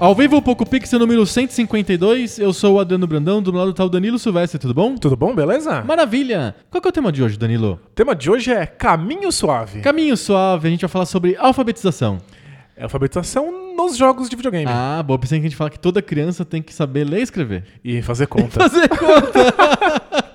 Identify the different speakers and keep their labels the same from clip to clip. Speaker 1: Ao vivo, Poco Pixel número 152, eu sou o Adriano Brandão, do meu lado tá o Danilo Silvestre, tudo bom?
Speaker 2: Tudo bom, beleza?
Speaker 1: Maravilha! Qual que é o tema de hoje, Danilo?
Speaker 2: O tema de hoje é caminho suave.
Speaker 1: Caminho suave, a gente vai falar sobre alfabetização.
Speaker 2: É alfabetização nos jogos de videogame.
Speaker 1: Ah, boa, pensei que a gente fala que toda criança tem que saber ler e escrever.
Speaker 2: E fazer conta.
Speaker 1: Fazer conta!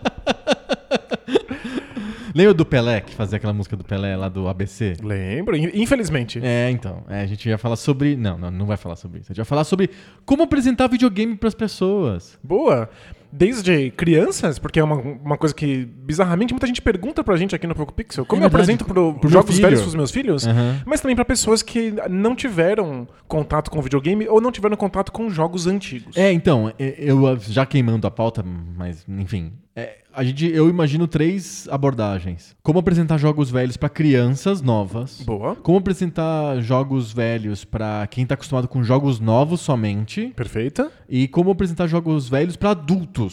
Speaker 1: Lembra do Pelé, que fazia aquela música do Pelé lá do ABC?
Speaker 2: Lembro, in- infelizmente.
Speaker 1: É, então. É, a gente ia falar sobre. Não, não, não vai falar sobre isso. A gente vai falar sobre como apresentar videogame pras pessoas.
Speaker 2: Boa. Desde crianças, porque é uma, uma coisa que bizarramente muita gente pergunta pra gente aqui no Poco Pixel, como
Speaker 1: É
Speaker 2: eu
Speaker 1: verdade,
Speaker 2: apresento pro,
Speaker 1: pro meu
Speaker 2: jogos
Speaker 1: filho.
Speaker 2: velhos pros meus filhos,
Speaker 1: Aham.
Speaker 2: mas também pra pessoas que não tiveram contato com videogame ou não tiveram contato com jogos antigos.
Speaker 1: É, então, é, eu ah, já queimando a pauta, mas enfim. É, a gente, eu imagino três abordagens: como apresentar jogos velhos pra crianças novas.
Speaker 2: Boa.
Speaker 1: Como apresentar jogos velhos pra quem tá acostumado com jogos novos somente.
Speaker 2: Perfeita.
Speaker 1: E como apresentar jogos velhos pra adultos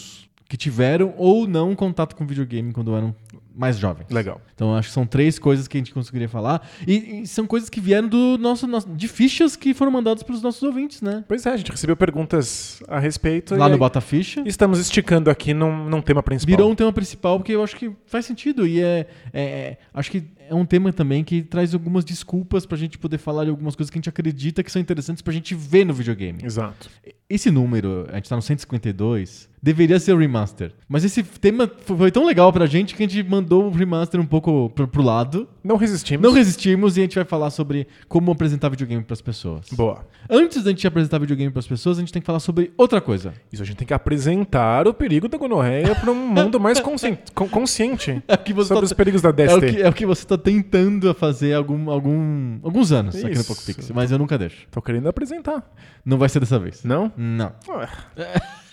Speaker 1: que tiveram ou não contato com videogame quando eram mais jovens.
Speaker 2: Legal.
Speaker 1: Então acho que são três coisas que a gente conseguiria falar. E, e são coisas que vieram do nosso, nosso- de fichas que foram mandadas pelos nossos ouvintes, né?
Speaker 2: Pois é, a gente recebeu perguntas a respeito.
Speaker 1: Lá
Speaker 2: Então, e
Speaker 1: no
Speaker 2: aí
Speaker 1: Bota Ficha.
Speaker 2: Estamos esticando aqui num, num tema principal.
Speaker 1: Virou um tema principal, porque eu acho que faz sentido. E é, é- Acho que é um tema também que traz algumas desculpas pra gente poder falar de algumas coisas que a gente acredita que são interessantes pra gente ver no videogame.
Speaker 2: Exato.
Speaker 1: Esse número, a gente tá no 152, deveria ser o remaster. Mas esse tema fo- foi tão legal pra gente que a gente mandou o remaster um pouco pro, pro lado.
Speaker 2: Não resistimos.
Speaker 1: Não resistimos e a gente vai falar sobre como apresentar videogame pras pessoas.
Speaker 2: Boa.
Speaker 1: Antes da gente apresentar videogame pras pessoas, a gente tem que falar sobre outra coisa.
Speaker 2: Isso a gente tem que apresentar o perigo da gonorreia para um mundo mais consci- con- consciente
Speaker 1: É o que você
Speaker 2: sobre
Speaker 1: tá-
Speaker 2: os perigos da DST.
Speaker 1: É o, que, é o que você tá tentando fazer algum, algum, alguns anos aqui no
Speaker 2: Isso.
Speaker 1: PocoPix, mas eu nunca deixo.
Speaker 2: Tô querendo apresentar.
Speaker 1: Não vai ser dessa vez.
Speaker 2: Não?
Speaker 1: Não.
Speaker 2: Ué.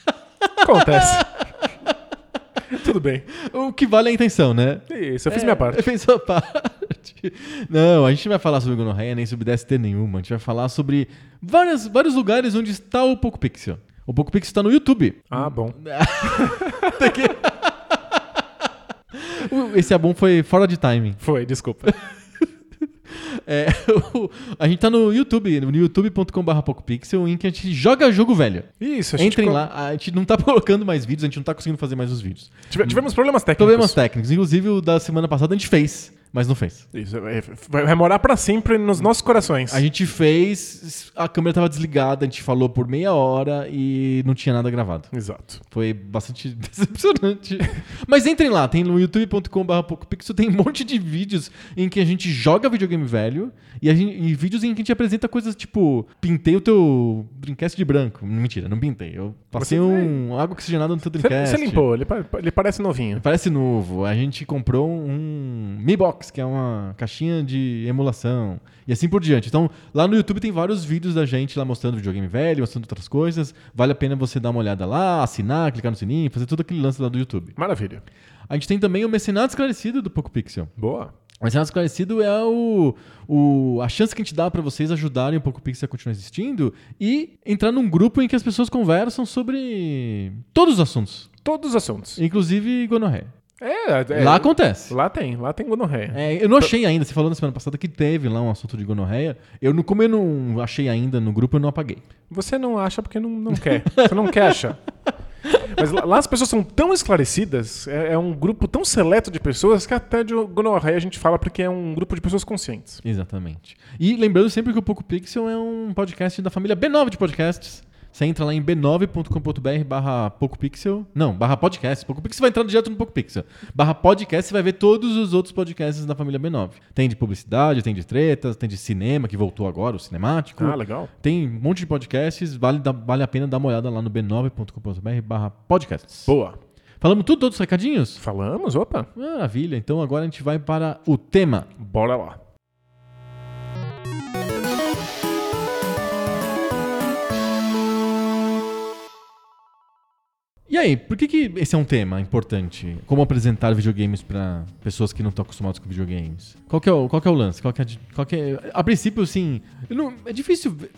Speaker 2: Acontece. Tudo bem.
Speaker 1: O que vale é a intenção, né?
Speaker 2: Isso, eu fiz minha parte.
Speaker 1: Fez sua parte. Não, a gente não vai falar sobre gonorreia, nem sobre DST nenhuma. A gente vai falar sobre várias, vários lugares onde está o PocoPixel. O PocoPixel está no YouTube.
Speaker 2: Ah, bom.
Speaker 1: O- Esse abom foi fora de timing.
Speaker 2: Foi, desculpa.
Speaker 1: É, o- a gente tá no YouTube, no youtube.com.br PocoPixel, em que a gente joga jogo velho.
Speaker 2: Isso, Então a gente
Speaker 1: Entrem
Speaker 2: co-
Speaker 1: lá, a gente não tá colocando mais vídeos, a gente não tá conseguindo fazer mais os vídeos.
Speaker 2: Tive- Tivemos problemas técnicos.
Speaker 1: Problemas técnicos. Inclusive, o da semana passada a gente fez, mas não fez.
Speaker 2: Isso, é- vai vai morar pra sempre nos nossos corações.
Speaker 1: A gente fez, a câmera tava desligada, a gente falou por meia hora e não tinha nada gravado.
Speaker 2: Exato.
Speaker 1: Foi bastante decepcionante. Mas entrem lá, tem no youtube.com.br, tem um monte de vídeos em que a gente joga videogame velho e, a gente- e vídeos em que a gente apresenta coisas tipo: pintei o teu Dreamcast de branco. Mentira, não pintei. Eu passei
Speaker 2: Você-
Speaker 1: um água oxigenada no teu Dreamcast.
Speaker 2: Você limpou, ele, pa- ele parece novinho.
Speaker 1: Parece novo. A gente comprou um Mi Box, que é uma caixinha de emulação. E assim por diante. Então, lá no YouTube tem vários vídeos da gente lá mostrando videogame velho, mostrando outras coisas. Vale a pena você dar uma olhada lá, assinar, clicar no sininho, fazer todo aquele lance lá do YouTube.
Speaker 2: Maravilha.
Speaker 1: A gente tem também o Mecenato Esclarecido do Poco Pixel.
Speaker 2: Boa.
Speaker 1: O Mecenato Esclarecido é o, o- a chance que a gente dá para vocês ajudarem o Poco Pixel a continuar existindo e entrar num grupo em que as pessoas conversam sobre todos os assuntos,
Speaker 2: Todos os assuntos.
Speaker 1: inclusive gonorreia.
Speaker 2: É, é-
Speaker 1: Lá acontece.
Speaker 2: Lá tem, lá tem gonorreia.
Speaker 1: É, eu não achei ainda, você falou na semana passada que teve lá um assunto de gonorreia. Eu, não- como eu não achei ainda no grupo, eu não apaguei.
Speaker 2: Você não acha porque não, não quer. Você não quer achar. Mas lá, lá as pessoas são tão esclarecidas, é, é um grupo tão seleto de pessoas que até de gonorreia a gente fala porque é um grupo de pessoas conscientes.
Speaker 1: Exatamente. E lembrando sempre que o Poco Pixel é um podcast da família B9 de podcasts. Você entra lá em b9.com.br barra PocoPixel. Não, barra podcast. PocoPixel vai entrar direto no PocoPixel. Barra podcast, você vai ver todos os outros podcasts da família B9. Tem de publicidade, tem de tretas, tem de cinema, que voltou agora, o cinemático.
Speaker 2: Ah, legal.
Speaker 1: Tem um monte de podcasts. Vale, dar- vale a pena dar uma olhada lá no b9.com.br barra podcasts.
Speaker 2: Boa.
Speaker 1: Falamos tudo, todos os recadinhos?
Speaker 2: Falamos? Opa.
Speaker 1: Maravilha. Então agora a gente vai para o tema.
Speaker 2: Bora lá.
Speaker 1: E aí, por que, que esse é um tema importante? Como apresentar videogames para pessoas que não estão acostumadas com videogames? Qual que é o, qual que é o lance? Qual que é, a di- qual que é- a princípio, assim, eu não- é difícil... ver-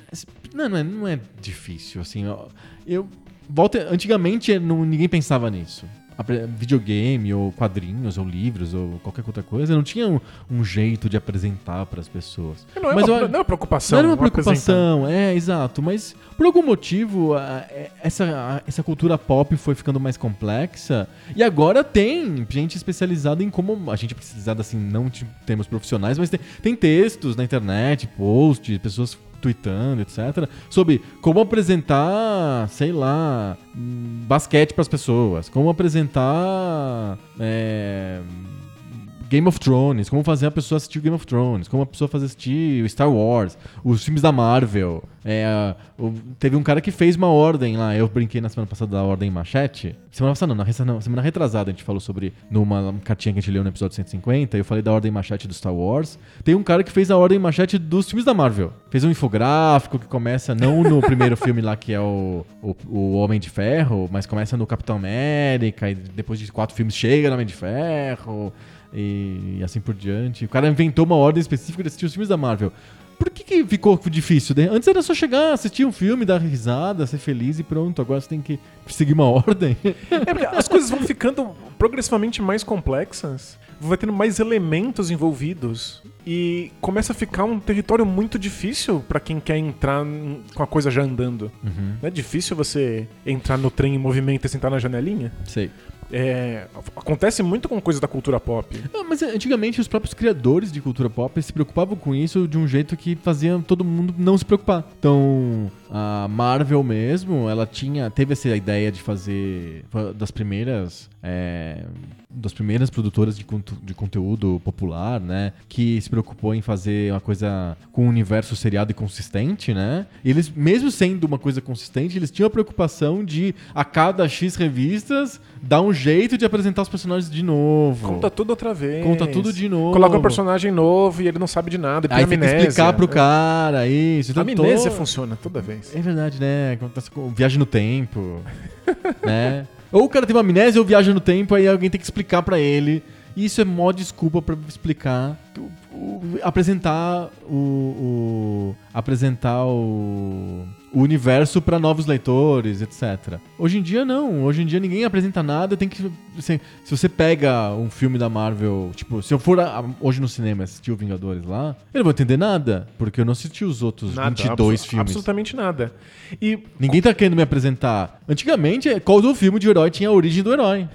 Speaker 1: Não, não é, não é difícil, assim. ó. Eu, volta, antigamente não- ninguém pensava nisso. Apre- Videogame, ou quadrinhos, ou livros, ou qualquer outra coisa, não tinha um, um jeito de apresentar para as pessoas.
Speaker 2: Não é,
Speaker 1: Mas
Speaker 2: uma,
Speaker 1: eu-
Speaker 2: não é uma preocupação. assim,
Speaker 1: Não era uma
Speaker 2: apresentar.
Speaker 1: preocupação, é, exato. Mas por algum motivo, a- é- essa, a- essa cultura pop foi ficando mais complexa. E agora tem gente especializada em como. A gente é especializada, assim, não de termos profissionais, mas tem, tem textos na internet, posts, pessoas tweetando, etc. Sobre como apresentar, sei lá, hum, basquete pras pessoas. Como apresentar. É, Game of Thrones, como fazer a pessoa assistir Game of Thrones, como a pessoa fazer assistir Star Wars, os filmes da Marvel. É, o- teve um cara que fez uma ordem lá, eu brinquei na semana passada da ordem machete. Semana passada não, na ressa- não, semana retrasada a gente falou sobre, numa cartinha que a gente leu no episódio 150, eu falei da ordem machete do Star Wars. Tem um cara que fez a ordem machete dos filmes da Marvel. Fez um infográfico que começa não no primeiro filme lá que é o, o, o Homem de Ferro, mas começa no Capitão América e depois de quatro filmes chega no Homem de Ferro e, e assim por diante. O cara inventou uma ordem específica de assistir os filmes da Marvel. Por que, que ficou difícil? né? Antes era só chegar, assistir um filme, dar risada, ser feliz e pronto. Agora você tem que seguir uma ordem.
Speaker 2: É porque as coisas vão ficando progressivamente mais complexas, vai tendo mais elementos envolvidos e começa a ficar um território muito difícil pra quem quer entrar n- com a coisa já andando.
Speaker 1: Uhum.
Speaker 2: Não é difícil você entrar no trem em movimento e sentar na janelinha.
Speaker 1: Sei.
Speaker 2: É, af- acontece muito com coisa da cultura pop.
Speaker 1: Não, mas eh, antigamente os próprios criadores de cultura pop se preocupavam com isso de um jeito que fazia todo mundo não se preocupar. Então, a Marvel mesmo, ela tinha, teve essa ideia de fazer fa- das primeiras eh, das primeiras produtoras de, contu- de conteúdo popular, né, que se preocupou em fazer uma coisa com um universo seriado e consistente, né? E eles, mesmo sendo uma coisa consistente, eles tinham a preocupação de a cada X revistas dar um jeito de apresentar os personagens de novo.
Speaker 2: Conta tudo outra vez.
Speaker 1: Conta tudo de novo.
Speaker 2: Coloca um personagem novo e ele não sabe de né? nada. ele
Speaker 1: Aí tem que
Speaker 2: amnésia.
Speaker 1: explicar pro cara isso.
Speaker 2: A
Speaker 1: Então,
Speaker 2: amnésia
Speaker 1: tô-
Speaker 2: funciona toda vez.
Speaker 1: É verdade, né? Acontece com viagem no tempo, né? Ou o cara tem uma amnésia ou viaja no tempo, aí alguém tem que explicar pra ele. E Isso é mó desculpa pra explicar, o- o- apresentar o, o- apresentar o, o universo pra novos leitores, etc. Hoje em dia não, hoje em dia ninguém apresenta nada, tem que se, se você pega um filme da Marvel, tipo, se eu for a- a- hoje no cinema assistir o Vingadores lá, eu não vou entender nada, porque eu não assisti os outros
Speaker 2: Nada,
Speaker 1: 22
Speaker 2: abso-
Speaker 1: filmes.
Speaker 2: Absolutamente nada. E
Speaker 1: Ninguém tá querendo me apresentar. Antigamente, é, qual do filme de herói tinha a origem do herói?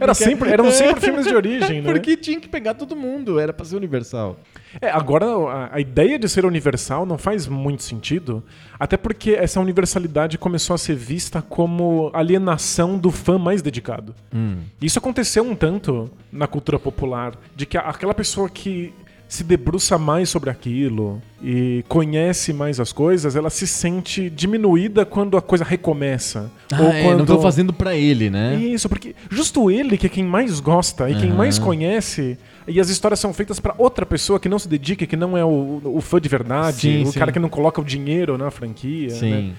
Speaker 2: Era sempre, eram sempre filmes de origem, né?
Speaker 1: Porque tinha que pegar todo mundo, era pra ser universal.
Speaker 2: É, agora a, a ideia de ser universal não faz muito sentido, até porque essa universalidade começou a ser vista como alienação do fã mais dedicado.
Speaker 1: Hum.
Speaker 2: Isso aconteceu um tanto na cultura popular, de que a- aquela pessoa que se debruça mais sobre aquilo e conhece mais as coisas, ela se sente diminuída quando a coisa recomeça.
Speaker 1: Ah, é, não tô fazendo pra ele, né?
Speaker 2: Isso, porque justo ele que é quem mais gosta e quem mais conhece, e as histórias são feitas pra outra pessoa que não se dedica, que não é o, o fã de verdade,
Speaker 1: Sim,
Speaker 2: o
Speaker 1: sim.
Speaker 2: cara que não coloca o dinheiro na franquia.
Speaker 1: Sim.
Speaker 2: né?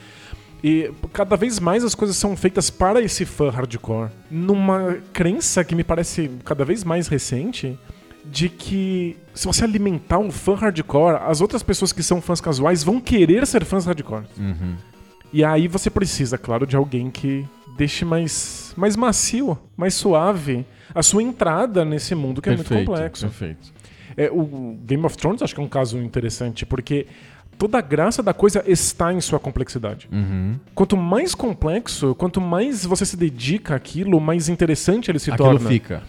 Speaker 2: E cada vez mais as coisas são feitas para esse fã hardcore. Numa crença que me parece cada vez mais recente de que se você alimentar um fã hardcore, as outras pessoas que são fãs casuais vão querer ser fãs hardcore. E aí você precisa, claro, de alguém que deixe mais, mais macio, mais suave a sua entrada nesse mundo que é muito complexo.
Speaker 1: Perfeito.
Speaker 2: É, o Game of Thrones acho que é um caso interessante, porque toda a graça da coisa está em sua complexidade.
Speaker 1: Uhum.
Speaker 2: Quanto mais complexo, quanto mais você se dedica àquilo, mais interessante ele se
Speaker 1: Aquilo
Speaker 2: torna.
Speaker 1: fica.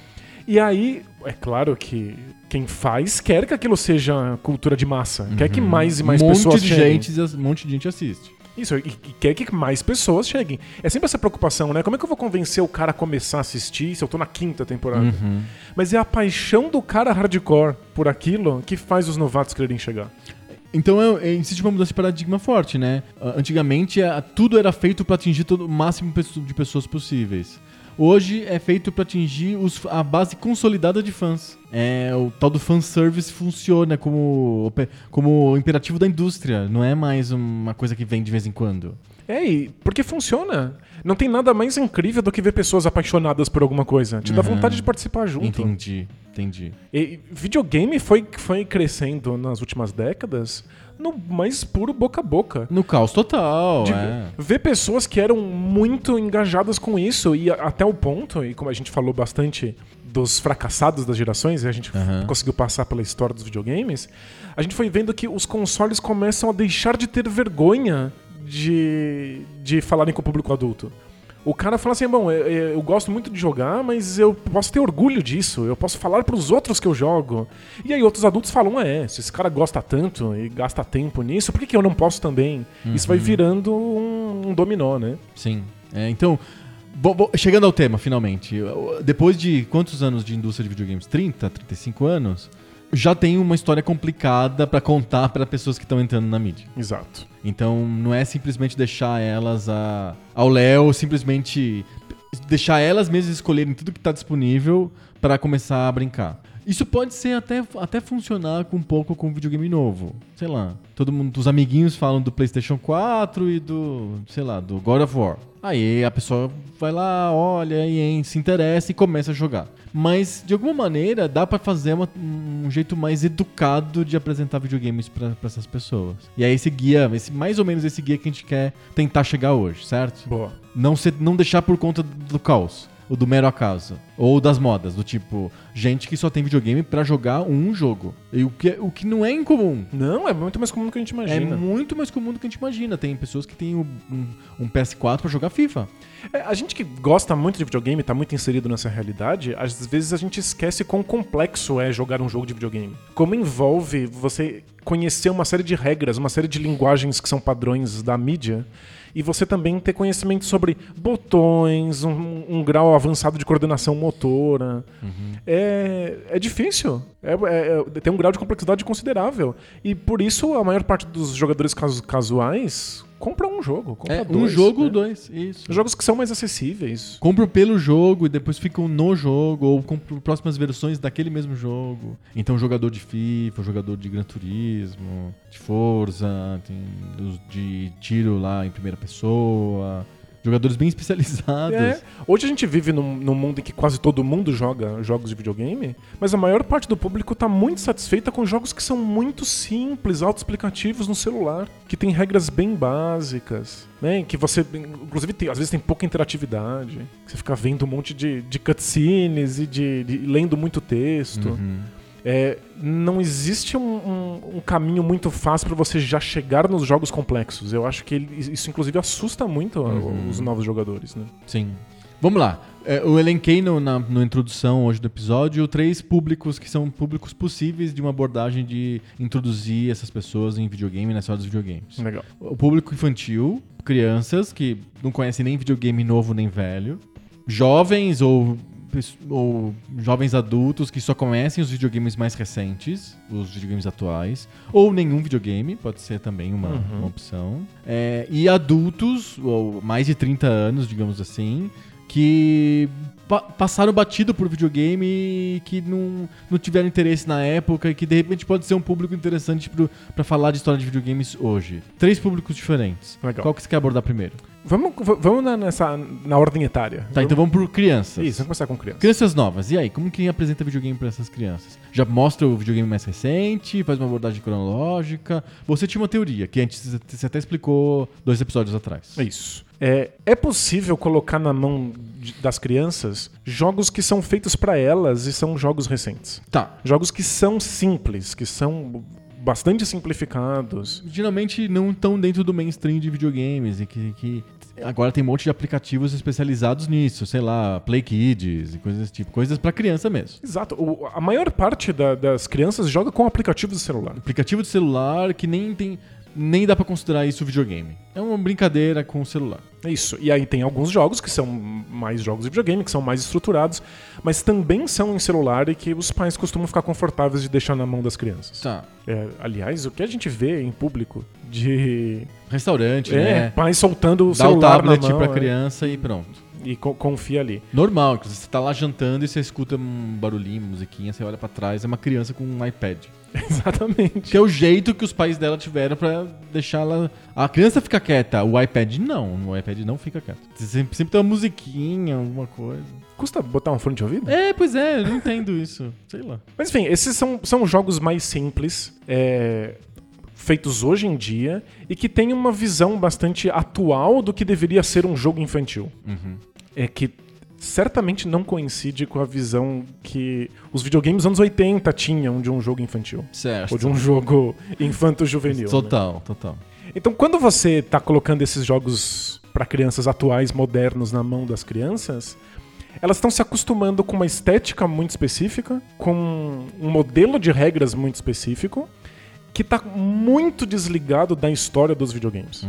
Speaker 2: E aí, é claro que quem faz quer que aquilo seja cultura de massa, quer que mais e mais
Speaker 1: um monte
Speaker 2: pessoas
Speaker 1: de
Speaker 2: cheguem.
Speaker 1: gente, um monte de gente assiste.
Speaker 2: Isso, e e quer que mais pessoas cheguem. É sempre essa preocupação, né? Como é que eu vou convencer o cara a começar a assistir se eu tô na quinta temporada? Mas é a paixão do cara hardcore por aquilo que faz os novatos quererem chegar.
Speaker 1: Então eu, eu insisto uma mudança de paradigma forte, né? Ah, Antigamente a- tudo era feito pra atingir todo, o máximo pesso- de pessoas possíveis. Hoje é feito pra atingir os- a base consolidada de fãs. É, o tal do fanservice funciona como, ope- como imperativo da indústria, não é mais uma coisa que vem de vez em quando.
Speaker 2: É, e porque funciona. Não tem nada mais incrível do que ver pessoas apaixonadas por alguma coisa. Te dá vontade de participar junto.
Speaker 1: Entendi, entendi.
Speaker 2: E videogame foi, foi crescendo nas últimas décadas no mais puro boca a boca.
Speaker 1: No caos total,
Speaker 2: De
Speaker 1: é.
Speaker 2: ver pessoas que eram muito engajadas com isso e a- até o ponto, e como a gente falou bastante dos fracassados das gerações, e a gente
Speaker 1: Aham.
Speaker 2: conseguiu passar pela história dos videogames, a gente foi vendo que os consoles começam a deixar de ter vergonha de, de falarem com o público adulto. O cara fala assim, bom, eu, eu- eu gosto muito de jogar, mas eu posso ter orgulho disso, eu posso falar pros outros que eu jogo. E aí outros adultos falam, é, se esse cara gosta tanto e gasta tempo nisso, por que, que eu não posso também? Isso vai virando um, um dominó, né?
Speaker 1: Sim. É, então, bo- bo- chegando ao tema, finalmente. eu- Depois de quantos anos de indústria de videogames? 30, 35 anos? Já tem uma história complicada pra contar pra pessoas que estão entrando na mídia.
Speaker 2: Exato.
Speaker 1: Então, não é simplesmente deixar elas a, ao Léo, simplesmente deixar elas mesmas escolherem tudo que tá disponível pra começar a brincar. Isso pode ser até, até funcionar com um pouco com um videogame novo. Sei lá, todo mundo, os amiguinhos falam do PlayStation 4 e do, sei lá, do God of War. Aí a pessoa vai lá, olha e hein, se interessa e começa a jogar. Mas de alguma maneira dá pra fazer uma- um jeito mais educado de apresentar videogames pra pra essas pessoas. E é esse guia, esse mais ou menos esse guia que a gente quer tentar chegar hoje, certo?
Speaker 2: Boa.
Speaker 1: não, ser, não deixar por conta do caos, ou do mero acaso, ou das modas, do tipo, gente que só tem videogame pra jogar um jogo. E o que, o que não é incomum.
Speaker 2: Não, é muito mais comum do que a gente
Speaker 1: É
Speaker 2: imagina.
Speaker 1: muito mais comum do que a gente imagina. Tem pessoas que têm um, um- um PS4 pra jogar FIFA.
Speaker 2: É, a gente que gosta muito de videogame, tá muito inserido nessa realidade, às vezes a gente esquece quão complexo é jogar um jogo de videogame. Como envolve você conhecer uma série de regras, uma série de linguagens que são padrões da mídia, e você também ter conhecimento sobre botões, um, um grau avançado de coordenação motora. É, é difícil. É- é- é- tem um grau de complexidade considerável. E por isso a maior parte dos jogadores casu- casuais compra um jogo. Compra
Speaker 1: É, um
Speaker 2: dois,
Speaker 1: jogo ou
Speaker 2: né?
Speaker 1: dois. Isso.
Speaker 2: Jogos que são mais acessíveis.
Speaker 1: Compram pelo jogo e depois ficam no jogo, ou compram próximas versões daquele mesmo jogo. Então, jogador de FIFA, um jogador de Gran Turismo, de Forza, tem dos de tiro lá em primeira pessoa. Jogadores bem especializados.
Speaker 2: É. Hoje a gente vive num, num mundo em que quase todo mundo joga jogos de videogame, mas a maior parte do público está muito satisfeita com jogos que são muito simples, autoexplicativos no celular, que tem regras bem básicas, né? Que você, inclusive, tem- às vezes tem pouca interatividade. Você fica vendo um monte de, de cutscenes e de, de- lendo muito texto. É, não existe um, um- um caminho muito fácil para você já chegar nos jogos complexos. Eu acho que ele- isso, inclusive, assusta muito a- os novos jogadores. Né?
Speaker 1: Sim. Vamos lá. É, Eu elenquei no- na no introdução hoje do episódio três públicos que são públicos possíveis de uma abordagem de introduzir essas pessoas em videogame, na história dos videogames.
Speaker 2: Legal.
Speaker 1: O público infantil, crianças que não conhecem nem videogame novo nem velho, jovens ou, pes- ou jovens adultos que só conhecem os videogames mais recentes, os videogames atuais, ou nenhum videogame, pode ser também uma,
Speaker 2: Uhum.
Speaker 1: uma opção. É, e adultos, ou mais de 30 anos, digamos assim, que pa- passaram batido por videogame e que não, não tiveram interesse na época e que de repente pode ser um público interessante pro- pra falar de história de videogames hoje. Três públicos diferentes.
Speaker 2: Legal.
Speaker 1: Qual que você quer abordar primeiro?
Speaker 2: Vamos, v- vamos na, nessa, na ordem etária.
Speaker 1: Tá, então vamos por crianças.
Speaker 2: Isso, vamos começar com criança.
Speaker 1: Crianças novas, e aí, como que apresenta videogame pra essas crianças? Já mostra o videogame mais recente, faz uma abordagem cronológica. Você tinha uma teoria que antes você até explicou dois episódios atrás.
Speaker 2: Isso. É, é possível colocar na mão de- das crianças jogos que são feitos pra elas e são jogos recentes.
Speaker 1: Tá,
Speaker 2: Jogos que são simples, que são bastante simplificados.
Speaker 1: geralmente não estão dentro do mainstream de videogames e que, que agora tem um monte de aplicativos especializados nisso, sei lá, Play Kids e coisas desse tipo, coisas pra criança mesmo.
Speaker 2: Exato. O- a maior parte da- das crianças joga com aplicativos de celular.
Speaker 1: Aplicativo de celular que nem tem nem dá pra considerar isso videogame. É uma brincadeira com o celular.
Speaker 2: É Isso. E aí tem alguns jogos que são mais jogos de videogame, que são mais estruturados, mas também são em celular e que os pais costumam ficar confortáveis de deixar na mão das crianças.
Speaker 1: Tá.
Speaker 2: É, aliás, o que a gente vê em público de
Speaker 1: Restaurante,
Speaker 2: é,
Speaker 1: né?
Speaker 2: pais soltando o
Speaker 1: Dá o
Speaker 2: celular
Speaker 1: tablet
Speaker 2: na mão,
Speaker 1: pra
Speaker 2: é,
Speaker 1: criança e pronto.
Speaker 2: e co- confia ali.
Speaker 1: Normal, inclusive, você tá lá jantando e você escuta um barulhinho, musiquinha, você olha pra trás, é uma criança com um iPad.
Speaker 2: Exatamente.
Speaker 1: Que é o jeito que os pais dela tiveram pra deixar ela. A criança fica quieta, o iPad não. O iPad não fica quieto. Você sempre, sempre tem uma musiquinha, alguma coisa.
Speaker 2: Custa botar um fone de ouvido?
Speaker 1: É, pois é, eu não entendo isso. Sei lá.
Speaker 2: Mas enfim, esses são, são jogos mais simples, é, feitos hoje em dia, e que tem uma visão bastante atual do que deveria ser um jogo infantil.
Speaker 1: Uhum.
Speaker 2: É que certamente não coincide com a visão que os videogames anos 80 tinham de um jogo infantil.
Speaker 1: Certo.
Speaker 2: Ou de um jogo infanto-juvenil. né?
Speaker 1: Total, total.
Speaker 2: Então, quando você tá colocando esses jogos para crianças atuais, modernos, na mão das crianças, elas estão se acostumando com uma estética muito específica, com um modelo de regras muito específico, que tá muito desligado da história dos videogames.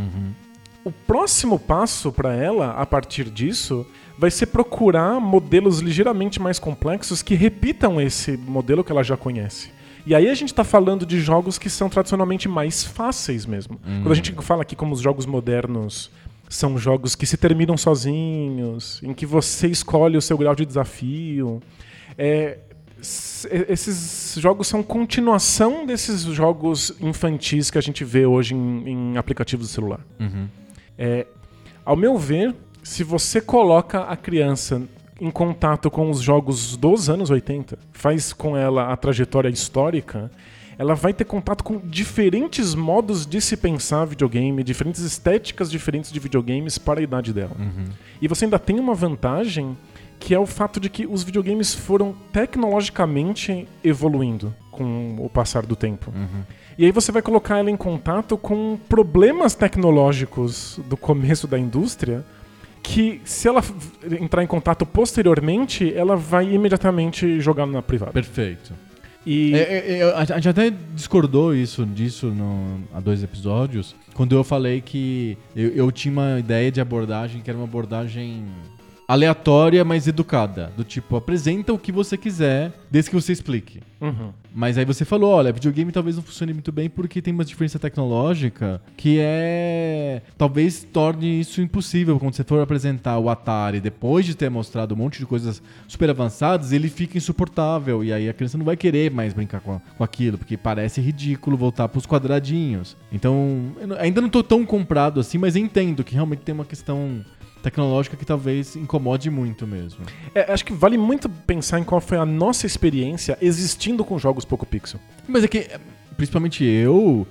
Speaker 2: O próximo passo para ela, a partir disso, vai ser procurar modelos ligeiramente mais complexos que repitam esse modelo que ela já conhece. E aí a gente está falando de jogos que são tradicionalmente mais fáceis mesmo. Quando a gente fala aqui como os jogos modernos são jogos que se terminam sozinhos, em que você escolhe o seu grau de desafio, é, s- esses jogos são continuação desses jogos infantis que a gente vê hoje em, em aplicativos de celular. É, ao meu ver, se você coloca a criança em contato com os jogos dos anos 80, faz com ela a trajetória histórica, ela vai ter contato com diferentes modos de se pensar videogame, diferentes estéticas diferentes de videogames para a idade dela. E você ainda tem uma vantagem que é o fato de que os videogames foram tecnologicamente evoluindo com o passar do tempo. E aí você vai colocar ela em contato com problemas tecnológicos do começo da indústria que se ela f- entrar em contato posteriormente, ela vai imediatamente jogar na privada.
Speaker 1: Perfeito.
Speaker 2: E
Speaker 1: É, é, é, a gente até discordou isso disso no- há dois episódios, quando eu falei que eu, eu tinha uma ideia de abordagem que era uma abordagem aleatória, mas educada. Do tipo, apresenta o que você quiser, desde que você explique.
Speaker 2: Uhum.
Speaker 1: Mas aí você falou, olha, videogame talvez não funcione muito bem porque tem uma diferença tecnológica que é... Talvez torne isso impossível quando você for apresentar o Atari depois de ter mostrado um monte de coisas super avançadas, ele fica insuportável e aí a criança não vai querer mais brincar com, a- com aquilo, porque parece ridículo voltar pros quadradinhos. Então, eu não- ainda não tô tão comprado assim, mas entendo que realmente tem uma questão tecnológica que talvez incomode muito mesmo.
Speaker 2: é, acho que vale muito pensar em qual foi a nossa experiência existindo com jogos pouco pixel.
Speaker 1: Mas é que, principalmente eu,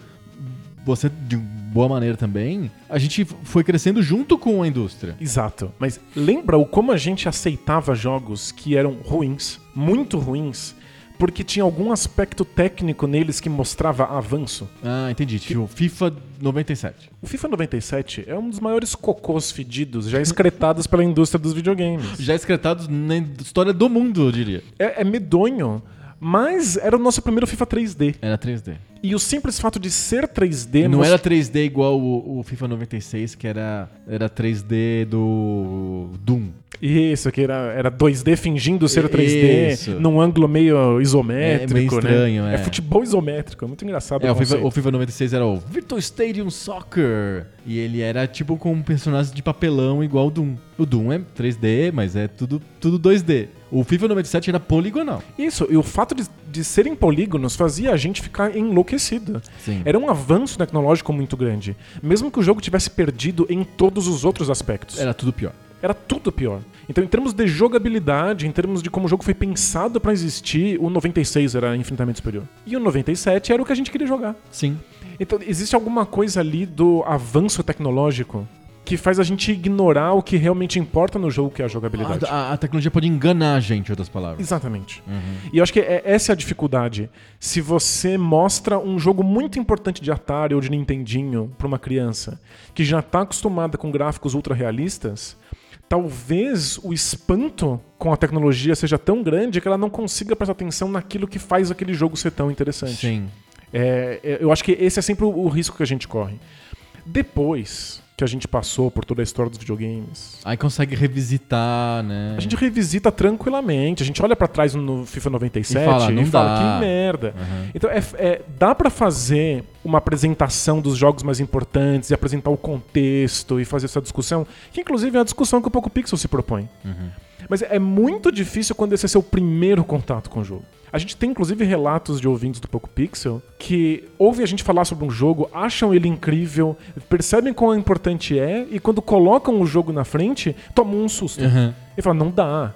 Speaker 1: você de boa maneira também, a gente foi crescendo junto com a indústria.
Speaker 2: Exato. Mas lembra o como a gente aceitava jogos que eram ruins, muito ruins, porque tinha algum aspecto técnico neles que mostrava avanço?
Speaker 1: Ah, entendi. Tipo, FIFA 97.
Speaker 2: O FIFA 97 é um dos maiores cocôs fedidos já excretados pela indústria dos videogames.
Speaker 1: Já excretados na história do mundo, eu diria.
Speaker 2: É, é medonho, mas era o nosso primeiro FIFA 3D.
Speaker 1: Era 3D.
Speaker 2: E o simples fato de ser 3D
Speaker 1: não
Speaker 2: mos-
Speaker 1: era 3D igual o, o FIFA 96, que era, era 3D do Doom.
Speaker 2: Isso, que era, era 2D fingindo ser 3D,
Speaker 1: Isso.
Speaker 2: num ângulo meio isométrico,
Speaker 1: É meio estranho,
Speaker 2: né?
Speaker 1: é.
Speaker 2: futebol isométrico, é muito engraçado.
Speaker 1: É,
Speaker 2: o
Speaker 1: o FIFA,
Speaker 2: conceito.
Speaker 1: o FIFA 96 era o Virtual Stadium Soccer. E ele era tipo com um personagem de papelão igual o Doom. O Doom é 3D, mas é tudo, tudo 2D. O FIFA 97 era poligonal.
Speaker 2: Isso, e o fato de, de serem polígonos fazia a gente ficar enlouquecido.
Speaker 1: Sim.
Speaker 2: Era um avanço tecnológico muito grande. Mesmo que o jogo tivesse perdido em todos os outros aspectos.
Speaker 1: Era tudo pior.
Speaker 2: Era tudo pior. Então, em termos de jogabilidade, em termos de como o jogo foi pensado pra existir, o 96 era infinitamente superior. E o 97 era o que a gente queria jogar.
Speaker 1: Sim.
Speaker 2: Então, existe alguma coisa ali do avanço tecnológico que faz a gente ignorar o que realmente importa no jogo, que é a jogabilidade.
Speaker 1: A, a- a tecnologia pode enganar a gente, em outras palavras.
Speaker 2: Exatamente. E eu acho que é, essa é a dificuldade. Se você mostra um jogo muito importante de Atari ou de Nintendinho pra uma criança que já tá acostumada com gráficos ultra realistas, talvez o espanto com a tecnologia seja tão grande que ela não consiga prestar atenção naquilo que faz aquele jogo ser tão interessante.
Speaker 1: Sim.
Speaker 2: É, é, eu acho que esse é sempre o, o risco que a gente corre. Depois que a gente passou por toda a história dos videogames,
Speaker 1: Aí consegue revisitar, né?
Speaker 2: a gente revisita tranquilamente. A gente olha pra trás no FIFA 97
Speaker 1: E
Speaker 2: e
Speaker 1: fala,
Speaker 2: fala,
Speaker 1: "Não dá." Uhum.
Speaker 2: que merda. Então, é, é- dá pra fazer uma apresentação dos jogos mais importantes e apresentar o contexto e fazer essa discussão, que inclusive é a discussão que o Poco Pixel se propõe.
Speaker 1: Uhum.
Speaker 2: Mas é muito difícil quando esse é seu primeiro contato com o jogo. A gente tem inclusive relatos de ouvintes do Poco Pixel que ouvem a gente falar sobre um jogo, acham ele incrível, percebem quão importante é e quando colocam o jogo na frente, tomam um susto.
Speaker 1: Uhum.
Speaker 2: Ele fala, não dá.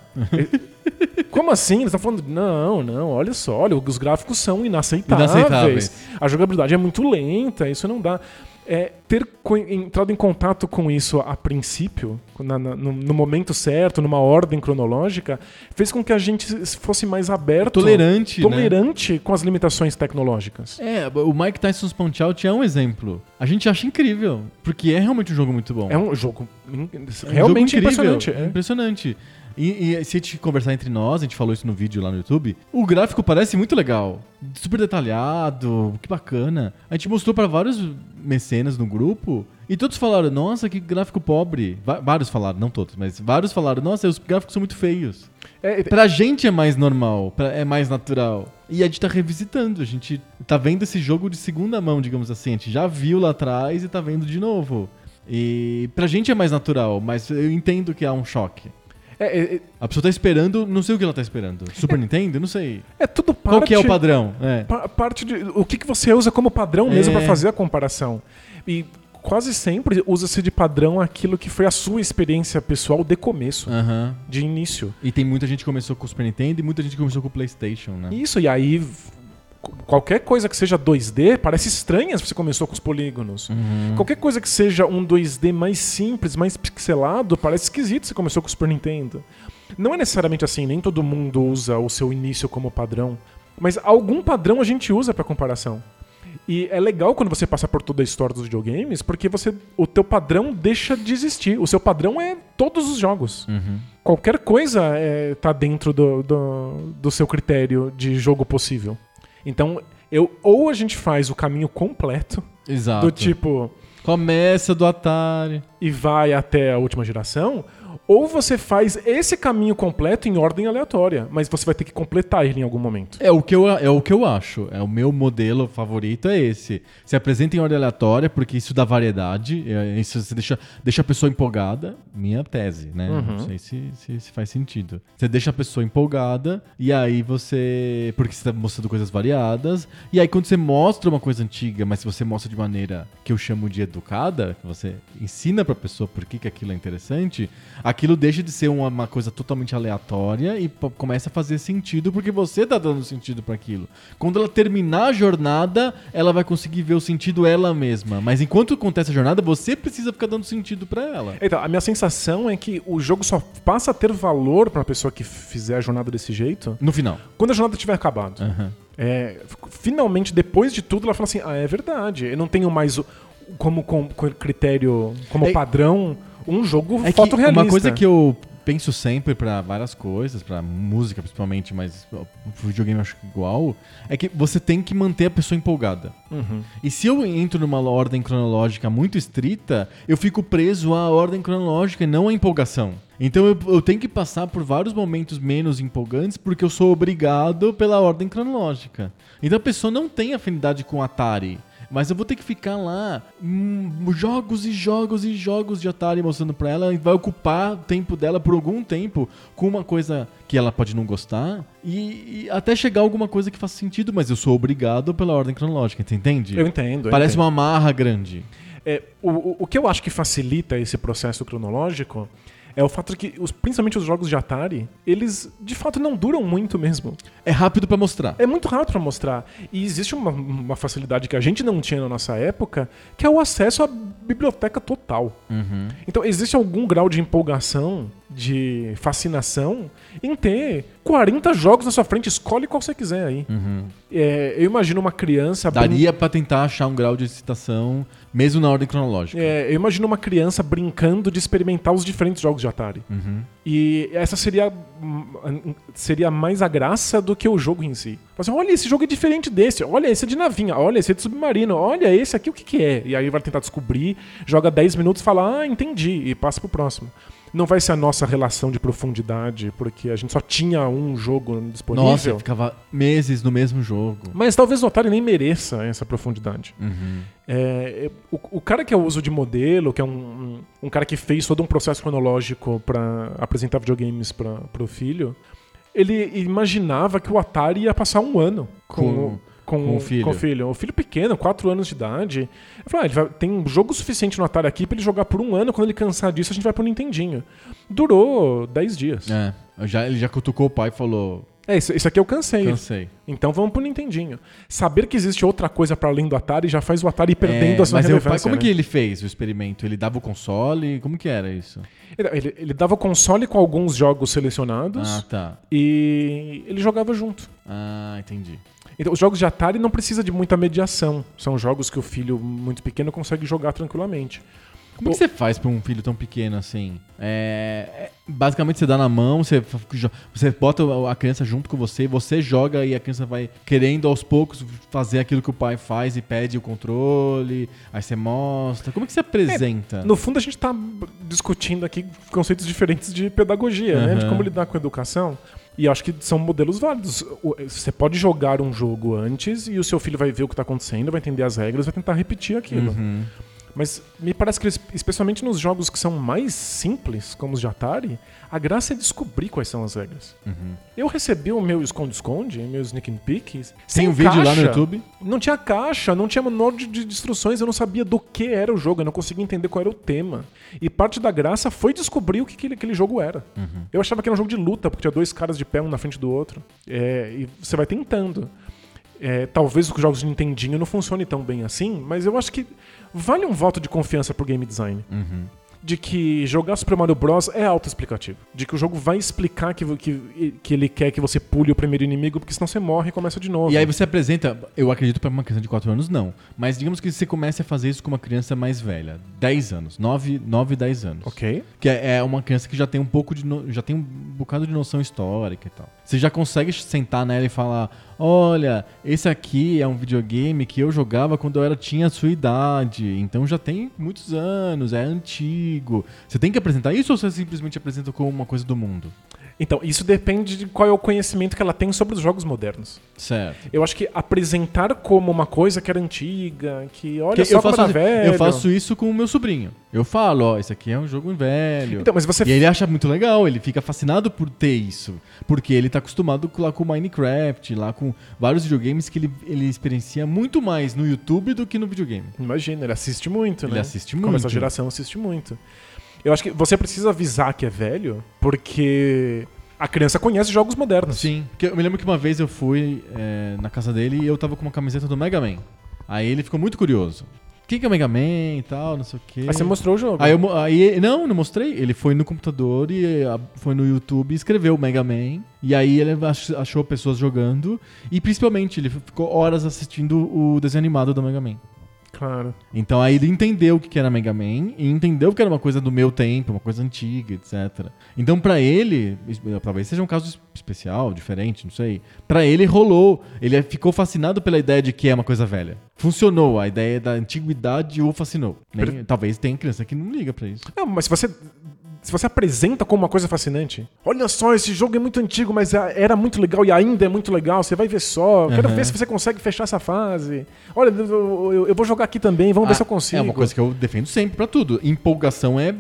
Speaker 2: Como assim? Eles estão falando, não, não, olha só, olha, os gráficos são inaceitáveis.
Speaker 1: Inaceitáveis.
Speaker 2: A jogabilidade é muito lenta, isso não dá. É, ter co- entrado em contato com isso a princípio, na- na- no, no momento certo, numa ordem cronológica, fez com que a gente s- fosse mais aberto.
Speaker 1: Tolerante, né?
Speaker 2: Tolerante com as limitações tecnológicas.
Speaker 1: É, o Mike Tyson's Punch-Out é um exemplo. A gente acha incrível, porque é realmente um jogo muito bom.
Speaker 2: É um jogo in-
Speaker 1: É um
Speaker 2: realmente
Speaker 1: jogo incrível,
Speaker 2: impressionante.
Speaker 1: é
Speaker 2: é.
Speaker 1: Impressionante. E, e se a gente conversar entre nós, a gente falou isso no vídeo lá no YouTube, o gráfico parece muito legal. Super detalhado, que bacana. A gente mostrou pra vários mecenas no grupo e todos falaram, nossa, que gráfico pobre. Va- vários falaram, não todos, mas vários falaram, nossa, os gráficos são muito feios.
Speaker 2: É,
Speaker 1: Pra gente é mais normal, pra- é mais natural. E a gente tá revisitando, a gente tá vendo esse jogo de segunda mão, digamos assim. A gente já viu lá atrás e tá vendo de novo. E pra gente é mais natural, mas eu entendo que há um choque.
Speaker 2: é, é, é,
Speaker 1: A pessoa tá esperando, não sei o que ela tá esperando. Super Nintendo? Não sei.
Speaker 2: é tudo parte...
Speaker 1: Qual que é o padrão? É.
Speaker 2: Pa- parte de o que, que você usa como padrão mesmo
Speaker 1: É.
Speaker 2: pra fazer a comparação e quase sempre usa-se de padrão aquilo que foi a sua experiência pessoal de começo
Speaker 1: Aham.
Speaker 2: de início
Speaker 1: E tem muita gente que começou com o Super Nintendo e muita gente que começou com o PlayStation, né?
Speaker 2: isso e aí v- qu- qualquer coisa que seja 2D parece estranha se você começou com os polígonos qualquer coisa que seja um 2D mais simples mais pixelado parece esquisito se você começou com o Super Nintendo não é necessariamente assim nem todo mundo usa o seu início como padrão mas algum padrão a gente usa pra comparação E é legal quando você passa por toda a história dos videogames, porque você o teu padrão deixa de existir. O seu padrão é todos os jogos. Qualquer coisa é, tá dentro do, do, do seu critério de jogo possível. Então, eu, ou a gente faz o caminho completo,
Speaker 1: Exato.
Speaker 2: do tipo,
Speaker 1: Começa do Atari.
Speaker 2: e vai até a última geração, ou você faz esse caminho completo em ordem aleatória, mas você vai ter que completar ele em algum momento.
Speaker 1: É o, que eu, é o que eu acho. É o meu modelo favorito é esse. Se apresenta em ordem aleatória, porque isso dá variedade. é, Isso você deixa, deixa a pessoa empolgada. Minha tese, né? Não sei se, se, se faz sentido. Você deixa a pessoa empolgada, e aí você. Porque você tá mostrando coisas variadas. E aí, quando você mostra uma coisa antiga, mas se você mostra de maneira que eu chamo de educada, que você ensina pra pessoa por que, que aquilo é interessante, aquilo deixa de ser uma, uma coisa totalmente aleatória e po- começa a fazer sentido porque você tá dando sentido pra aquilo. Quando ela terminar a jornada, ela vai conseguir ver o sentido ela mesma. Mas enquanto acontece a jornada, você precisa ficar dando sentido pra ela.
Speaker 2: Então, a minha sensação é que o jogo só passa a ter valor pra pessoa que fizer a jornada desse jeito
Speaker 1: No final.
Speaker 2: quando a jornada tiver acabado. É, f- finalmente, depois de tudo, ela fala assim: ah, é verdade, eu não tenho mais o- como, com- com critério, como
Speaker 1: É-
Speaker 2: padrão, um jogo
Speaker 1: É que
Speaker 2: fotorrealista.
Speaker 1: Uma coisa que eu penso sempre pra várias coisas, pra música principalmente, mas ó, pro videogame eu acho que igual, é que você tem que manter a pessoa empolgada. E se eu entro numa ordem cronológica muito estrita, eu fico preso à ordem cronológica e não à empolgação. Então eu, eu tenho que passar por vários momentos menos empolgantes porque eu sou obrigado pela ordem cronológica. Então a pessoa não tem afinidade com Atari. Mas eu vou ter que ficar lá hum, jogos e jogos e jogos de Atari mostrando pra ela e vai ocupar o tempo dela por algum tempo com uma coisa que ela pode não gostar e, e até chegar a alguma coisa que faça sentido, mas eu sou obrigado pela ordem cronológica, você entende?
Speaker 2: Eu entendo. eu
Speaker 1: Parece
Speaker 2: entendo.
Speaker 1: uma marra grande.
Speaker 2: É, o- o, o que eu acho que facilita esse processo cronológico é o fato de que, os- principalmente os jogos de Atari, eles de fato não duram muito mesmo.
Speaker 1: É rápido pra mostrar.
Speaker 2: É muito rápido pra mostrar. E existe uma, uma facilidade que a gente não tinha na nossa época, que é o acesso à biblioteca total. Então, existe algum grau de empolgação de fascinação em ter 40 jogos na sua frente, escolhe qual você quiser aí. É, eu imagino uma criança brin-
Speaker 1: Daria pra tentar achar um grau de excitação, mesmo na ordem cronológica.
Speaker 2: É, eu imagino uma criança brincando de experimentar os diferentes jogos de Atari. E essa seria, hum, seria mais a graça do que o jogo em si. Fala Assim, olha, esse jogo é diferente desse. Olha, esse é de navinha. Olha, esse é de submarino. Olha, esse aqui, o que, que é? E aí vai tentar descobrir, joga 10 minutos e fala, ah, entendi, e passa pro próximo. Não vai ser a nossa relação de profundidade, porque a gente só tinha um jogo disponível.
Speaker 1: Nossa, eu ficava meses no mesmo jogo.
Speaker 2: Mas talvez o Atari nem mereça essa profundidade.
Speaker 1: Uhum.
Speaker 2: É, é, o, o cara que é o uso de modelo, que é um, um- um cara que fez todo um processo cronológico para apresentar videogames para o filho, ele imaginava que o Atari ia passar um ano
Speaker 1: Com-
Speaker 2: com,
Speaker 1: com o filho.
Speaker 2: Com o filho. O filho pequeno, 4 anos de idade. Eu falei, ah, ele vai- tem jogo suficiente no Atari aqui para ele jogar por um ano. Quando ele cansar disso, a gente vai pro Nintendinho. Durou 10 dias. É,
Speaker 1: É, eu já, ele já cutucou o pai e falou:
Speaker 2: isso, isso aqui eu cansei.
Speaker 1: cansei.
Speaker 2: Então vamos pro Nintendinho. Saber que existe outra coisa pra além do Atari já faz o Atari ir perdendo
Speaker 1: É,
Speaker 2: a sua
Speaker 1: mas aí o
Speaker 2: relevância.
Speaker 1: pai, como
Speaker 2: né?
Speaker 1: que ele fez o experimento? Ele dava o console? Como que era isso?
Speaker 2: Ele- ele, ele dava console com alguns jogos selecionados
Speaker 1: Ah, tá.
Speaker 2: e ele jogava junto.
Speaker 1: Ah, entendi.
Speaker 2: Então, os jogos de Atari não precisa de muita mediação. São jogos que o filho muito pequeno consegue jogar tranquilamente.
Speaker 1: Como que você faz pra um filho tão pequeno assim? É, é, basicamente você dá na mão, você, fa- jo- você bota a criança junto com você, você joga e a criança vai querendo aos poucos fazer aquilo que o pai faz e pede o controle, aí você mostra. Como que você apresenta?
Speaker 2: É, No fundo, a gente está discutindo aqui conceitos diferentes de pedagogia, né? De
Speaker 1: Aham.
Speaker 2: como lidar com a educação. E acho que são modelos válidos. O- eh, Você pode jogar um jogo antes e o seu filho vai ver o que está acontecendo, vai entender as regras, vai tentar repetir aquilo. Mas me parece que, es- especialmente nos jogos que são mais simples, como os de Atari, a graça é descobrir quais são as regras. Eu recebi o meu esconde-esconde, meu sneak and peek.
Speaker 1: Tem
Speaker 2: sem
Speaker 1: um vídeo lá no
Speaker 2: caixa.
Speaker 1: YouTube?
Speaker 2: Não tinha caixa, não tinha manual de, de instruções, eu não sabia do que era o jogo, eu não conseguia entender qual era o tema. E parte da graça foi descobrir o que aquele, aquele jogo era. Eu achava que era um jogo de luta, porque tinha dois caras de pé, um na frente do outro. É, e você vai tentando. É, talvez os jogos de Nintendinho não funcionem tão bem assim, mas eu acho que vale um voto de confiança pro game design.
Speaker 1: Uhum.
Speaker 2: De que jogar Super Mario Bros. é autoexplicativo. De que o jogo vai explicar que, vo- que, que ele quer que você pule o primeiro inimigo, porque senão você morre e começa de novo.
Speaker 1: E aí você apresenta, eu acredito pra uma criança de 4 anos não, mas digamos que você comece a fazer isso com uma criança mais velha, 10 anos, 9, 9 10 anos.
Speaker 2: Ok.
Speaker 1: Que é é uma criança que já tem um pouco de. no- já tem um bocado de noção histórica e tal. Você já consegue sentar nela e falar: olha, esse aqui é um videogame que eu jogava quando eu era, tinha a sua idade, então já tem muitos anos, é antigo. Você tem que apresentar isso ou você simplesmente apresenta como uma coisa do mundo?
Speaker 2: Então, isso depende de qual é o conhecimento que ela tem sobre os jogos modernos.
Speaker 1: Certo.
Speaker 2: Eu acho que apresentar como uma coisa que era antiga, que olha
Speaker 1: Porque
Speaker 2: só
Speaker 1: eu,
Speaker 2: como
Speaker 1: faço,
Speaker 2: era velho.
Speaker 1: eu faço isso com o meu sobrinho. Eu falo, ó, esse aqui é um jogo velho.
Speaker 2: Então, mas você
Speaker 1: E ele acha muito legal, ele fica fascinado por ter isso. Porque ele tá acostumado com- lá com Minecraft, lá com vários videogames que ele, ele experiencia muito mais no YouTube do que no videogame.
Speaker 2: Imagina, ele assiste muito, né?
Speaker 1: Ele assiste
Speaker 2: Como
Speaker 1: muito.
Speaker 2: essa geração assiste muito. Eu acho que você precisa avisar que é velho, porque a criança conhece jogos modernos.
Speaker 1: Sim. Porque eu me lembro que uma vez eu fui é, na casa dele e eu tava com uma camiseta do Mega Man. Aí ele ficou muito curioso. O que, que é o Mega Man e tal, não sei o quê.
Speaker 2: Aí você mostrou o jogo.
Speaker 1: Aí eu mo- aí- não, não mostrei. Ele foi no computador e a- foi no YouTube e escreveu Mega Man. E aí ele ach- achou pessoas jogando. E principalmente, ele ficou horas assistindo o desenho animado do Mega Man.
Speaker 2: Claro.
Speaker 1: Então aí ele entendeu o que que era Mega Man e entendeu que era uma coisa do meu tempo, uma coisa antiga, etc. Então pra ele, es- talvez seja um caso es- especial, diferente, não sei. Pra ele rolou, ele é, ficou fascinado pela ideia de que é uma coisa velha. Funcionou, a ideia da antiguidade o fascinou. né? Talvez tenha criança que não liga pra isso.
Speaker 2: Não, mas se você. Se você apresenta como uma coisa fascinante, olha só, esse jogo é muito antigo, mas a- era muito legal e ainda é muito legal, você vai ver só, quero
Speaker 1: Aham.
Speaker 2: ver se você consegue fechar essa fase. Olha, eu, eu- eu vou jogar aqui também, vamos ver
Speaker 1: Ah,
Speaker 2: se eu consigo.
Speaker 1: É uma coisa que eu defendo sempre pra tudo. Empolgação é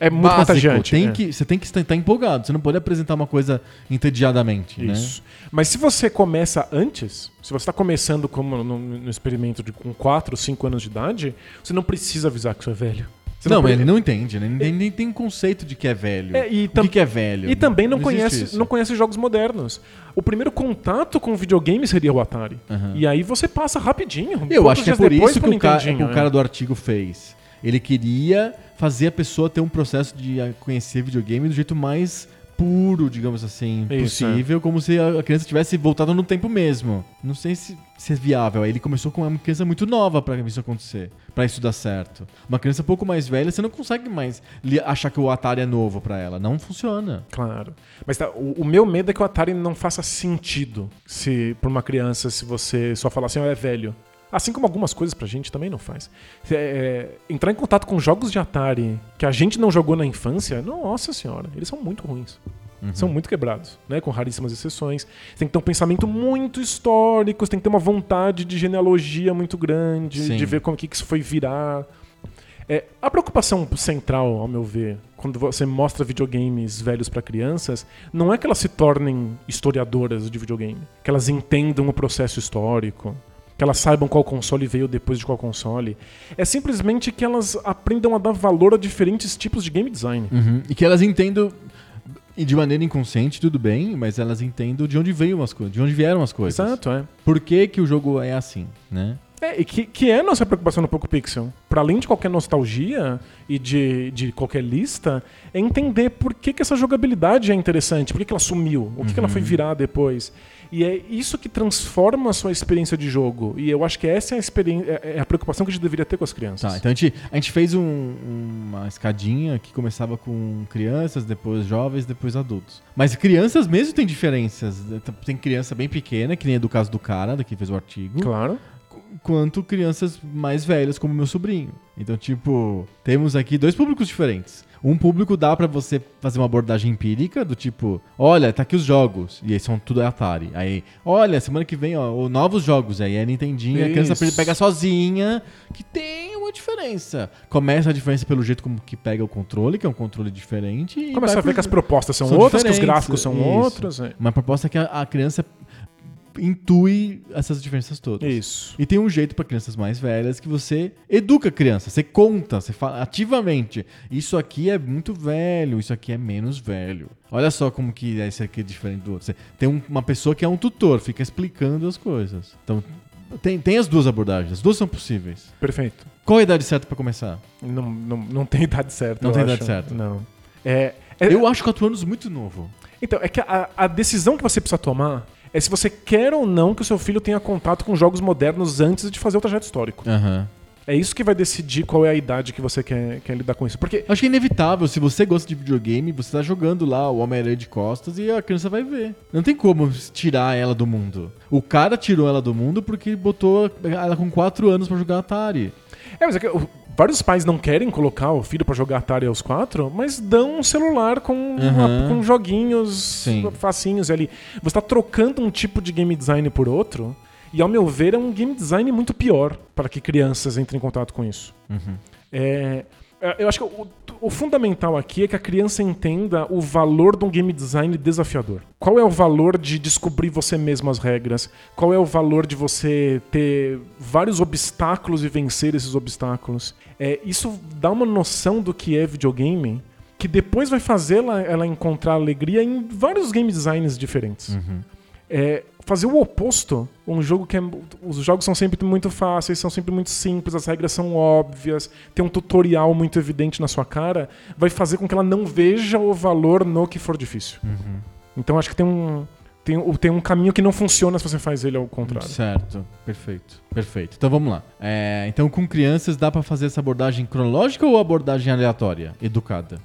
Speaker 2: É muito
Speaker 1: básico.
Speaker 2: contagiante,
Speaker 1: Tem
Speaker 2: é.
Speaker 1: que, você tem que estar tá empolgado. Você não pode apresentar uma coisa entediadamente, né?
Speaker 2: Isso. Mas se você começa antes, se você está começando como no, no experimento de, com 4, 5 anos de idade, você não precisa avisar que você é velho. Você
Speaker 1: não,
Speaker 2: pre-
Speaker 1: ele não entende, né? Ele nem, nem tem conceito de que é velho.
Speaker 2: É, e
Speaker 1: o
Speaker 2: tam-
Speaker 1: que, que é velho?
Speaker 2: E também não,
Speaker 1: existe
Speaker 2: conhece,
Speaker 1: isso.
Speaker 2: não conhece jogos modernos. O primeiro contato com o videogame seria o Atari. E aí você passa rapidinho. um
Speaker 1: Eu
Speaker 2: poucos
Speaker 1: acho que é
Speaker 2: dias
Speaker 1: por
Speaker 2: depois
Speaker 1: isso que
Speaker 2: pro
Speaker 1: o, cara,
Speaker 2: Nintendinho,
Speaker 1: que o
Speaker 2: né?
Speaker 1: cara do artigo fez. Ele queria fazer a pessoa ter um processo de ah, conhecer videogame do jeito mais puro, digamos assim,
Speaker 2: Isso, é.
Speaker 1: possível, como se a a criança tivesse voltado no tempo mesmo. Não sei se, se é viável. Aí Ele começou com uma criança muito nova pra isso acontecer, pra isso dar certo. Uma criança um pouco mais velha, você não consegue mais li- achar que o Atari é novo pra ela. Não funciona.
Speaker 2: Claro. Mas tá, o, o meu medo é que o Atari não faça sentido se pra uma criança se você só falar assim, "Ó, é velho. Assim como algumas coisas pra gente também não faz. É, é, entrar em contato com jogos de Atari que a gente não jogou na infância, nossa senhora, eles são muito ruins. São muito quebrados, né? Com raríssimas exceções. Você tem que ter um pensamento muito histórico, você tem que ter uma vontade de genealogia muito grande,
Speaker 1: Sim.
Speaker 2: de ver como que que isso foi virar. É, a preocupação central, ao meu ver, quando você mostra videogames velhos para crianças, não é que elas se tornem historiadoras de videogame, que elas entendam o processo histórico, que elas saibam qual console veio depois de qual console. É simplesmente que elas aprendam a dar valor a diferentes tipos de game design.
Speaker 1: Uhum. E que elas entendam. E de maneira inconsciente, tudo bem, mas elas entendam de onde veio umas coisas, de onde vieram as coisas.
Speaker 2: Exato, é.
Speaker 1: Por que, que o jogo é assim, né?
Speaker 2: É, e que, que é a nossa preocupação no Poco Pixel. Para além de qualquer nostalgia e de, de qualquer lista, é entender por que, que essa jogabilidade é interessante, por que, que ela sumiu, o que, que ela foi
Speaker 1: Uhum.
Speaker 2: virar depois. E é isso que transforma a sua experiência de jogo. E eu acho que essa é a, experi- é- é a preocupação que a gente deveria ter com as crianças.
Speaker 1: Tá, então a gente, a gente fez um- uma escadinha que começava com crianças, depois jovens, depois adultos. Mas crianças mesmo tem diferenças. Tem criança bem pequena, que nem é do caso do cara, da que fez o artigo,
Speaker 2: Claro.
Speaker 1: qu- quanto crianças mais velhas, como meu sobrinho. Então, tipo, temos aqui dois públicos diferentes. Um público dá pra você fazer uma abordagem empírica, do tipo, olha, tá aqui os jogos, e aí são tudo Atari. Aí, olha, semana que vem, ó, o- novos jogos, aí é Nintendinho, a criança
Speaker 2: Isso.
Speaker 1: pega sozinha, que tem uma diferença. Começa a diferença pelo jeito como que pega o controle, que é um controle diferente. e
Speaker 2: Começa
Speaker 1: vai
Speaker 2: a ver
Speaker 1: pro-
Speaker 2: que as propostas são,
Speaker 1: são
Speaker 2: outras, que os
Speaker 1: diferentes,
Speaker 2: gráficos são
Speaker 1: isso.
Speaker 2: outros. É.
Speaker 1: Uma proposta que a, a criança intui essas diferenças todas.
Speaker 2: Isso.
Speaker 1: E tem um jeito para crianças mais velhas que você educa a criança, você conta, você fala ativamente. Isso aqui é muito velho, isso aqui é menos velho. Olha só como que é esse aqui é diferente do outro. Você tem um- uma pessoa que é um tutor, fica explicando as coisas. Então, tem, tem as duas abordagens, as duas são possíveis.
Speaker 2: Perfeito.
Speaker 1: Qual a idade certa para começar?
Speaker 2: Não, não, não tem idade certa.
Speaker 1: Não
Speaker 2: eu
Speaker 1: tem idade
Speaker 2: acho.
Speaker 1: certa.
Speaker 2: Não. É, é-
Speaker 1: Eu acho 4 anos muito novo.
Speaker 2: Então, é que a, a decisão que você precisa tomar é se você quer ou não que o seu filho tenha contato com jogos modernos antes de fazer o trajeto histórico.
Speaker 1: Aham.
Speaker 2: É isso que vai decidir qual é a idade que você quer, quer lidar com isso. Porque
Speaker 1: Acho que é inevitável, se você gosta de videogame, você tá jogando lá o Homem-Aranha de costas e a criança vai ver. Não tem como tirar ela do mundo. O cara tirou ela do mundo porque botou ela com 4 anos pra jogar Atari.
Speaker 2: é, mas é que, o- vários pais não querem colocar o filho pra jogar Atari aos quatro, mas dão um celular com, uma- com joguinhos
Speaker 1: Sim.
Speaker 2: facinhos ali. Você tá trocando um tipo de game design por outro, e ao meu ver é um game design muito pior para que crianças entrem em contato com isso. É, é, eu acho que o, o fundamental aqui é que a criança entenda o valor de um game design desafiador. Qual é o valor de descobrir você mesmo as regras? Qual é o valor de você ter vários obstáculos e vencer esses obstáculos? É, isso dá uma noção do que é videogame que depois vai fazê-la ela encontrar alegria em vários game designs diferentes é, fazer o oposto, um jogo que é, os jogos são sempre muito fáceis, são sempre muito simples, as regras são óbvias, tem um tutorial muito evidente na sua cara, vai fazer com que ela não veja o valor no que for difícil. Então acho que tem um tem, um- tem um caminho que não funciona se você faz ele ao contrário.
Speaker 1: Certo, perfeito, perfeito. Então vamos lá. É, então com crianças dá pra fazer essa abordagem cronológica ou abordagem aleatória, educada?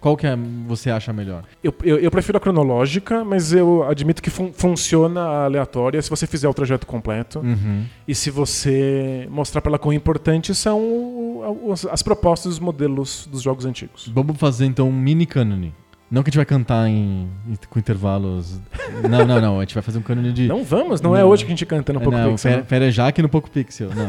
Speaker 1: Qual que é, você acha melhor?
Speaker 2: Eu, eu, eu prefiro a cronológica, mas eu admito que fun- funciona a aleatória se você fizer o trajeto completo.
Speaker 1: Uhum.
Speaker 2: E se você mostrar pra ela quão importantes são o- o- as propostas dos modelos dos jogos antigos.
Speaker 1: Vamos fazer então um mini cânone. Não que a gente vai cantar em, com intervalos. Não, não, não. A gente vai fazer um cânone de.
Speaker 2: Não vamos, não, é
Speaker 1: Não.
Speaker 2: hoje que a gente canta no Poco
Speaker 1: não,
Speaker 2: Pixel,
Speaker 1: pera-
Speaker 2: né?
Speaker 1: Perejar aqui no Poco Pixel. Não.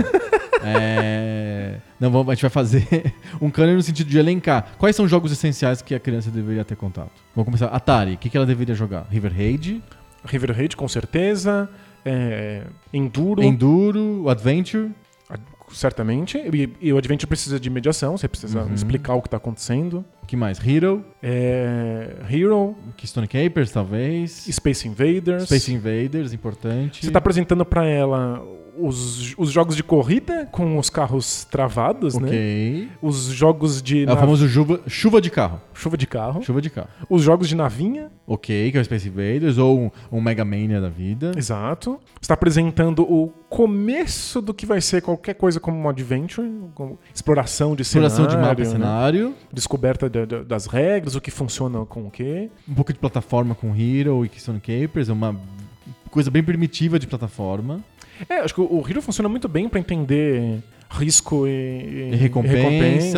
Speaker 1: É, não, vamos, a gente vai fazer um cânone no sentido de elencar. Quais são os jogos essenciais que a criança deveria ter contato? Vamos começar. Atari, o que, que ela deveria jogar? River Raid,
Speaker 2: River Raid, com certeza. é, Enduro,
Speaker 1: Enduro, Adventure.
Speaker 2: a- certamente. E, e o Adventure precisa de mediação, você precisa
Speaker 1: Uhum.
Speaker 2: explicar o que tá acontecendo.
Speaker 1: que mais? Hero,
Speaker 2: É, Hero,
Speaker 1: Keystone Capers, talvez.
Speaker 2: Space tá Invaders.
Speaker 1: Space Invaders, importante.
Speaker 2: Você tá apresentando pra ela os, os jogos de corrida com os carros travados, né?
Speaker 1: Ok.
Speaker 2: Os jogos de
Speaker 1: É o
Speaker 2: nav-
Speaker 1: famoso chuva, chuva de carro.
Speaker 2: chuva de carro,
Speaker 1: Chuva de carro.
Speaker 2: os jogos de navinha,
Speaker 1: Ok, que é o Space Invaders ou um, um Mega Mania da vida.
Speaker 2: exato. Está apresentando o começo do que vai ser qualquer coisa como um adventure, como exploração de
Speaker 1: Exploração de
Speaker 2: cenário,
Speaker 1: mapa e
Speaker 2: né?
Speaker 1: cenário.
Speaker 2: descoberta da- da- das regras, o que funciona com o quê.
Speaker 1: Um pouco de plataforma com Hero e Keystone Capers. É uma coisa bem primitiva de plataforma.
Speaker 2: É, acho que o o Hero funciona muito bem pra entender risco e,
Speaker 1: E recompensa,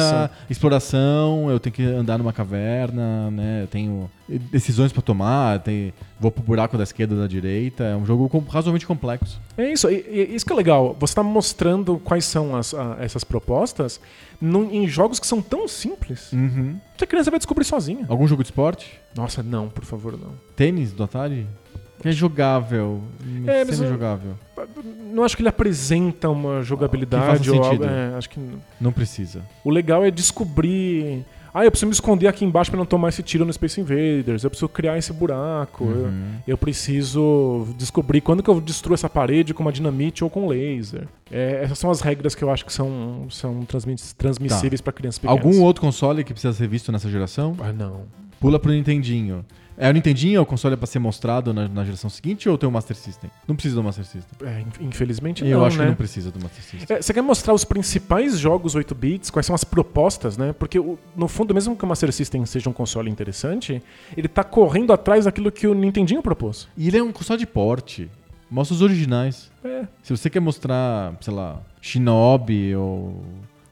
Speaker 1: exploração, eu tenho que andar numa caverna, né? Eu tenho decisões pra tomar, tem, vou pro buraco da esquerda ou da direita. É um jogo com- razoavelmente complexo.
Speaker 2: É isso, e, e- isso que é legal. Você tá mostrando quais são as- a- essas propostas num- em jogos que são tão simples
Speaker 1: Hum.
Speaker 2: que a criança vai descobrir sozinha.
Speaker 1: Algum jogo de esporte?
Speaker 2: Nossa, não, por favor, não.
Speaker 1: Tênis do Atari? Que é jogável,
Speaker 2: É,
Speaker 1: é,
Speaker 2: mas
Speaker 1: semi-jogável.
Speaker 2: Não acho que ele apresenta uma jogabilidade
Speaker 1: Que faça
Speaker 2: ou algo.
Speaker 1: sentido.
Speaker 2: é, acho que não.
Speaker 1: Não precisa.
Speaker 2: o legal é descobrir. Ah, eu preciso me esconder aqui embaixo pra não tomar esse tiro no Space Invaders. Eu preciso criar esse buraco. eu-
Speaker 1: Uhum.
Speaker 2: Eu, preciso descobrir quando que eu destruo essa parede com uma dinamite ou com laser. É, essas são as regras que eu acho que são, são transmis- transmissíveis pra crianças pequenas.
Speaker 1: Tá. Algum outro console que precisa ser visto nessa geração?
Speaker 2: Ah, não.
Speaker 1: Pula pro Nintendinho. É o Nintendinho é o console pra ser mostrado na, na geração seguinte ou tem o Master System? Não precisa do Master System.
Speaker 2: É, in- infelizmente
Speaker 1: Eu
Speaker 2: não,
Speaker 1: acho
Speaker 2: né?
Speaker 1: que não precisa do Master System.
Speaker 2: É, Você quer mostrar os principais jogos 8 bits, quais são as propostas, né? Porque o- no fundo, mesmo que o Master System seja um console interessante, ele tá correndo atrás daquilo que o Nintendinho propôs.
Speaker 1: E ele é um console de porte. Mostra os originais.
Speaker 2: É.
Speaker 1: Se você quer mostrar, sei lá, Shinobi ou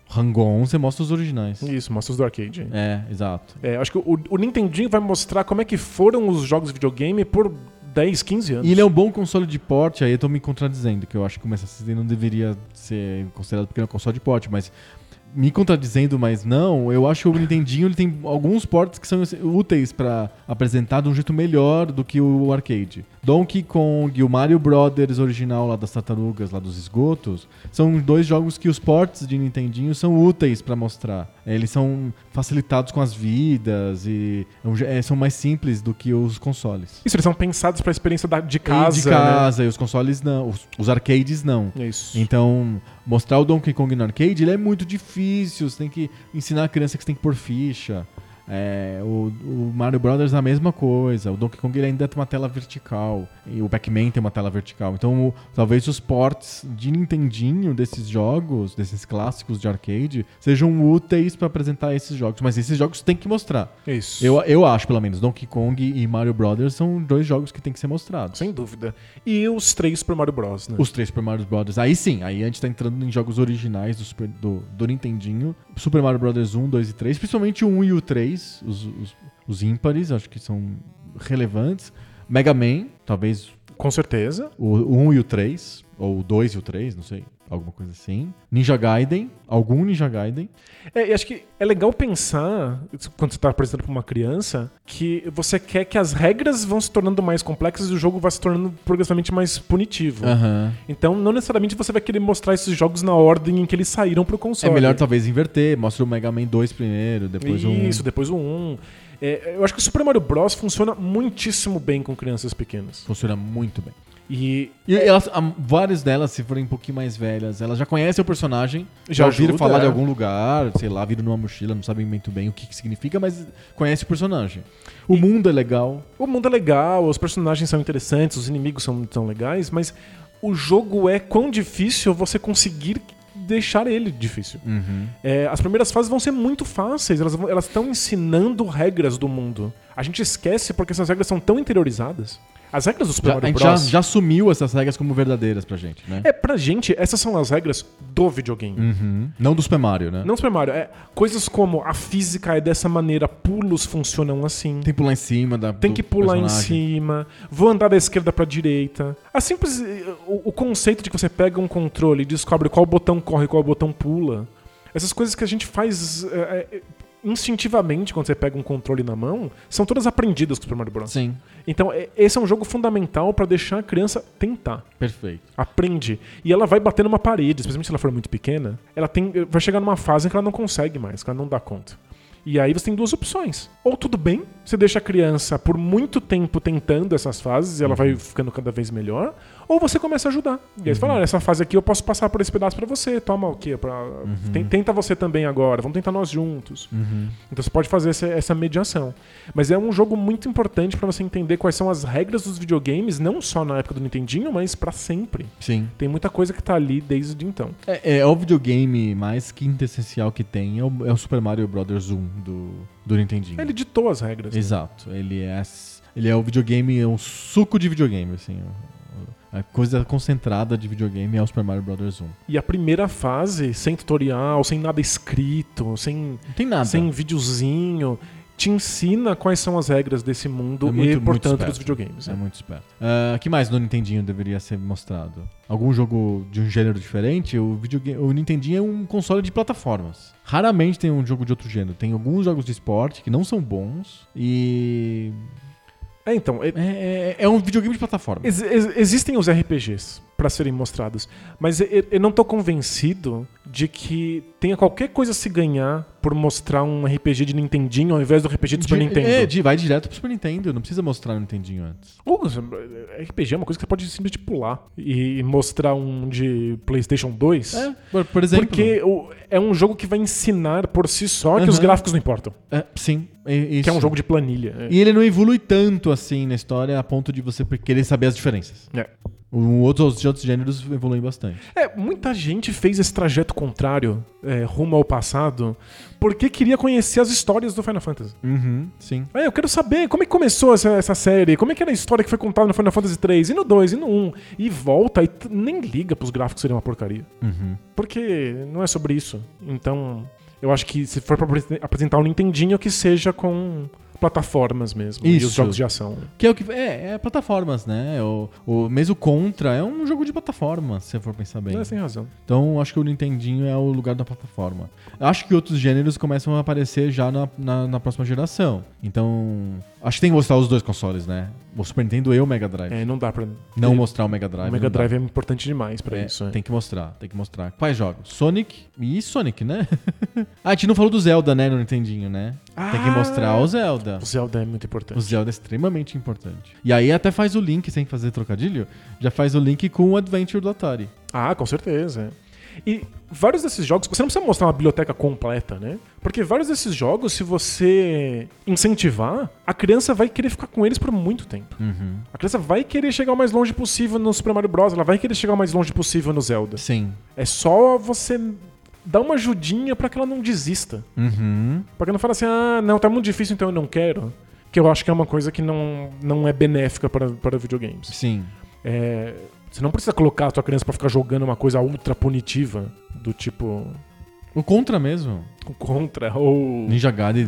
Speaker 1: Rangon, você mostra os originais.
Speaker 2: Isso, mostra os do arcade.
Speaker 1: É, exato.
Speaker 2: É, acho que o, o Nintendinho vai mostrar como é que foram os jogos de videogame por 10, 15 anos.
Speaker 1: E ele é um bom console de porte, aí eu tô me contradizendo, que eu acho que o Master System não deveria ser considerado porque ele é um console de porte, mas me contradizendo, mas não, eu acho que o Nintendinho ele tem alguns portes que são úteis pra apresentar de um jeito melhor do que o arcade. Donkey Kong, o Mario Brothers original lá das tartarugas, lá dos esgotos, são dois jogos que os portes de Nintendinho são úteis pra mostrar. É, Eles são facilitados com as vidas e é um je- é, são mais simples do que os consoles.
Speaker 2: Isso, eles são pensados pra experiência da- de
Speaker 1: E
Speaker 2: casa.
Speaker 1: um- de casa, e os consoles não, os, os arcades não.
Speaker 2: Né? É Isso.
Speaker 1: Então, mostrar o Donkey Kong no arcade ele é muito difícil, você tem que ensinar a criança que você tem que pôr ficha. É, o, o Mario Brothers é a mesma coisa, o Donkey Kong ele ainda tem uma tela vertical, e o Pac-Man tem uma tela vertical. Então, o- talvez os ports de Nintendinho desses jogos, desses clássicos de arcade, sejam úteis pra apresentar esses jogos, mas esses jogos tem que mostrar.
Speaker 2: É Isso.
Speaker 1: Eu, eu acho, pelo menos, Donkey Kong e Mario Brothers são dois jogos que tem que ser mostrados.
Speaker 2: Sem dúvida. E os três pro Mario Bros, né?
Speaker 1: Os três Super Mario Brothers. Aí sim, aí a gente tá entrando em jogos originais do, Super- do, do Nintendinho. Super Mario Brothers 1, 2 e 3. Principalmente o 1 e o 3, os, os, os ímpares, acho que são relevantes. Mega Man, talvez
Speaker 2: Com certeza.
Speaker 1: o 1 e o 3, ou o 2 e o 3, não sei. Alguma coisa assim. Ninja Gaiden, algum Ninja Gaiden.
Speaker 2: É, e acho que é legal pensar, quando você tá apresentando pra uma criança, que você quer que as regras vão se tornando mais complexas e o jogo vai se tornando progressivamente mais punitivo.
Speaker 1: Aham.
Speaker 2: Então, não necessariamente você vai querer mostrar esses jogos na ordem em que eles saíram pro
Speaker 1: É
Speaker 2: console.
Speaker 1: melhor talvez inverter, mostra o Mega Man 2 primeiro, depois um o 1.
Speaker 2: Isso, depois o 1. É, eu acho que o Super Mario Bros. funciona muitíssimo bem com crianças pequenas.
Speaker 1: Funciona muito bem.
Speaker 2: E
Speaker 1: E elas, a- várias delas, se forem um pouquinho mais velhas, elas já conhecem o personagem,
Speaker 2: Já
Speaker 1: já, ouviram
Speaker 2: ajuda,
Speaker 1: falar
Speaker 2: é.
Speaker 1: de algum lugar, sei lá, viram numa mochila, não sabem muito bem o que, que significa, mas conhece o personagem. O mundo é legal.
Speaker 2: o mundo é legal, os personagens são interessantes, os inimigos são, são legais, mas o jogo é quão difícil você conseguir deixar ele difícil.
Speaker 1: Uhum.
Speaker 2: É, as primeiras fases vão ser muito fáceis, elas vão- elas estão ensinando regras do mundo. A gente esquece porque essas regras são tão interiorizadas. As regras do Super
Speaker 1: Já- a
Speaker 2: Mario
Speaker 1: gente
Speaker 2: Bros.
Speaker 1: já, já assumiu essas regras como verdadeiras pra gente, né?
Speaker 2: É, pra gente, essas são as regras do videogame.
Speaker 1: Uhum. Não do Super Mario, né?
Speaker 2: Não Super Mario, é coisas como a física é dessa maneira, pulos funcionam assim.
Speaker 1: Tem que pular em cima da
Speaker 2: Tem
Speaker 1: do
Speaker 2: que pular em
Speaker 1: personagem.
Speaker 2: cima, vou andar da esquerda pra direita. A simples. eh, O, o conceito de que você pega um controle e descobre qual botão corre e qual botão pula. Essas coisas que a gente faz é, é, instintivamente quando você pega um controle na mão, são todas aprendidas com o Super Mario Bros.
Speaker 1: Sim,
Speaker 2: Então, é- esse é um jogo fundamental pra deixar a criança tentar
Speaker 1: perfeito.
Speaker 2: aprende. E ela vai bater numa parede, especialmente se ela for muito pequena, ela tem, vai chegar numa fase em que ela não consegue mais, que ela não dá conta. E aí você tem duas opções. Ou tudo bem, você deixa a criança por muito tempo tentando essas fases e ela vai ficando cada vez melhor, ou você começa a ajudar. E aí você fala, olha, essa fase aqui eu posso passar por esse pedaço pra você, toma o quê? Pra... Ten- Tenta você também agora, vamos tentar nós juntos. Então você pode fazer essa, essa mediação. Mas é um jogo muito importante pra você entender quais são as regras dos videogames, não só na época do Nintendinho, mas pra sempre.
Speaker 1: Sim.
Speaker 2: Tem muita coisa que tá ali desde então.
Speaker 1: É, é o videogame mais quintessencial que tem é o, é o Super Mario Bros. 1 do, do Nintendinho.
Speaker 2: Ele ditou as regras. né?
Speaker 1: Exato. Ele é, as- ele é o videogame, é um suco de videogame, assim. o- o- A coisa concentrada de videogame é o Super Mario Bros. 1.
Speaker 2: E a primeira fase, sem tutorial, sem nada escrito, sem,
Speaker 1: Não tem nada.
Speaker 2: sem videozinho, te ensina quais são as regras desse mundo
Speaker 1: É muito-
Speaker 2: e,
Speaker 1: muito
Speaker 2: portanto,
Speaker 1: esperto.
Speaker 2: dos videogames.
Speaker 1: É
Speaker 2: né?
Speaker 1: muito esperto. Ah, O que mais no Nintendinho deveria ser mostrado? Algum jogo de um gênero diferente? O, videogame, o Nintendinho é um console de plataformas. Raramente tem um jogo de outro gênero. Tem alguns jogos de esporte que não são bons e.
Speaker 2: É, então, é-
Speaker 1: É, é- é um videogame de plataforma.
Speaker 2: ex- ex- existem os RPGs para serem mostrados, mas e- eu, não tô convencido de que tenha qualquer coisa a se ganhar por mostrar um RPG de Nintendinho ao invés do RPG de Super
Speaker 1: Di-
Speaker 2: Nintendo.
Speaker 1: É, di- vai direto pro Super Nintendo. Não precisa mostrar o Nintendinho antes.
Speaker 2: Ou, eh, RPG é uma coisa que você pode simplesmente pular e e mostrar um de PlayStation 2.
Speaker 1: É, por, por exemplo.
Speaker 2: Porque o- é um jogo que vai ensinar por si só que os
Speaker 1: Aham.
Speaker 2: gráficos não importam.
Speaker 1: É, sim. é
Speaker 2: Que é um
Speaker 1: isso.
Speaker 2: jogo de planilha. É.
Speaker 1: E ele não evolui tanto assim na história a ponto de você querer saber as diferenças.
Speaker 2: É.
Speaker 1: O- Outros, os outros gêneros evoluem bastante.
Speaker 2: É, muita gente fez esse trajeto contrário é, rumo ao passado porque queria conhecer as histórias do Final Fantasy.
Speaker 1: Uhum, sim.
Speaker 2: Ah, eu quero saber como é que começou essa, essa série, como é que era a história que foi contada no Final Fantasy 3 e no 2 e no 1. E volta e t- nem liga pros gráficos serem uma porcaria.
Speaker 1: Uhum.
Speaker 2: Porque não é sobre isso. Então, eu acho que se for pra apre- apresentar um Nintendinho, que seja com plataformas mesmo e
Speaker 1: Isso.
Speaker 2: os jogos de ação.
Speaker 1: Que é o que. É, é plataformas, né? O, o mesmo Contra é um jogo de plataforma, se você for pensar bem.
Speaker 2: Mas tem razão.
Speaker 1: Então acho que o Nintendinho é o lugar da plataforma. Acho que outros gêneros começam a aparecer já na, na, na próxima geração. Então. Acho que tem que mostrar os dois consoles, né? O Super Nintendo e o Mega Drive.
Speaker 2: É, não dá pra.
Speaker 1: Não
Speaker 2: É,
Speaker 1: mostrar o Mega Drive.
Speaker 2: O Mega
Speaker 1: não dá.
Speaker 2: Drive é importante demais pra
Speaker 1: É,
Speaker 2: isso. é.
Speaker 1: Tem que mostrar, tem que mostrar. Quais jogos? Sonic e Sonic, né? ah, a gente não falou do Zelda, né, no Nintendinho, né? tem que
Speaker 2: Ah!
Speaker 1: mostrar o Zelda.
Speaker 2: O Zelda é muito importante.
Speaker 1: O Zelda é extremamente importante. E aí até faz o link, sem fazer trocadilho, já faz o link com o Adventure do Atari.
Speaker 2: Ah, com certeza. E vários desses jogos, você não precisa mostrar uma biblioteca completa, né? Porque vários desses jogos, se você incentivar, a criança vai querer ficar com eles por muito tempo.
Speaker 1: Hum.
Speaker 2: A criança vai querer chegar o mais longe possível no Super Mario Bros. Ela vai querer chegar o mais longe possível no Zelda.
Speaker 1: Sim.
Speaker 2: É só você dar uma ajudinha pra que ela não desista.
Speaker 1: Uhum.
Speaker 2: Pra que não fale assim, ah, não, tá muito difícil, então eu não quero. Que eu acho que é uma coisa que não, não é benéfica para, para videogames.
Speaker 1: Sim.
Speaker 2: É, você não precisa colocar a tua criança pra ficar jogando uma coisa ultra punitiva, do tipo
Speaker 1: O Contra mesmo.
Speaker 2: contra ou.
Speaker 1: Ninja Gaiden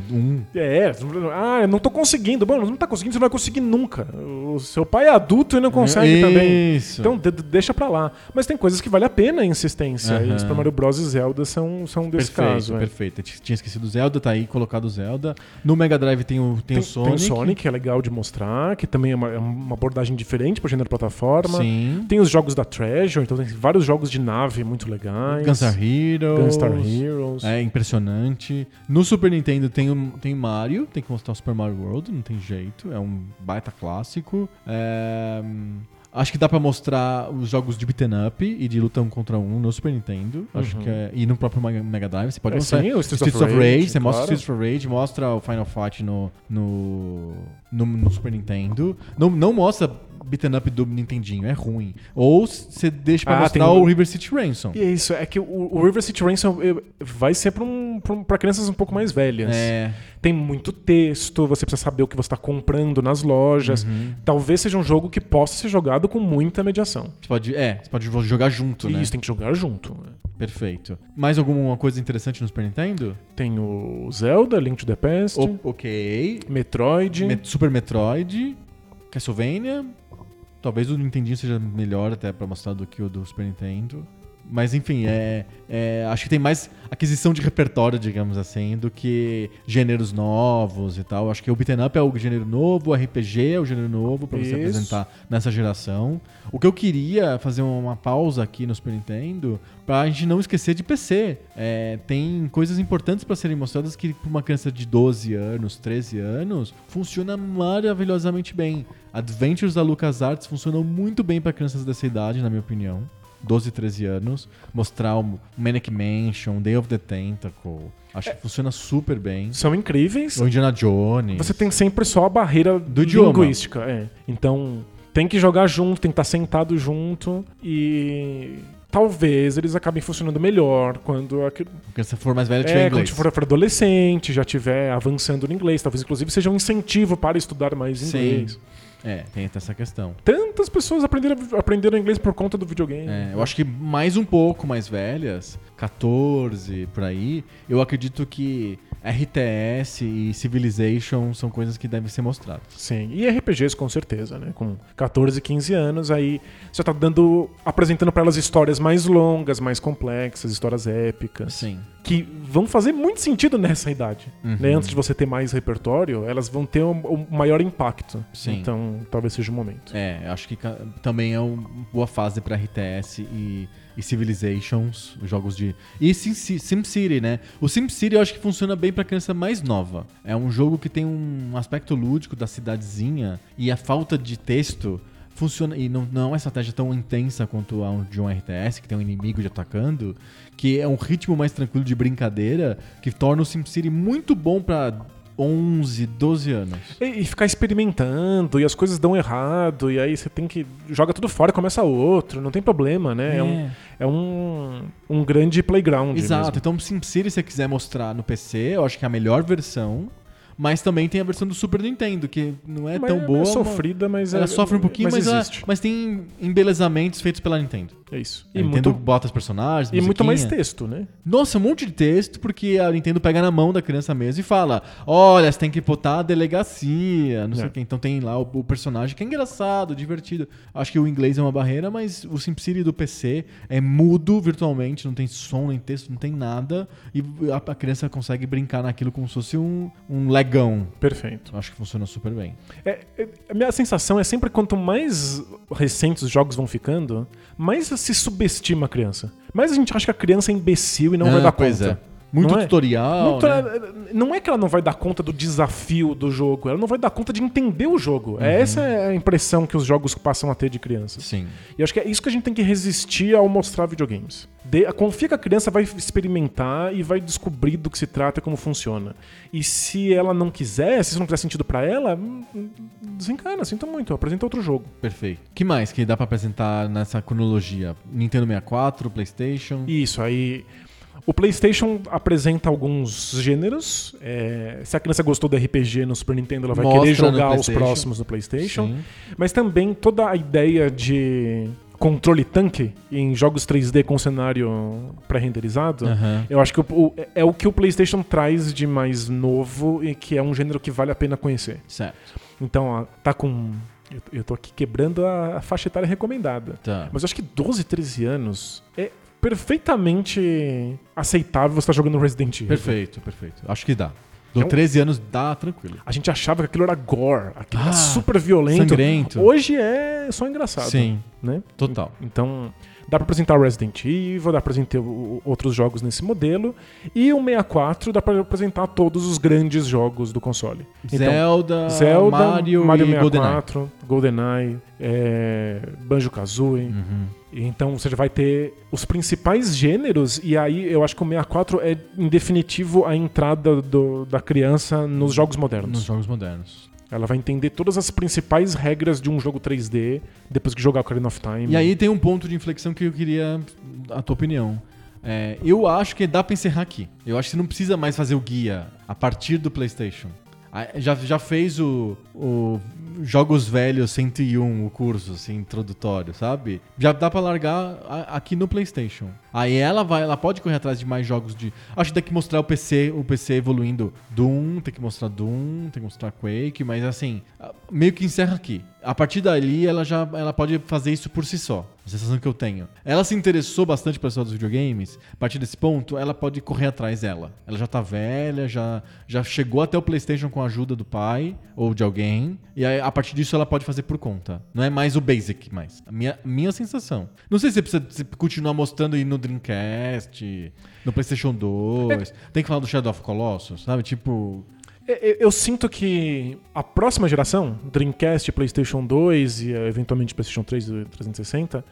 Speaker 1: 1.
Speaker 2: É, ah, eu não tô conseguindo. Bom, não tá conseguindo, você não vai conseguir nunca. O seu pai é adulto e não consegue também.
Speaker 1: Isso.
Speaker 2: Então de- de- deixa pra lá. Mas tem coisas que vale a pena a insistência.
Speaker 1: Aham.
Speaker 2: E Super Mario Bros. e Zelda são, são desse
Speaker 1: Perfeito,
Speaker 2: caso. é.
Speaker 1: perfeito. Eu t- Tinha esquecido o Zelda, tá aí colocado o Zelda. No Mega Drive tem o, tem o Sonic.
Speaker 2: Tem o Sonic, que é legal de mostrar, que também é uma, é uma abordagem diferente pro gênero plataforma.
Speaker 1: Sim.
Speaker 2: Tem os jogos da Treasure, então tem vários jogos de nave muito legais.
Speaker 1: Gunstar Heroes.
Speaker 2: Gunstar Heroes.
Speaker 1: É impressionante. No Super Nintendo tem, o- tem Mario, tem que mostrar o Super Mario World, não tem jeito. É um baita clássico. É, hum, Acho que dá pra mostrar os jogos de beaten up e de luta um contra um no Super Nintendo. Acho que é- E no próprio Mega- Mega Drive. Você pode
Speaker 2: Uhum. É,
Speaker 1: mostrar
Speaker 2: sim, o Streets of Rage,
Speaker 1: Você mostra
Speaker 2: claro.
Speaker 1: Streets of Rage, mostra o Final Fight no, no, no, no Super Nintendo. Não, não mostra beaten up do Nintendinho, é ruim. Ou s- você deixa pra
Speaker 2: Ah,
Speaker 1: mostrar
Speaker 2: tem o-
Speaker 1: o River City Ransom.
Speaker 2: E é isso, é que o, o River City Ransom eh, vai ser pra, um, pra um- pra crianças um pouco mais velhas.
Speaker 1: É.
Speaker 2: Tem muito texto, você precisa saber o que você tá comprando nas lojas.
Speaker 1: Uhum.
Speaker 2: Talvez seja um jogo que possa ser jogado com muita mediação.
Speaker 1: Você pode, é, você pode jogar junto,
Speaker 2: e
Speaker 1: né?
Speaker 2: isso tem que jogar junto. né?
Speaker 1: Perfeito. Mais alguma coisa interessante no Super Nintendo?
Speaker 2: Tem o Zelda, Link to the Past,
Speaker 1: O- ok.
Speaker 2: Metroid.
Speaker 1: Me- Super Metroid, Castlevania. Talvez o Nintendinho seja melhor até pra mostrar do que o do Super Nintendo. Mas enfim, é, é, acho que tem mais aquisição de repertório, digamos assim, do que gêneros novos e tal. Acho que o beat'em up é o gênero novo, o RPG é o gênero novo pra você
Speaker 2: Isso.
Speaker 1: apresentar nessa geração. O que eu queria fazer uma pausa aqui no Super Nintendo pra gente não esquecer de PC. É, tem coisas importantes pra serem mostradas que pra uma criança de 12 anos, 13 anos, funciona maravilhosamente bem. Adventures da LucasArts funcionam muito bem pra crianças dessa idade, na minha opinião. 12, 13 anos, mostrar o Manic Mansion, Day of the Tentacle. Acho que funciona super bem.
Speaker 2: São incríveis.
Speaker 1: O Indiana Jones.
Speaker 2: Você tem sempre só a barreira
Speaker 1: idioma.
Speaker 2: linguística. é. Então, tem que jogar junto, tem que estar sentado junto e talvez eles acabem funcionando melhor quando aquilo-
Speaker 1: Porque se for mais velho, tiver
Speaker 2: é, quando
Speaker 1: inglês.
Speaker 2: for for adolescente, já tiver avançando no inglês, talvez inclusive seja um incentivo para estudar mais
Speaker 1: Sim.
Speaker 2: inglês.
Speaker 1: É, tem até essa questão.
Speaker 2: Tantas pessoas aprenderam, aprenderam inglês por conta do videogame.
Speaker 1: É, eu acho que mais um pouco mais velhas, 14 por aí, eu acredito que RTS e Civilization são coisas que devem ser mostradas.
Speaker 2: Sim, e RPGs com certeza, né? Com 14, 15 anos, aí você tá dando. apresentando pra elas histórias mais longas, mais complexas, histórias épicas.
Speaker 1: Sim.
Speaker 2: Que vão fazer muito sentido nessa idade.
Speaker 1: Uhum.
Speaker 2: né? Antes de você ter mais repertório, elas vão ter o um, um maior impacto.
Speaker 1: Sim.
Speaker 2: Então, talvez seja o momento.
Speaker 1: É, eu acho que ca- também é uma boa fase pra RTS e, e Civilizations, os jogos de. E Sim- Ci- SimCity, né? O SimCity eu acho que funciona bem pra criança mais nova. É um jogo que tem um aspecto lúdico da cidadezinha e a falta de texto funciona. E não, não é uma estratégia tão intensa quanto a um, de um RTS, que tem um inimigo te atacando, que é um ritmo mais tranquilo de brincadeira que torna o SimCity muito bom pra 11, 12 anos.
Speaker 2: E, e ficar experimentando, e as coisas dão errado, e aí você tem que. joga tudo fora e começa outro, não tem problema, né? É, um, é um, um grande playground.
Speaker 1: Exato,
Speaker 2: mesmo.
Speaker 1: então SimCity, se você quiser mostrar no PC, eu acho que é a melhor versão. Mas também tem a versão do Super Nintendo, que não é
Speaker 2: Mas
Speaker 1: tão boa.
Speaker 2: É
Speaker 1: mas-
Speaker 2: sofrida, mas
Speaker 1: ela
Speaker 2: é-
Speaker 1: sofre um pouquinho, mas, ela-
Speaker 2: existe.
Speaker 1: mas tem embelezamentos feitos pela Nintendo.
Speaker 2: É isso.
Speaker 1: a
Speaker 2: E,
Speaker 1: Nintendo
Speaker 2: muito,
Speaker 1: bota os personagens,
Speaker 2: e muito mais
Speaker 1: musiquinha.
Speaker 2: texto, né?
Speaker 1: Nossa, um monte de texto, porque a Nintendo pega na mão da criança mesmo e fala: Olha, você tem que botar a delegacia, não sei
Speaker 2: É.
Speaker 1: o quê. Então tem lá o, o personagem que é engraçado, divertido. Acho que o inglês é uma barreira, mas o SimCity do PC é mudo virtualmente, não tem som, nem texto, não tem nada. E a, a criança consegue brincar naquilo como se fosse um, um legão.
Speaker 2: Perfeito.
Speaker 1: Acho que funciona super bem.
Speaker 2: É- é- a minha sensação é sempre quanto mais recentes os jogos vão ficando, mais se subestima a criança. Mais a gente acha que a criança é imbecil e não
Speaker 1: Ah,
Speaker 2: vai dar
Speaker 1: pois
Speaker 2: conta.
Speaker 1: é. Muito
Speaker 2: Não é?
Speaker 1: tutorial.
Speaker 2: Não, tô-
Speaker 1: né?
Speaker 2: não é que ela não vai dar conta do desafio do jogo, ela não vai dar conta de entender o jogo. É,
Speaker 1: Uhum.
Speaker 2: essa é a impressão que os jogos passam a ter de crianças.
Speaker 1: Sim.
Speaker 2: E acho que é isso que a gente tem que resistir ao mostrar videogames. De, confia que a criança vai experimentar e vai descobrir do que se trata e como funciona. E se ela não quiser, se isso não fizer sentido pra ela, hum, hum, desencana, sinto muito, apresenta outro jogo.
Speaker 1: Perfeito. que mais que dá pra apresentar nessa cronologia? Nintendo 64, PlayStation.
Speaker 2: Isso, aí. O PlayStation apresenta alguns gêneros. é, se a criança gostou do RPG no Super Nintendo, ela vai
Speaker 1: Mostra
Speaker 2: querer
Speaker 1: no
Speaker 2: jogar os
Speaker 1: PlayStation.
Speaker 2: próximos no PlayStation.
Speaker 1: Sim.
Speaker 2: Mas também toda a ideia de controle tanque em jogos 3D com cenário pré-renderizado.
Speaker 1: Aham.
Speaker 2: Eu acho que o- o- é o que o PlayStation traz de mais novo e que é um gênero que vale a pena conhecer.
Speaker 1: Certo.
Speaker 2: Então, ó, tá com. eu- Eu tô aqui quebrando a a faixa etária recomendada.
Speaker 1: Tá.
Speaker 2: Mas eu acho que 12, 13 anos é perfeitamente aceitável você estar jogando Resident Evil.
Speaker 1: Perfeito, perfeito. Acho que dá. Do
Speaker 2: Então-
Speaker 1: 13 anos dá tranquilo.
Speaker 2: A gente achava que aquilo era gore, aquilo
Speaker 1: Ah,
Speaker 2: era super violento.
Speaker 1: sangrento.
Speaker 2: Hoje é só engraçado.
Speaker 1: Sim,
Speaker 2: Né?
Speaker 1: total.
Speaker 2: Então, dá pra apresentar Resident Evil, dá pra apresentar o- outros jogos nesse modelo. E o 64 dá pra apresentar todos os grandes jogos do console. Então,
Speaker 1: Zelda,
Speaker 2: Zelda,
Speaker 1: Mario,
Speaker 2: Mario,
Speaker 1: e GoldenEye.
Speaker 2: 64, GoldenEye, é, Banjo-Kazooie.
Speaker 1: Uhum.
Speaker 2: Então você já vai ter os principais gêneros e aí eu acho que o 64 é em definitivo a entrada do- da criança nos jogos modernos.
Speaker 1: Nos jogos modernos.
Speaker 2: Ela vai entender todas as principais regras de um jogo 3D depois que jogar Ocarina of Time.
Speaker 1: E aí tem um ponto de inflexão que eu queria a tua opinião. É, eu acho que dá pra encerrar aqui. Eu acho que você não precisa mais fazer o guia a partir do PlayStation. Ah, Já, já fez o, o Jogos Velhos 101, o curso, assim, introdutório, sabe? Já dá pra largar a- aqui no PlayStation. Aí ela vai, ela pode correr atrás de mais jogos de. Acho que tem que mostrar o PC, o PC evoluindo Doom, tem que mostrar Doom, tem que mostrar Quake, mas assim, meio que encerra aqui. A partir dali, ela já ela pode fazer isso por si só. A sensação que eu tenho. Ela se interessou bastante pela história dos videogames. A partir desse ponto, ela pode correr atrás dela. Ela já tá velha, já, já chegou até o PlayStation com a ajuda do pai ou de alguém. E aí, a partir disso, ela pode fazer por conta. Não é mais o basic, mais. A minha, minha sensação. Não sei se você precisa se continuar mostrando aí no Dreamcast, no PlayStation 2. Tem que falar do Shadow of Colossus, sabe? Tipo.
Speaker 2: Eu, É, eu- eu sinto que a próxima geração, Dreamcast, PlayStation 2 e eh, eventualmente PlayStation 3 e 360,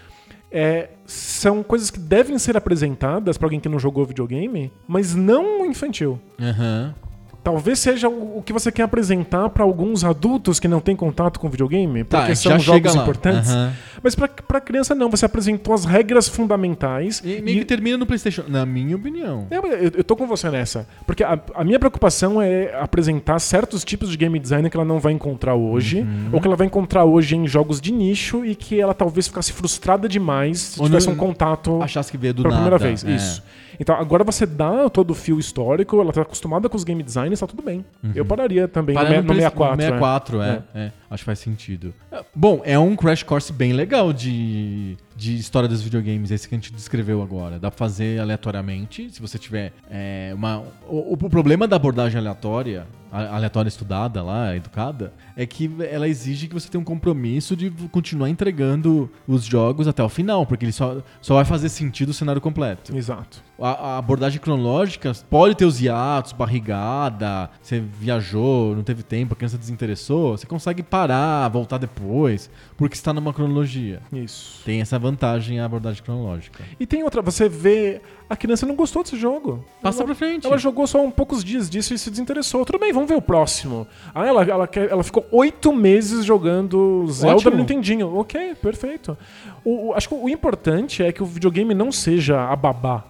Speaker 2: é, são coisas que devem ser apresentadas pra alguém que não jogou videogame, mas não infantil.
Speaker 1: Aham.
Speaker 2: Talvez seja o o que você quer apresentar pra alguns adultos que não têm contato com videogame,
Speaker 1: Tá,
Speaker 2: porque
Speaker 1: já
Speaker 2: são
Speaker 1: chega
Speaker 2: jogos
Speaker 1: lá.
Speaker 2: importantes.
Speaker 1: Aham.
Speaker 2: Mas pra, pra criança não, você apresentou as regras fundamentais.
Speaker 1: E meio que termina no PlayStation. Na minha opinião.
Speaker 2: É, mas eu, eu tô com você nessa. Porque a, a minha preocupação é apresentar certos tipos de game design que ela não vai encontrar hoje,
Speaker 1: Uhum.
Speaker 2: ou que ela vai encontrar hoje em jogos de nicho e que ela talvez ficasse frustrada demais se
Speaker 1: Ou
Speaker 2: tivesse
Speaker 1: não-
Speaker 2: um contato
Speaker 1: Achasse que veio do
Speaker 2: pela
Speaker 1: nada.
Speaker 2: primeira vez.
Speaker 1: é.
Speaker 2: Isso. Então agora você dá todo o fio histórico, ela tá acostumada com os game designs, tá tudo bem. Eu pararia também no, me-
Speaker 1: Uhum. Parando
Speaker 2: no 64. é.
Speaker 1: 64, é. é. Acho que faz sentido. É, Bom, é um crash course bem legal de, de história dos videogames, esse que a gente descreveu agora. Dá pra fazer aleatoriamente, se você tiver é, uma... O, o- o problema da abordagem aleatória, a- aleatória estudada lá, educada, é que ela exige que você tenha um compromisso de continuar entregando os jogos até o final, porque ele só, só vai fazer sentido o cenário completo.
Speaker 2: Exato.
Speaker 1: A, a abordagem cronológica pode ter os hiatos, barrigada, você viajou, não teve tempo, a criança desinteressou, você consegue parar, voltar depois, porque está numa cronologia.
Speaker 2: Isso.
Speaker 1: Tem essa vantagem a abordagem cronológica.
Speaker 2: E tem outra, você vê. A criança não gostou desse jogo.
Speaker 1: Passa
Speaker 2: Ela-
Speaker 1: pra frente.
Speaker 2: Ela jogou só um poucos dias disso e se desinteressou. Tudo bem, vamos ver o próximo. Ah, ela, ela, quer- ela ficou oito meses jogando Zelda
Speaker 1: Ótimo.
Speaker 2: no Nintendinho. Ok, perfeito. O, o- acho que o importante é que o videogame não seja a babá.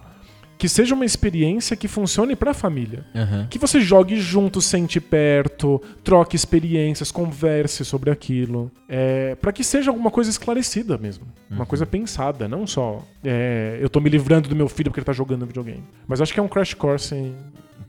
Speaker 2: Que seja uma experiência que funcione pra família.
Speaker 1: Aham.
Speaker 2: Que você jogue junto, sente perto, troque experiências, converse sobre aquilo. É, para que seja alguma coisa esclarecida mesmo. Uma coisa pensada, não só é, eu tô me livrando do meu filho porque ele tá jogando videogame. Mas acho que é um crash course em-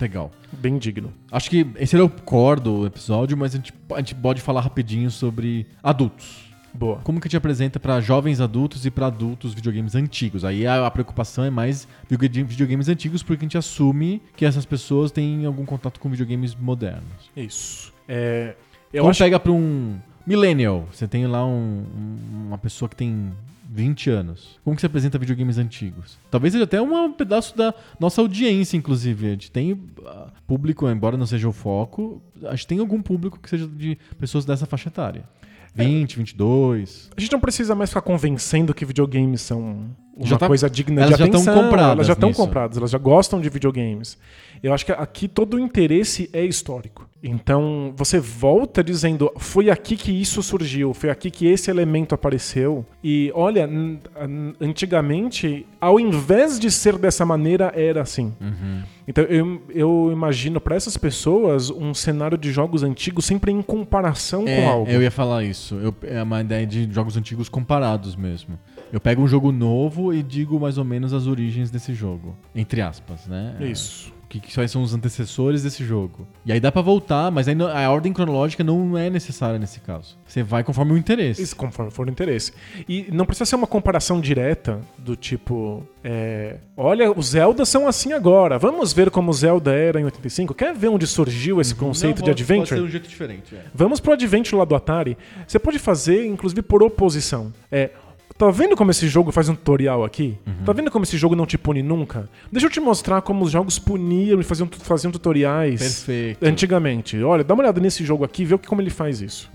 Speaker 1: Legal.
Speaker 2: bem digno.
Speaker 1: Acho que esse era o core do episódio, mas a gente, a gente pode falar rapidinho sobre adultos.
Speaker 2: Boa.
Speaker 1: Como que te apresenta pra jovens adultos e pra adultos videogames antigos? Aí a, a preocupação é mais videogame- videogames antigos, porque a gente assume que essas pessoas têm algum contato com videogames modernos.
Speaker 2: Isso. É, eu
Speaker 1: Ou
Speaker 2: acho
Speaker 1: pega pra um millennial, você tem lá um- um- uma pessoa que tem 20 anos. Como que você apresenta videogames antigos? Talvez seja até um pedaço da nossa audiência, inclusive. A gente tem ah, público, embora não seja o foco, a gente tem algum público que seja de pessoas dessa faixa etária.
Speaker 2: É.
Speaker 1: 20, 22...
Speaker 2: A gente não precisa mais ficar convencendo que videogames são uma
Speaker 1: Já tá-
Speaker 2: coisa digna
Speaker 1: elas
Speaker 2: de
Speaker 1: já tão
Speaker 2: atenção.
Speaker 1: compradas
Speaker 2: elas já estão
Speaker 1: nisso.
Speaker 2: compradas, elas já gostam de videogames. Eu acho que aqui todo o interesse é histórico. Então você volta dizendo, foi aqui que isso surgiu, foi aqui que esse elemento apareceu. E olha, n- an- antigamente, ao invés de ser dessa maneira, era assim.
Speaker 1: Uhum.
Speaker 2: Então eu, eu imagino para essas pessoas um cenário de jogos antigos sempre em comparação
Speaker 1: É,
Speaker 2: com algo.
Speaker 1: eu ia falar isso. Eu- é uma ideia de jogos antigos comparados mesmo. Eu pego um jogo novo e digo mais ou menos as origens desse jogo. Entre aspas, né?
Speaker 2: Isso.
Speaker 1: O Que, que quais são os antecessores desse jogo. E aí dá pra voltar, mas aí não- a ordem cronológica não é necessária nesse caso. Você vai conforme o interesse.
Speaker 2: Isso, é conforme for o interesse. E não precisa ser uma comparação direta do tipo, é, olha, os Zelda são assim agora. Vamos ver como o Zelda era em 85. Quer ver onde surgiu esse um conceito de adventure?
Speaker 1: jeito diferente, é.
Speaker 2: Vamos pro Adventure lá do Atari. Você pode fazer, inclusive, por oposição. É. Tá vendo como esse jogo faz um tutorial aqui? Tá vendo como esse jogo não te pune nunca? Deixa eu te mostrar como os jogos puniam e faziam, faziam tutoriais
Speaker 1: Perfeito.
Speaker 2: antigamente. Olha, dá uma olhada nesse jogo aqui, vê o que- como ele faz isso.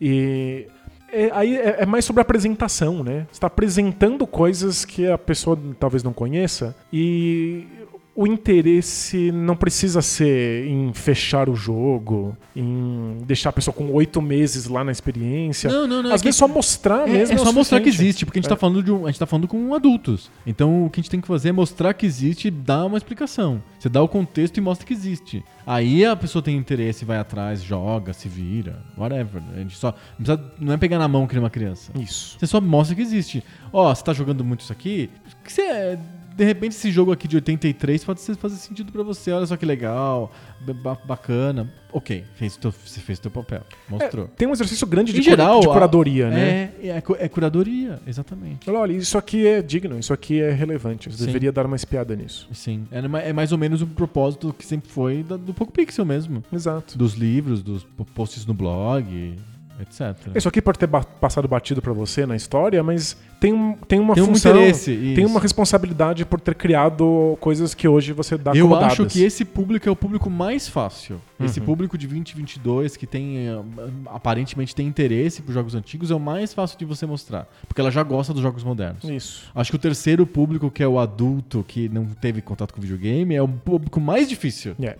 Speaker 2: E é- aí é, é mais sobre apresentação, tá né? Você está apresentando coisas que a pessoa talvez não conheça e o o interesse não precisa ser em fechar o jogo, em deixar a pessoa com oito meses lá na experiência.
Speaker 1: Não, não, não,
Speaker 2: Às
Speaker 1: é
Speaker 2: vezes
Speaker 1: que-
Speaker 2: só mostrar
Speaker 1: É,
Speaker 2: mesmo. É.
Speaker 1: é só
Speaker 2: o
Speaker 1: mostrar que
Speaker 2: suficiente.
Speaker 1: existe, porque a gente, tá falando de um, a gente tá falando com adultos. Então o que a gente tem que fazer é mostrar que existe e dar uma explicação. Você dá o contexto e mostra que existe. Aí a pessoa tem interesse, vai atrás, joga, se vira, whatever. né? A gente só. Não, precisa- não é pegar na mão que nem uma criança.
Speaker 2: É, Isso.
Speaker 1: Você só mostra que existe. Ó, você tá jogando muito isso aqui? Que você, de repente esse jogo aqui de 83 pode ser- fazer sentido pra você. Olha só que legal, ba- ba- bacana. Ok, fez teu, você fez teu papel. Mostrou.
Speaker 2: Tem um exercício grande de,
Speaker 1: Em
Speaker 2: cura-
Speaker 1: geral,
Speaker 2: de
Speaker 1: a-
Speaker 2: curadoria, né?
Speaker 1: É, é, cu- é curadoria, exatamente.
Speaker 2: Olha, olha, isso aqui é digno, isso aqui é relevante. Você
Speaker 1: Sim.
Speaker 2: deveria dar uma espiada nisso.
Speaker 1: Sim. É, ma- é mais ou menos o propósito que sempre foi da- do Poco Pixel mesmo.
Speaker 2: Exato.
Speaker 1: Dos livros, dos po- posts no blog, etc.
Speaker 2: Isso aqui pode ter ba- passado batido pra você na história, mas tem, um- tem uma
Speaker 1: Tem um
Speaker 2: função,
Speaker 1: interesse,
Speaker 2: tem
Speaker 1: isso.
Speaker 2: uma responsabilidade por ter criado coisas que hoje você dá
Speaker 1: Eu
Speaker 2: como
Speaker 1: acho
Speaker 2: dadas.
Speaker 1: que esse público é o público mais fácil. Esse público de 2022 que tem eh, aparentemente tem interesse por jogos antigos é o mais fácil de você mostrar, porque ela já gosta dos jogos modernos.
Speaker 2: Isso.
Speaker 1: Acho que o terceiro público, que é o adulto que não teve contato com videogame, é o público mais difícil.
Speaker 2: É.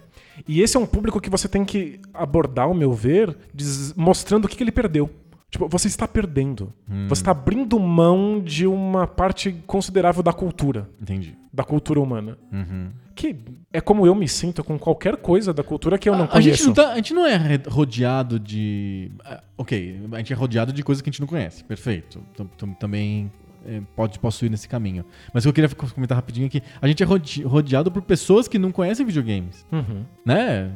Speaker 2: E esse é um público que você tem que abordar, ao meu ver, diz- mostrando o que, que ele perdeu. Tipo, você está perdendo.
Speaker 1: Hum.
Speaker 2: Você está abrindo mão de uma parte considerável da cultura,
Speaker 1: Entendi.
Speaker 2: da cultura humana.
Speaker 1: Uhum.
Speaker 2: Que é como eu me sinto com qualquer coisa da cultura que eu não
Speaker 1: a, a
Speaker 2: conheço.
Speaker 1: gente não tá- a gente não é re- rodeado de. ah, Ok, a gente é rodeado de coisas que a gente não conhece. Perfeito. Tam- tam- Também é, pode posso ir nesse caminho. Mas o que eu queria co- comentar rapidinho aqui: a gente é rode- rodeado por pessoas que não conhecem videogames.
Speaker 2: Uhum.
Speaker 1: Né?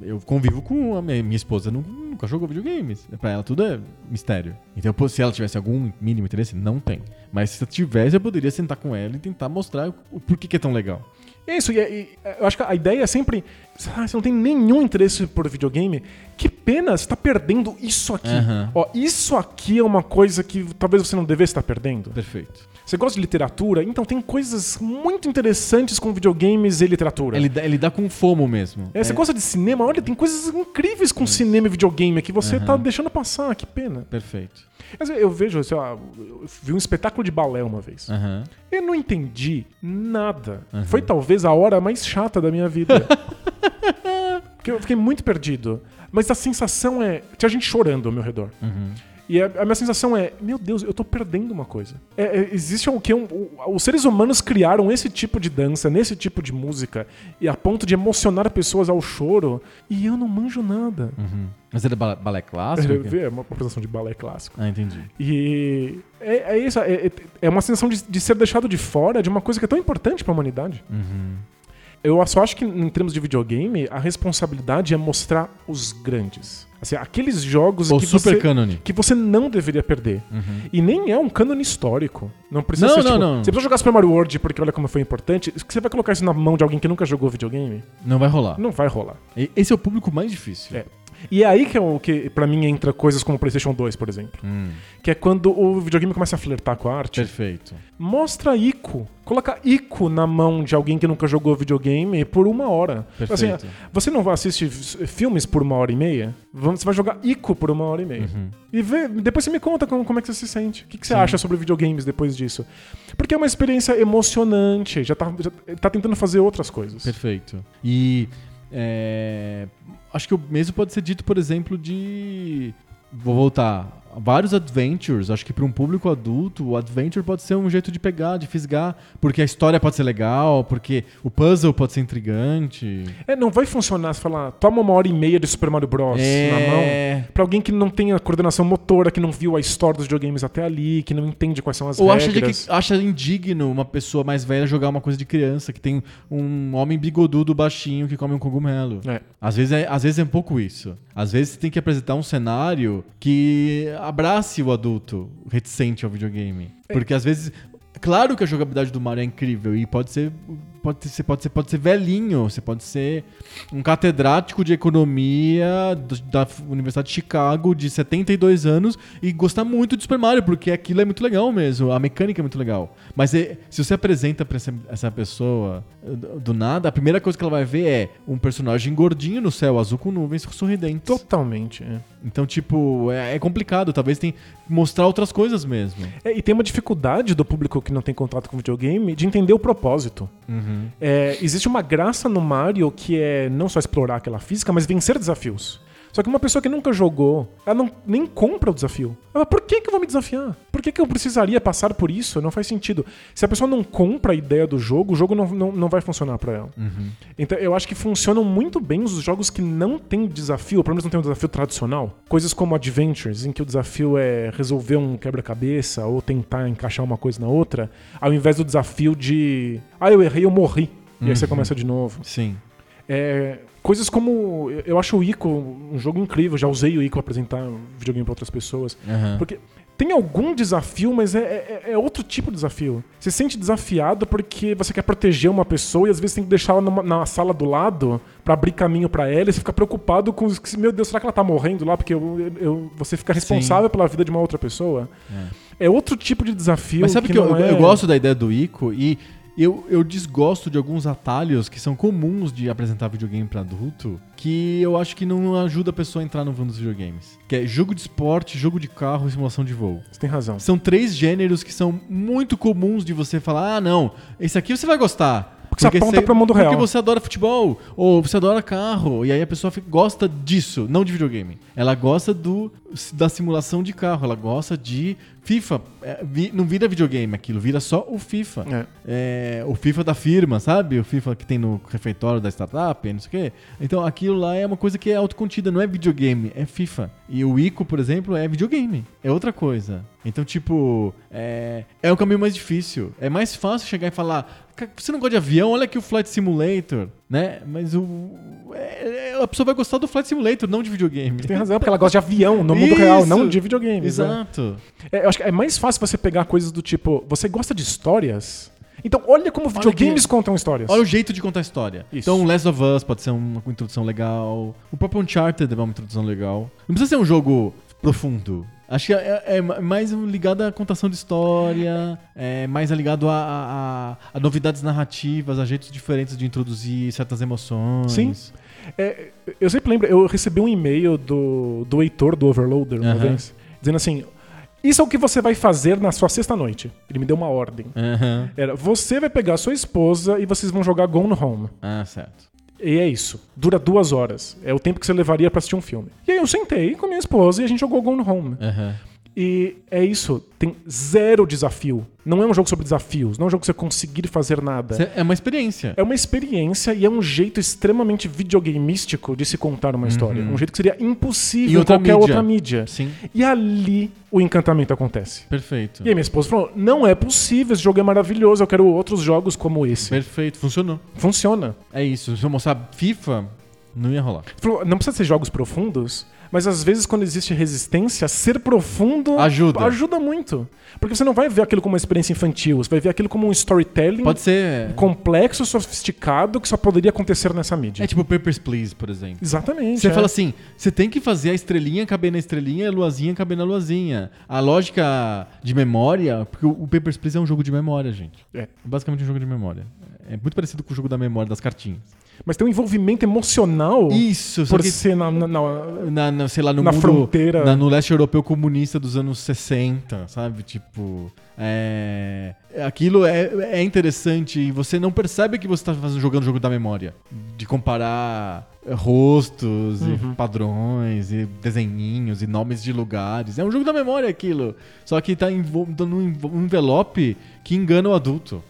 Speaker 1: Eu convivo com a minha, minha esposa, nu- nunca jogou videogames. Pra ela tudo é mistério. Então, pô, se ela tivesse algum mínimo interesse, não tem. Mas se eu tivesse, eu poderia sentar com ela e tentar mostrar o porquê que é tão legal.
Speaker 2: Isso, e, e eu acho que a ideia é sempre. Ah, você não tem nenhum interesse por videogame? Que pena, você tá perdendo isso aqui.
Speaker 1: Aham.
Speaker 2: Ó, isso aqui é uma coisa que talvez você não devesse estar perdendo.
Speaker 1: Perfeito.
Speaker 2: Você gosta de literatura? Então tem coisas muito interessantes com videogames e literatura.
Speaker 1: Ele, dá- ele dá com fomo mesmo.
Speaker 2: É, você gosta de cinema? Olha, tem coisas incríveis com cinema e videogame que você tá deixando passar, que pena.
Speaker 1: Perfeito.
Speaker 2: Mas eu- eu vejo, sei lá, eu vi um espetáculo de balé uma vez.
Speaker 1: Aham.
Speaker 2: Eu não entendi nada. Foi talvez a hora mais chata da minha vida. Porque eu fiquei muito perdido. Mas a sensação é. Tinha gente chorando ao meu redor. E a, a minha sensação é: meu Deus, eu tô perdendo uma coisa. É, é, existe o que? Um, o- os seres humanos criaram esse tipo de dança, nesse tipo de música, e a ponto de emocionar pessoas ao choro, e eu não manjo nada.
Speaker 1: Uhum. Mas era balé, balé clássico?
Speaker 2: Eu vi, é uma apresentação de balé clássico.
Speaker 1: Ah, entendi.
Speaker 2: E é, é isso, é, é- é uma sensação de, de ser deixado de fora de uma coisa que é tão importante pra humanidade.
Speaker 1: Uhum.
Speaker 2: Eu só acho que, em termos de videogame, a responsabilidade é mostrar os grandes. Assim, aqueles jogos
Speaker 1: O
Speaker 2: que
Speaker 1: super
Speaker 2: você,
Speaker 1: cânone.
Speaker 2: que você não deveria perder. E nem é um cânone histórico. Não precisa
Speaker 1: Não,
Speaker 2: ser,
Speaker 1: não,
Speaker 2: tipo,
Speaker 1: não.
Speaker 2: Você precisa jogar Super Mario World porque olha como foi importante. Você vai colocar isso na mão de alguém que nunca jogou videogame?
Speaker 1: Não vai rolar.
Speaker 2: Não vai rolar.
Speaker 1: E- Esse é o público mais difícil.
Speaker 2: É. E é aí que, é o que para mim entra coisas como o PlayStation 2, por exemplo.
Speaker 1: Hum,
Speaker 2: Que é quando o videogame começa a flertar com a arte.
Speaker 1: Perfeito.
Speaker 2: Mostra Ico. Coloca Ico na mão de alguém que nunca jogou videogame por uma hora.
Speaker 1: Perfeito.
Speaker 2: Assim, você não assiste f- filmes por uma hora e meia? Vamos- Você vai jogar Ico por uma hora e meia.
Speaker 1: Uhum.
Speaker 2: E vê- depois você me conta como, como é que você se sente. O que, que você acha sobre videogames depois disso? Porque é uma experiência emocionante. Já tá, já tá tentando fazer outras coisas.
Speaker 1: Perfeito. E é, acho que o mesmo pode ser dito, por exemplo, de. Vou voltar. Vários adventures, acho que para um público adulto, o adventure pode ser um jeito de pegar, de fisgar, porque a história pode ser legal, porque o puzzle pode ser intrigante.
Speaker 2: É, não vai funcionar se falar, toma uma hora e meia de Super Mario Bros. na mão.
Speaker 1: é...
Speaker 2: Pra alguém que não tem a coordenação motora, que não viu a história dos videogames até ali, que não entende quais são as
Speaker 1: Ou acha, de
Speaker 2: regras.
Speaker 1: que, acha indigno uma pessoa mais velha jogar uma coisa de criança, que tem um homem bigodudo baixinho que come um cogumelo.
Speaker 2: É.
Speaker 1: Às vezes, é, às vezes é um pouco isso. Às vezes você tem que apresentar um cenário que abrace o adulto reticente ao videogame.
Speaker 2: É.
Speaker 1: Porque às vezes. Claro que a jogabilidade do Mario é incrível e pode ser. Pode ser, pode ser, pode ser velhinho, você pode ser um catedrático de economia do- da F- Universidade de Chicago de 72 anos e gostar muito de Super Mario, porque aquilo é muito legal mesmo, a mecânica é muito legal. Mas é- se você apresenta pra essa, essa pessoa eh, do do nada, a primeira coisa que ela vai ver é um personagem gordinho no céu azul com nuvens sorridentes.
Speaker 2: Totalmente. É.
Speaker 1: Então, tipo, é, é complicado, talvez tem que mostrar outras coisas mesmo.
Speaker 2: É, e tem uma dificuldade do público que não tem contato com videogame de entender o propósito.
Speaker 1: Uhum.
Speaker 2: É, existe uma graça no Mario que é não só explorar aquela física, mas vencer desafios. Só que uma pessoa que nunca jogou, ela não, nem compra o desafio. Ela, por que, que eu vou me desafiar? Por que, que eu precisaria passar por isso? Não faz sentido. Se a pessoa não compra a ideia do jogo, o jogo não, não, não vai funcionar pra ela. Então eu acho que funcionam muito bem os jogos que não têm desafio, ou pelo menos não tem um desafio tradicional. Coisas como Adventures, em que o desafio é resolver um quebra-cabeça ou tentar encaixar uma coisa na outra, ao invés do desafio de. Ah, eu errei, eu morri. E aí você começa de novo.
Speaker 1: Sim.
Speaker 2: É, coisas como. eu- Eu acho o Ico um jogo incrível, já usei o Ico pra apresentar videogame pra outras pessoas.
Speaker 1: Aham.
Speaker 2: Porque tem algum desafio, mas é, é- é outro tipo de desafio. Você se sente desafiado porque você quer proteger uma pessoa e às vezes tem que deixá-la numa- na sala do lado pra abrir caminho pra ela e você fica preocupado com. os- Meu Deus, será que ela tá morrendo lá? Porque eu, eu- você fica responsável pela vida de uma outra pessoa. É, outro tipo de desafio.
Speaker 1: Mas sabe que, eu,
Speaker 2: não é-
Speaker 1: eu gosto da ideia do Ico e eu, eu desgosto de alguns atalhos que são comuns de apresentar videogame pra adulto que eu acho que não ajuda a pessoa a entrar no mundo dos videogames. Que é jogo de esporte, jogo de carro e simulação de voo.
Speaker 2: Você tem razão.
Speaker 1: São três gêneros que são muito comuns de você falar: ah, não, esse aqui você vai gostar.
Speaker 2: Porque você aponta
Speaker 1: você-
Speaker 2: pro mundo real.
Speaker 1: Porque você adora futebol, ou você adora carro, e aí a pessoa fica- gosta disso, não de videogame. Ela gosta do, da simulação de carro, ela gosta de FIFA. É, vi- não vira videogame aquilo, vira só o FIFA.
Speaker 2: É.
Speaker 1: É, o FIFA da firma, sabe? O FIFA que tem no refeitório da startup, não sei o quê. Então aquilo lá é uma coisa que é autocontida, não é videogame, é FIFA. E o ICO, por exemplo, é videogame, é outra coisa. Então, tipo, é, é um caminho mais difícil. É mais fácil chegar e falar. "Ca- Você não gosta de avião? Olha aqui o Flight Simulator, né? Mas o. é- é- a pessoa vai gostar do Flight Simulator, não de videogame.
Speaker 2: Tem razão, porque ela gosta de avião no mundo real,
Speaker 1: Isso.
Speaker 2: não de videogames. né?
Speaker 1: Exato.
Speaker 2: É, eu acho que é mais fácil você pegar coisas do tipo, você gosta de histórias? Então olha como videogames contam histórias.
Speaker 1: Olha o jeito de contar a história.
Speaker 2: Isso.
Speaker 1: Então, Last of Us pode ser um- uma introdução legal. O próprio Uncharted é uma introdução legal. Não precisa ser um jogo profundo. Acho que é, é mais ligado à contação de história, é mais ligado a, a- a- a novidades narrativas, a jeitos diferentes de introduzir certas emoções.
Speaker 2: Sim. É, eu sempre lembro, eu recebi um e-mail do, do Heitor, do Overloader, uma
Speaker 1: Aham.
Speaker 2: vez, dizendo assim, isso é o que você vai fazer na sua sexta-noite. Ele me deu uma ordem.
Speaker 1: É. Aham.
Speaker 2: Era, você vai pegar sua esposa e vocês vão jogar Gone Home.
Speaker 1: Ah, certo.
Speaker 2: E é isso. Dura duas horas. É o tempo que você levaria pra assistir um filme. E aí eu sentei com a minha esposa e a gente jogou Gone Home.
Speaker 1: Aham.
Speaker 2: E é isso, tem zero desafio. Não é um jogo sobre desafios, não é um jogo que você conseguir fazer nada.
Speaker 1: Cê- É uma experiência.
Speaker 2: É uma experiência e é um jeito extremamente videogameístico de se contar uma história. Um jeito que seria
Speaker 1: Em
Speaker 2: impossível em
Speaker 1: Uhum. outra
Speaker 2: qualquer
Speaker 1: mídia.
Speaker 2: outra mídia.
Speaker 1: Sim.
Speaker 2: E ali o encantamento acontece.
Speaker 1: Perfeito.
Speaker 2: E aí minha esposa falou: não é possível, esse jogo é maravilhoso, eu quero outros jogos como esse.
Speaker 1: Perfeito. Funcionou.
Speaker 2: Funciona.
Speaker 1: É isso. Se eu mostrar FIFA, não ia rolar.
Speaker 2: Falou, Não precisa ser jogos profundos, mas às vezes quando existe resistência, ser profundo
Speaker 1: Ajuda.
Speaker 2: ajuda muito. Porque você não vai ver aquilo como uma experiência infantil, você vai ver aquilo como um storytelling
Speaker 1: Pode ser.
Speaker 2: complexo, sofisticado, que só poderia acontecer nessa mídia.
Speaker 1: É tipo Papers, Please, por exemplo.
Speaker 2: Exatamente.
Speaker 1: Você
Speaker 2: é.
Speaker 1: fala assim, você tem que fazer a estrelinha caber na estrelinha e a luazinha caber na luazinha. A lógica de memória, porque o o Papers, Please é um jogo de memória, gente.
Speaker 2: É.
Speaker 1: É basicamente um jogo de memória. É muito parecido com o jogo da memória das cartinhas.
Speaker 2: Mas tem um envolvimento emocional
Speaker 1: Isso, só
Speaker 2: por
Speaker 1: que
Speaker 2: ser na, na- na-
Speaker 1: na, na- sei lá, no
Speaker 2: na
Speaker 1: mundo-
Speaker 2: fronteira.
Speaker 1: na- no leste europeu comunista dos anos 60, sabe? Tipo, é... Aquilo é, é interessante e você não percebe que você tá fazendo, jogando o jogo da memória. De comparar é, rostos e padrões e desenhinhos e nomes de lugares. É um jogo da memória aquilo. Só que tá envo- num envo- um envelope que engana o adulto.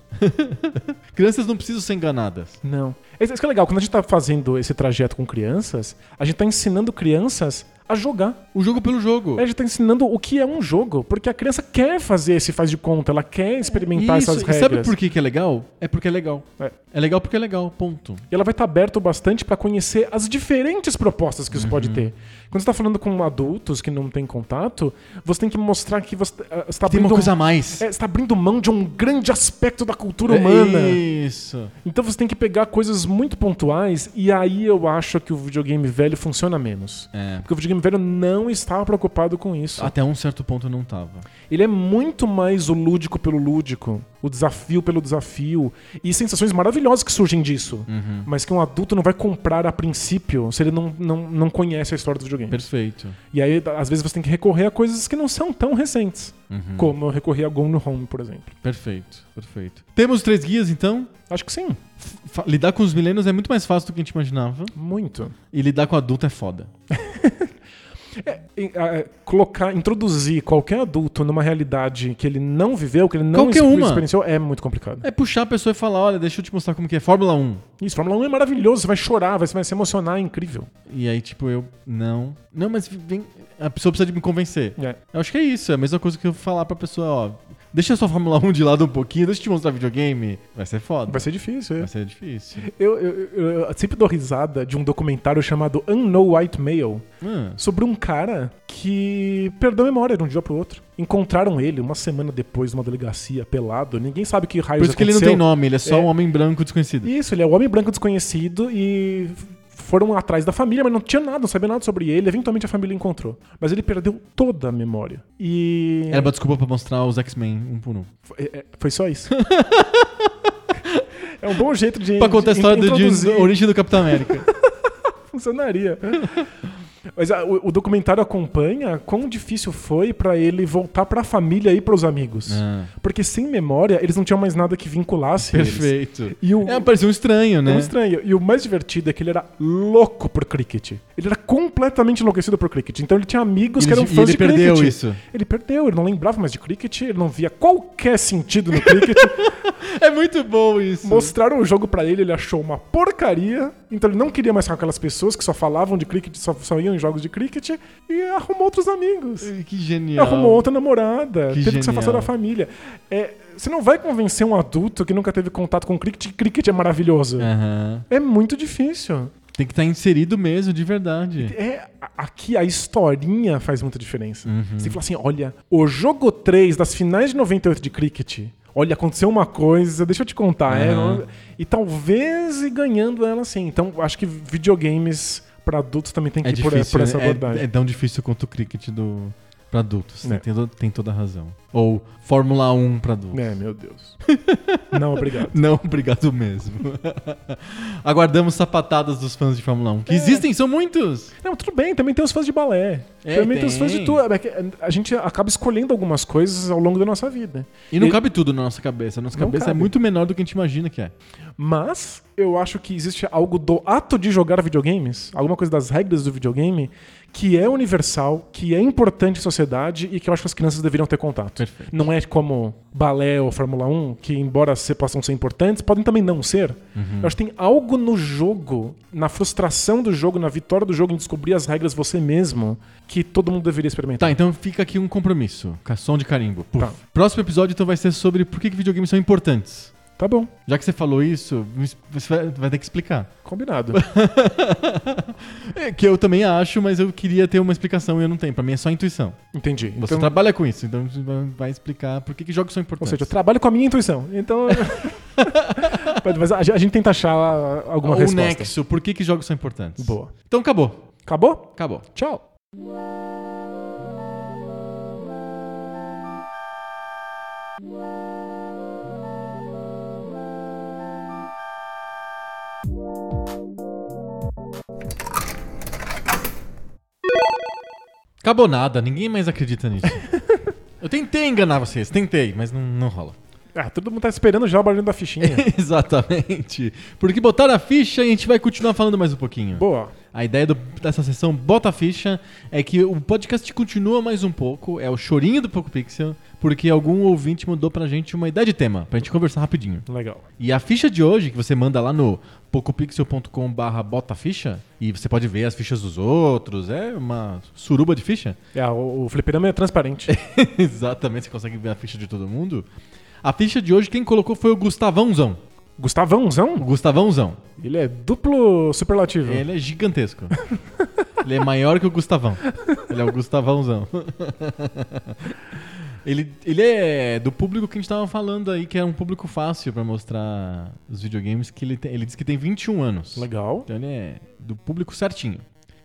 Speaker 1: Crianças não precisam ser enganadas.
Speaker 2: Não. Isso isso que é legal, quando a gente tá fazendo esse trajeto com crianças, a gente tá ensinando crianças a jogar.
Speaker 1: O jogo pelo jogo.
Speaker 2: A gente tá ensinando o que é um jogo, porque a criança quer fazer esse faz de conta, ela quer experimentar
Speaker 1: Isso,
Speaker 2: essas
Speaker 1: e
Speaker 2: regras.
Speaker 1: sabe por que, que é legal? É porque é legal.
Speaker 2: É.
Speaker 1: É legal porque é legal, ponto.
Speaker 2: E ela vai estar aberta o bastante para conhecer as diferentes propostas que isso
Speaker 1: Uhum.
Speaker 2: pode ter. Quando você tá falando com adultos que não têm contato, você tem que mostrar que você está
Speaker 1: Tem uma
Speaker 2: abrindo,
Speaker 1: coisa a mais.
Speaker 2: é, você tá abrindo mão de um grande aspecto da cultura
Speaker 1: É
Speaker 2: humana.
Speaker 1: Isso.
Speaker 2: Então você tem que pegar coisas muito pontuais e aí eu acho que o videogame velho funciona menos.
Speaker 1: É.
Speaker 2: Porque o videogame Game Velho não estava preocupado com isso.
Speaker 1: Até um certo ponto não tava.
Speaker 2: Ele é muito mais o lúdico pelo lúdico, o desafio pelo desafio, e sensações maravilhosas que surgem disso,
Speaker 1: Uhum.
Speaker 2: mas que um adulto não vai comprar a princípio se ele não, não, não conhece a história do videogame.
Speaker 1: Perfeito.
Speaker 2: E aí, às vezes, você tem que recorrer a coisas que não são tão recentes,
Speaker 1: Uhum.
Speaker 2: como eu recorri a Gone Home, por exemplo.
Speaker 1: Perfeito, perfeito. Temos três guias, então.
Speaker 2: Acho que sim,
Speaker 1: Fa- lidar com os milênios é muito mais fácil do que a gente imaginava.
Speaker 2: muito.
Speaker 1: E lidar com adulto é foda.
Speaker 2: E, ah, colocar, introduzir qualquer adulto numa realidade que ele não viveu, que ele não
Speaker 1: Qualquer
Speaker 2: ex-
Speaker 1: uma.
Speaker 2: experienciou, é muito complicado.
Speaker 1: É puxar a pessoa e falar, olha, deixa eu te mostrar como que é Fórmula 1.
Speaker 2: Isso, Fórmula 1 é maravilhoso, você vai chorar, vai- você vai se emocionar, é incrível.
Speaker 1: E aí, tipo, eu, não. Não, mas vem... A pessoa precisa de me convencer.
Speaker 2: É.
Speaker 1: Eu acho que é isso. É a mesma coisa que eu falar pra pessoa, ó... Deixa a sua Fórmula 1 de lado um pouquinho, deixa eu te mostrar videogame. Vai ser foda.
Speaker 2: Vai ser difícil. é.
Speaker 1: Vai ser difícil.
Speaker 2: Eu, eu- eu- eu sempre dou risada de um documentário chamado Unknown White Male
Speaker 1: Ah,
Speaker 2: sobre um cara que perdeu a memória de um dia pro outro. Encontraram ele uma semana depois numa delegacia, pelado. Ninguém sabe que
Speaker 1: por
Speaker 2: raios
Speaker 1: isso que ele não
Speaker 2: aconteceu.
Speaker 1: tem nome, ele é só
Speaker 2: É.
Speaker 1: um homem branco desconhecido.
Speaker 2: Isso, ele é o homem branco desconhecido e f- foram atrás da família, mas não tinha nada, não sabia nada sobre ele. Eventualmente a família encontrou. Mas ele perdeu toda a memória. E.
Speaker 1: Era uma desculpa pra mostrar os X-Men um por um.
Speaker 2: Foi, é- foi só isso. é um bom jeito de.
Speaker 1: Pra contar a
Speaker 2: de
Speaker 1: história do, de,
Speaker 2: introduzir.
Speaker 1: da origem do Capitão América.
Speaker 2: funcionaria. Mas ah, o, o documentário acompanha quão difícil foi pra ele voltar pra família e pros amigos.
Speaker 1: Ah.
Speaker 2: Porque sem memória, eles não tinham mais nada que vinculasse eles.
Speaker 1: Perfeito.
Speaker 2: E o-
Speaker 1: É, parecia um estranho,
Speaker 2: É
Speaker 1: né?
Speaker 2: um estranho. E o mais divertido é que ele era louco por cricket. Ele era completamente enlouquecido por cricket. Então ele tinha amigos
Speaker 1: E
Speaker 2: que
Speaker 1: ele-
Speaker 2: eram
Speaker 1: e
Speaker 2: fãs
Speaker 1: ele
Speaker 2: de
Speaker 1: perdeu
Speaker 2: cricket.
Speaker 1: isso.
Speaker 2: Ele perdeu, ele não lembrava mais de cricket, ele não via qualquer sentido no cricket.
Speaker 1: É muito bom isso.
Speaker 2: Mostraram o jogo pra ele, ele achou uma porcaria. Então ele não queria mais ficar com aquelas pessoas que só falavam de cricket, só, só iam em jogos de cricket. E arrumou outros amigos.
Speaker 1: Que genial.
Speaker 2: Arrumou outra namorada.
Speaker 1: Que
Speaker 2: teve que se
Speaker 1: genial.
Speaker 2: afastar da família. É, você não vai convencer um adulto que nunca teve contato com cricket que cricket é maravilhoso. É,
Speaker 1: Aham.
Speaker 2: muito difícil.
Speaker 1: Tem que estar inserido mesmo, de verdade.
Speaker 2: É, a- aqui a historinha faz muita diferença.
Speaker 1: Uhum.
Speaker 2: Você fala assim: olha, o jogo 3 das finais de 98 de cricket. Olha, aconteceu uma coisa, deixa eu te contar. é,
Speaker 1: Uhum.
Speaker 2: e talvez ir ganhando ela assim. Então, acho que videogames pra adultos também tem que
Speaker 1: É
Speaker 2: ir por, por
Speaker 1: difícil,
Speaker 2: essa
Speaker 1: né?
Speaker 2: abordagem.
Speaker 1: é, é tão difícil quanto o cricket do para adultos. Você
Speaker 2: É.
Speaker 1: Tem, todo- tem toda a razão. Ou Fórmula 1 para adultos.
Speaker 2: É, meu Deus. Não, obrigado.
Speaker 1: Não, obrigado mesmo. Aguardamos sapatadas dos fãs de Fórmula
Speaker 2: É.
Speaker 1: 1. Que existem, são muitos.
Speaker 2: Não, tudo bem, também tem os fãs de balé.
Speaker 1: É,
Speaker 2: também tem. os fãs
Speaker 1: tem.
Speaker 2: de tudo. É que A gente acaba escolhendo algumas coisas ao longo da nossa vida.
Speaker 1: E não
Speaker 2: E-
Speaker 1: cabe tudo na nossa cabeça. A nossa
Speaker 2: Não
Speaker 1: cabeça é
Speaker 2: cabe.
Speaker 1: muito menor do que a gente imagina que é.
Speaker 2: Mas eu acho que existe algo do ato de jogar videogames, alguma coisa das regras do videogame, que é universal, que é importante em sociedade e que eu acho que as crianças deveriam ter contato.
Speaker 1: Perfeito.
Speaker 2: Não é como balé ou Fórmula 1, que embora se- possam ser importantes, podem também não ser.
Speaker 1: Uhum.
Speaker 2: Eu acho que tem algo no jogo, na frustração do jogo, na vitória do jogo, em descobrir as regras você mesmo, que todo mundo deveria experimentar.
Speaker 1: Tá, então fica aqui um compromisso. Ca- Som de carimbo. Puf.
Speaker 2: Tá.
Speaker 1: Próximo episódio então vai ser sobre por que que videogames são importantes.
Speaker 2: Tá bom,
Speaker 1: Já que você falou isso, me es- você vai- vai ter que explicar.
Speaker 2: combinado.
Speaker 1: É, que eu também acho, mas eu queria ter uma explicação e eu não tenho. Pra mim é só intuição.
Speaker 2: Entendi.
Speaker 1: Você
Speaker 2: Então,
Speaker 1: trabalha com isso, então você vai- vai explicar por que, que jogos são
Speaker 2: Ou
Speaker 1: importantes.
Speaker 2: seja, eu trabalho com a minha intuição. Então. Mas- Mas a, a gente tenta achar alguma
Speaker 1: o
Speaker 2: resposta.
Speaker 1: nexo, por que, que jogos são importantes.
Speaker 2: Boa.
Speaker 1: Então acabou.
Speaker 2: Acabou?
Speaker 1: Acabou.
Speaker 2: Tchau.
Speaker 1: Acabou nada, ninguém mais acredita nisso. eu tentei enganar vocês, tentei, mas não, não rola.
Speaker 2: Ah, todo mundo tá esperando já o barulho da fichinha.
Speaker 1: Exatamente. Porque botaram a ficha e a gente vai continuar falando mais um pouquinho.
Speaker 2: Boa.
Speaker 1: A ideia do- dessa sessão Bota a Ficha é que o podcast continua mais um pouco, é o chorinho do Poco Pixel, porque algum ouvinte mandou pra gente uma ideia de tema, pra gente conversar rapidinho.
Speaker 2: Legal.
Speaker 1: E a ficha de hoje, que você manda lá no pocopixel.com barra bota ficha, e você pode ver as fichas dos outros, é uma suruba de ficha.
Speaker 2: É, o, o fliperama é transparente.
Speaker 1: Exatamente, você consegue ver a ficha de todo mundo. A ficha de hoje, quem colocou foi o Gustavãozão. O
Speaker 2: Gustavãozão?
Speaker 1: Gustavãozão.
Speaker 2: Ele é duplo superlativo.
Speaker 1: Ele é gigantesco. Ele é maior que o Gustavão. Ele é o Gustavãozão. Ele, ele é do público que a gente tava falando aí, que é um público fácil pra mostrar os videogames, que ele, tem- ele diz que tem 21 anos.
Speaker 2: Legal.
Speaker 1: Então ele é do público certinho.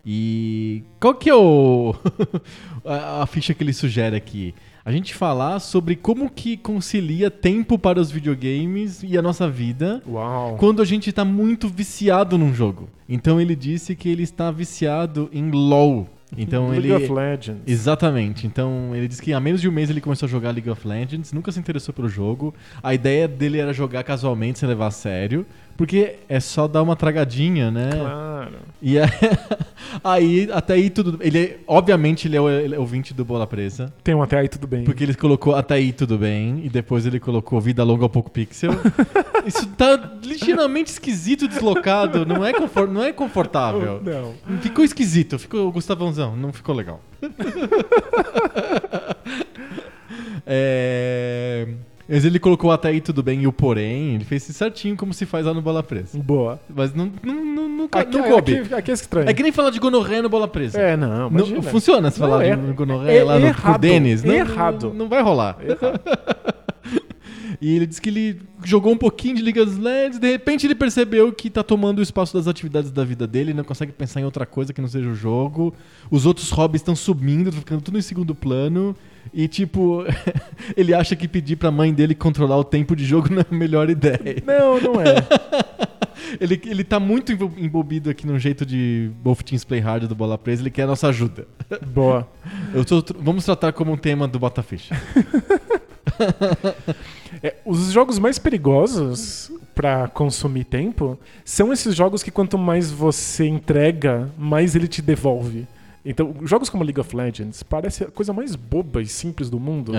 Speaker 1: E qual que é o a a ficha que ele sugere aqui? A gente falar sobre como que concilia tempo para os videogames e a nossa vida
Speaker 2: Uau.
Speaker 1: quando a gente está muito viciado num jogo. Então ele disse que ele está viciado em LoL. Então
Speaker 2: League
Speaker 1: ele
Speaker 2: of Legends.
Speaker 1: Exatamente. Então, ele disse que há menos de um mês ele começou a jogar League of Legends, nunca se interessou pelo jogo. A ideia dele era jogar casualmente, sem levar a sério, porque é só dar uma tragadinha, né?
Speaker 2: Claro.
Speaker 1: E é- aí, até aí tudo. Ele, obviamente, ele é, o, ele é ouvinte do Bola Presa,
Speaker 2: Tem um até aí, tudo bem.
Speaker 1: porque ele colocou até aí tudo bem, e depois ele colocou Vida Longa ao Pouco Pixel. Isso tá ligeiramente esquisito, deslocado, não é, confor- não é confortável.
Speaker 2: Não.
Speaker 1: Ficou esquisito, ficou Gustavãozão, não ficou legal. É, Mas ele colocou até aí tudo bem e o porém, ele fez certinho como se faz lá no Bola Presa.
Speaker 2: Boa.
Speaker 1: Mas não, não, não, nunca,
Speaker 2: Aqui,
Speaker 1: Ah, não coube.
Speaker 2: aqui, aqui é estranho.
Speaker 1: É que nem falar de gonorreia no Bola Presa.
Speaker 2: É,
Speaker 1: Não-
Speaker 2: não, imagina.
Speaker 1: funciona se
Speaker 2: Não,
Speaker 1: falar
Speaker 2: é-
Speaker 1: de gonorreia
Speaker 2: é
Speaker 1: lá no, pro
Speaker 2: errado,
Speaker 1: Denis. Não,
Speaker 2: errado.
Speaker 1: Não, vai rolar. E ele disse que ele jogou um pouquinho de League of Legends, de repente ele percebeu que tá tomando o espaço das atividades da vida dele, não consegue pensar em outra coisa que não seja o jogo. Os outros hobbies estão sumindo, tão ficando tudo em segundo plano. E tipo, ele acha que pedir pra mãe dele controlar o tempo de jogo não é a melhor ideia.
Speaker 2: Não, não é.
Speaker 1: Ele, ele tá muito embo- embobido aqui no jeito de Both Teams Play Hard do Bola Presa, ele quer a nossa ajuda.
Speaker 2: Boa.
Speaker 1: Eu tô- vamos tratar como um tema do Botaficha.
Speaker 2: É, os jogos mais perigosos pra consumir tempo são esses jogos que quanto mais você entrega, mais ele te devolve. Então, jogos como League of Legends parece a coisa mais boba e simples do mundo.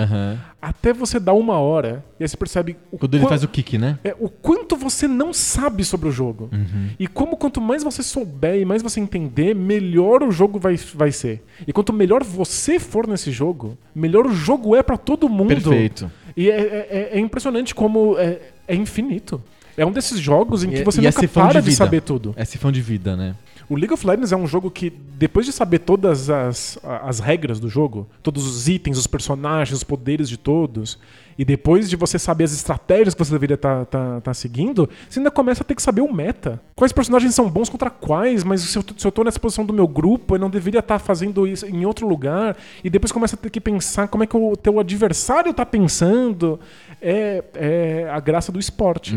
Speaker 2: Até você dar uma hora e aí você percebe o
Speaker 1: Quando ele
Speaker 2: quan-
Speaker 1: faz o kick, né?
Speaker 2: é, o quanto você não sabe sobre o jogo. E como quanto mais você souber e mais você entender, melhor o jogo vai, vai ser. E quanto melhor você for nesse jogo, melhor o jogo é pra todo mundo.
Speaker 1: Perfeito.
Speaker 2: E é, é- é impressionante como é, é infinito. É um desses jogos em que você nunca
Speaker 1: cifão
Speaker 2: para é de,
Speaker 1: vida.
Speaker 2: saber tudo.
Speaker 1: É sifão de vida, né?
Speaker 2: O League of Legends é um jogo que, depois de saber todas as, a- as regras do jogo, todos os itens, os personagens, os poderes de todos, e depois de você saber as estratégias que você deveria estar seguindo, você ainda começa a ter que saber o meta. Quais personagens são bons contra quais, mas se eu, t- se eu tô nessa posição do meu grupo, eu não deveria estar fazendo isso em outro lugar. E depois começa a ter que pensar como é que o teu adversário tá pensando. É, é a graça do esporte.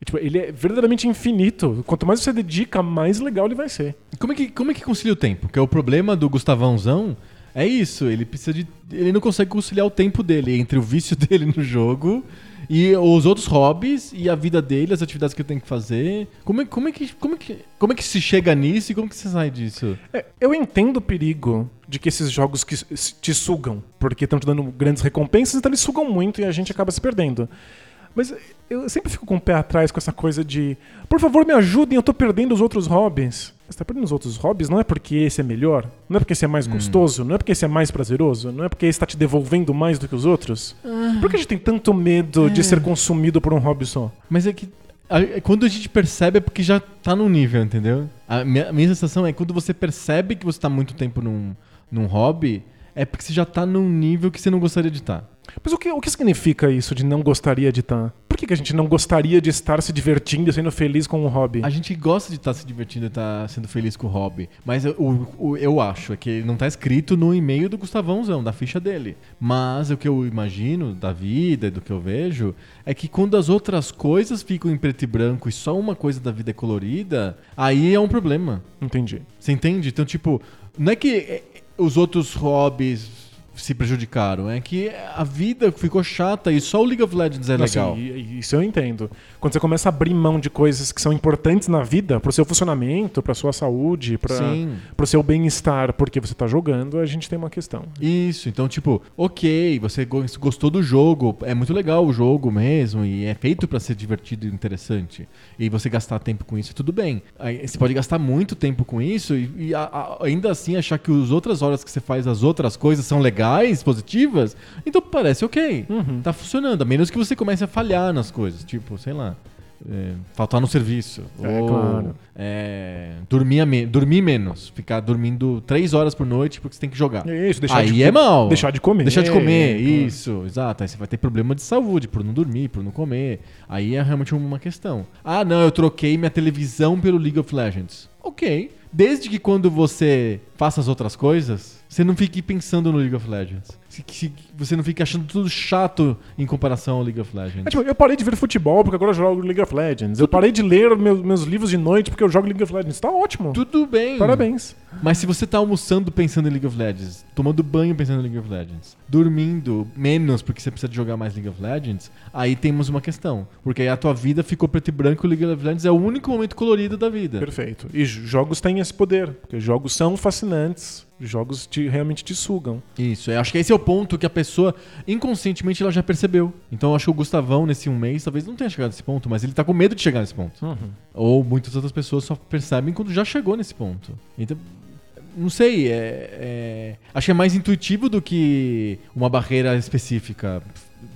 Speaker 2: E, tipo, ele é verdadeiramente infinito. Quanto mais você dedica, mais legal ele vai ser.
Speaker 1: Como é que, como é que concilia o tempo? Que é o problema do Gustavãozão. É isso, ele precisa de. Ele não consegue conciliar o tempo dele entre o vício dele no jogo e os outros hobbies e a vida dele, as atividades que ele tem que fazer. Como é, como é que, como é que, como é que se chega nisso e como que você sai disso?
Speaker 2: É, eu entendo o perigo de que esses jogos que s- te sugam, porque estão te dando grandes recompensas, então eles sugam muito e a gente acaba se perdendo. Mas eu sempre fico com o pé atrás com essa coisa de, por favor, me ajudem, eu tô perdendo os outros hobbies. Você tá perdendo os outros hobbies não é porque esse é melhor, não é porque esse é mais gostoso, não é porque esse é mais prazeroso, não é porque esse tá te devolvendo mais do que os outros. Por que a gente tem tanto medo de ser consumido por um hobby só?
Speaker 1: Mas é que a- é quando a gente percebe é porque já tá num nível, entendeu? A minha, a minha sensação é quando você percebe que você tá muito tempo num, num hobby, é porque você já tá num nível que você não gostaria de tá. estar.
Speaker 2: Mas o que, o que significa isso de não gostaria de estar? Por que, que a gente não gostaria de estar se divertindo e sendo feliz com um hobby?
Speaker 1: A gente gosta de estar se divertindo e estar sendo feliz com o hobby, mas eu, o- o- eu acho é que não tá escrito no e-mail do Gustavãozão, da ficha dele. Mas o que eu imagino da vida e do que eu vejo é que quando as outras coisas ficam em preto e branco e só uma coisa da vida é colorida, aí é um problema.
Speaker 2: Entendi.
Speaker 1: Você entende? Então, tipo, não é que eh, os outros hobbies se prejudicaram, é que a vida ficou chata e só o League of Legends é
Speaker 2: Nossa,
Speaker 1: legal.
Speaker 2: Assim, e- e isso eu entendo. Quando você começa a abrir mão de coisas que são importantes na vida, pro seu funcionamento, pra sua saúde, pra,
Speaker 1: Sim.
Speaker 2: pro seu bem-estar, porque você tá jogando, a gente tem uma questão.
Speaker 1: Isso, então, tipo, ok, você go- gostou do jogo, é muito legal o jogo mesmo, e é feito pra ser divertido e interessante. E você gastar tempo com isso, é tudo bem. Aí, você pode gastar muito tempo com isso e, e a- a- ainda assim achar que as outras horas que você faz as outras coisas são legais, positivas, então parece ok.
Speaker 2: Uhum.
Speaker 1: Tá funcionando, a menos que você comece a falhar nas coisas, tipo, sei lá. é, faltar no serviço.
Speaker 2: É,
Speaker 1: ou,
Speaker 2: claro.
Speaker 1: é, dormir, a me- dormir menos. Ficar dormindo três horas por noite porque você tem que jogar.
Speaker 2: Isso, deixar
Speaker 1: Aí
Speaker 2: de-
Speaker 1: é mal.
Speaker 2: deixar de comer.
Speaker 1: Deixar de comer,
Speaker 2: É,
Speaker 1: isso, exato. Aí você vai ter problema de saúde por não dormir, por não comer. Aí é realmente uma questão. Ah, não, eu troquei minha televisão pelo League of Legends. Ok. Desde que quando você faça as outras coisas, você não fique pensando no League of Legends. Se- se- Você não fique achando tudo chato em comparação ao League of
Speaker 2: Mas,
Speaker 1: Legends.
Speaker 2: tipo, eu parei de ver futebol porque agora eu jogo League of Legends. Eu parei de ler meus, meus livros de noite porque eu jogo League of Legends. Tá ótimo.
Speaker 1: Tudo bem.
Speaker 2: Parabéns.
Speaker 1: Mas se você tá almoçando pensando em League of Legends, tomando banho pensando em League of Legends, dormindo menos porque você precisa de jogar mais League of Legends, aí temos uma questão. Porque aí a tua vida ficou preto e branco e League of Legends é o único momento colorido da vida.
Speaker 2: Perfeito. E j- jogos têm esse poder. Porque jogos são fascinantes. Jogos te- realmente te sugam.
Speaker 1: Isso, eu acho que esse é o ponto que a pessoa, inconscientemente, ela já percebeu. Então eu acho que o Gustavão, nesse um mês, talvez não tenha chegado nesse ponto, mas ele tá com medo de chegar nesse ponto. Ou muitas outras pessoas só percebem quando já chegou nesse ponto. Então, não sei, é, é- acho que é mais intuitivo do que uma barreira específica,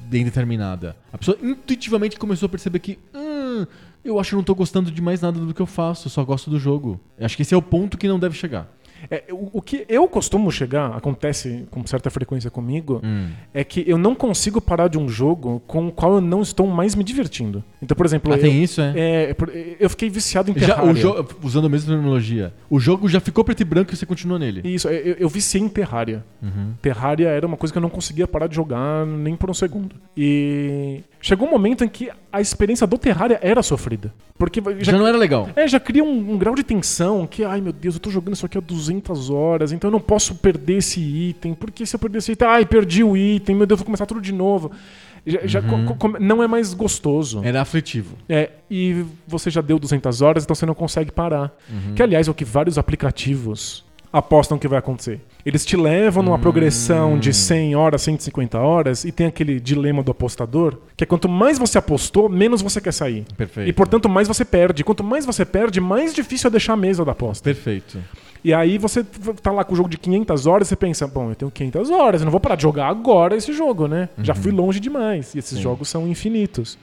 Speaker 1: bem determinada. A pessoa intuitivamente começou a perceber que, hum, eu acho que eu não tô gostando de mais nada do que eu faço, eu só gosto do jogo. Eu acho que esse é o ponto que não deve chegar.
Speaker 2: É, o, o que eu costumo chegar, acontece com certa frequência comigo,
Speaker 1: Hum.
Speaker 2: é que eu não consigo parar de um jogo com o qual eu não estou mais me divertindo. Então, por exemplo,
Speaker 1: Ah,
Speaker 2: eu,
Speaker 1: tem isso, é?
Speaker 2: é, por- eu fiquei viciado em
Speaker 1: Já,
Speaker 2: Terraria.
Speaker 1: o jo- usando a mesma terminologia, o jogo já ficou preto e branco e você continua nele.
Speaker 2: Isso, eu, eu- eu viciei em Terraria.
Speaker 1: Uhum.
Speaker 2: Terraria era uma coisa que eu não conseguia parar de jogar nem por um segundo. E chegou um momento em que a experiência do Terraria era sofrida. Porque
Speaker 1: Já,
Speaker 2: já
Speaker 1: não era legal.
Speaker 2: É, já cria um, um grau de tensão que, ai meu Deus, eu tô jogando isso aqui há 200 horas, então eu não posso perder esse item, porque se eu perder esse item, ai, perdi o item, meu Deus, vou começar tudo de novo. Já, já co- co- não é mais gostoso.
Speaker 1: Era aflitivo.
Speaker 2: É, e você já deu 200 horas, então você não consegue parar. Que, aliás, é o que vários aplicativos apostam que vai acontecer. Eles te levam numa progressão de 100 horas, 150 horas, e tem aquele dilema do apostador, que é quanto mais você apostou, menos você quer sair.
Speaker 1: Perfeito.
Speaker 2: E, portanto, mais você perde. Quanto mais você perde, mais difícil é deixar a mesa da aposta.
Speaker 1: Perfeito.
Speaker 2: E aí você f- tá lá com o jogo de 500 horas, você pensa, bom, eu tenho 500 horas, eu não vou parar de jogar agora esse jogo, né? Já
Speaker 1: Uhum.
Speaker 2: fui longe demais. E esses jogos são infinitos.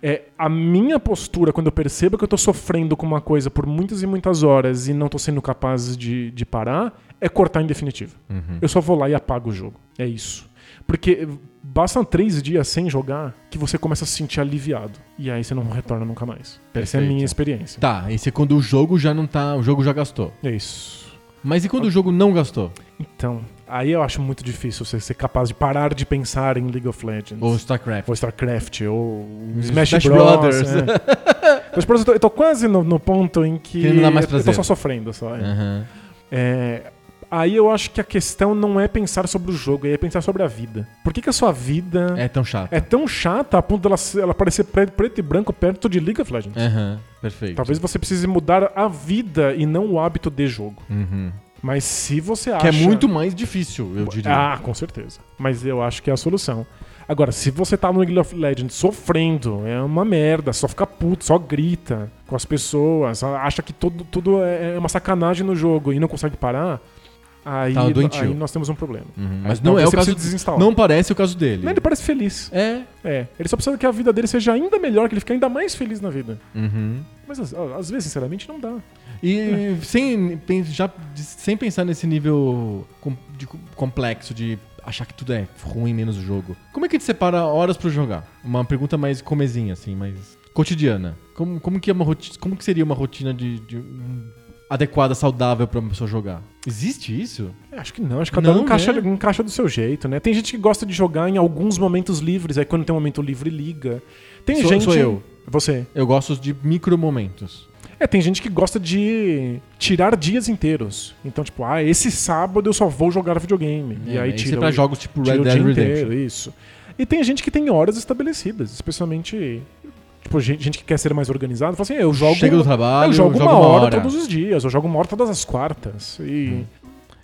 Speaker 2: É, a minha postura, quando eu percebo que eu tô sofrendo com uma coisa por muitas e muitas horas e não tô sendo capaz de, de parar, é cortar em definitivo.
Speaker 1: Uhum.
Speaker 2: Eu só vou lá e apago o jogo. É isso. Porque bastam três dias sem jogar que você começa a se sentir aliviado. E aí você não retorna nunca mais. Essa é a
Speaker 1: Perfeito.
Speaker 2: minha experiência.
Speaker 1: Tá, esse é quando o jogo já não tá. O jogo já gastou.
Speaker 2: É isso.
Speaker 1: Mas e quando o jogo não gastou?
Speaker 2: Então, aí eu acho muito difícil você ser capaz de parar de pensar em League of Legends.
Speaker 1: Ou StarCraft?
Speaker 2: Ou StarCraft, ou Smash,
Speaker 1: Smash
Speaker 2: Brothers.
Speaker 1: Brothers.
Speaker 2: é. Mas, por exemplo, eu tô quase no, no ponto em que
Speaker 1: Que não dá mais
Speaker 2: eu tô
Speaker 1: prazer.
Speaker 2: só sofrendo, só. é.
Speaker 1: Aham.
Speaker 2: É, aí eu acho que a questão não é pensar sobre o jogo, é pensar sobre a vida. Por que, que a sua vida
Speaker 1: É tão chato.
Speaker 2: é, tão chata a ponto dela ser- ela parecer pre- preto e branco perto de League of Legends?
Speaker 1: Aham, Perfeito.
Speaker 2: Talvez você precise mudar a vida e não o hábito de jogo.
Speaker 1: Uhum.
Speaker 2: Mas se você acha...
Speaker 1: Que é muito mais difícil, eu diria.
Speaker 2: Ah, com certeza. Mas eu acho que é a solução. Agora, se você tá no League of Legends sofrendo, é uma merda, só fica puto, só grita com as pessoas, a- acha que tudo, tudo é é uma sacanagem no jogo e não consegue parar, aí,
Speaker 1: Tá doentio.
Speaker 2: aí nós temos um problema.
Speaker 1: Uhum,
Speaker 2: Aí
Speaker 1: Mas não
Speaker 2: talvez
Speaker 1: é o
Speaker 2: você
Speaker 1: caso.
Speaker 2: precise desinstalar.
Speaker 1: Não parece o caso dele.
Speaker 2: Ele parece feliz.
Speaker 1: É.
Speaker 2: É. Ele só precisa que a vida dele seja ainda melhor, que ele fique ainda mais feliz na vida.
Speaker 1: Uhum.
Speaker 2: Mas às- às vezes, sinceramente, não dá.
Speaker 1: E sem, pen- já, de- sem pensar nesse nível com- de co- complexo de achar que tudo é ruim menos o jogo. Como é que a gente separa horas pra jogar? Uma pergunta mais comezinha, assim, mais cotidiana. Como, como, que, é uma roti- como que seria uma rotina de, de- um- adequada, saudável pra uma pessoa jogar? Existe isso?
Speaker 2: É, Acho que não, acho que cada um
Speaker 1: Não,
Speaker 2: encaixa,
Speaker 1: né?
Speaker 2: encaixa do seu jeito, né? Tem gente que gosta de jogar em alguns momentos livres, aí quando tem um momento livre, liga. Tem
Speaker 1: Sou-
Speaker 2: gente.
Speaker 1: sou eu.
Speaker 2: Você.
Speaker 1: Eu gosto de micro momentos.
Speaker 2: É, tem gente que gosta de tirar dias inteiros. Então, tipo, ah, esse sábado eu só vou jogar videogame. e
Speaker 1: É,
Speaker 2: aí
Speaker 1: isso
Speaker 2: tira.
Speaker 1: é pra
Speaker 2: o-
Speaker 1: jogos tipo
Speaker 2: tira
Speaker 1: Red
Speaker 2: o
Speaker 1: Dead
Speaker 2: dia
Speaker 1: Redemption.
Speaker 2: inteiro, isso. E tem gente que tem horas estabelecidas, especialmente. Tipo, gente, gente que quer ser mais organizado, fala assim: eu jogo.
Speaker 1: Chega do trabalho,
Speaker 2: eu jogo,
Speaker 1: jogo
Speaker 2: uma,
Speaker 1: uma
Speaker 2: hora,
Speaker 1: hora. Hum,
Speaker 2: todos os dias, eu jogo uma hora todas as quartas. E.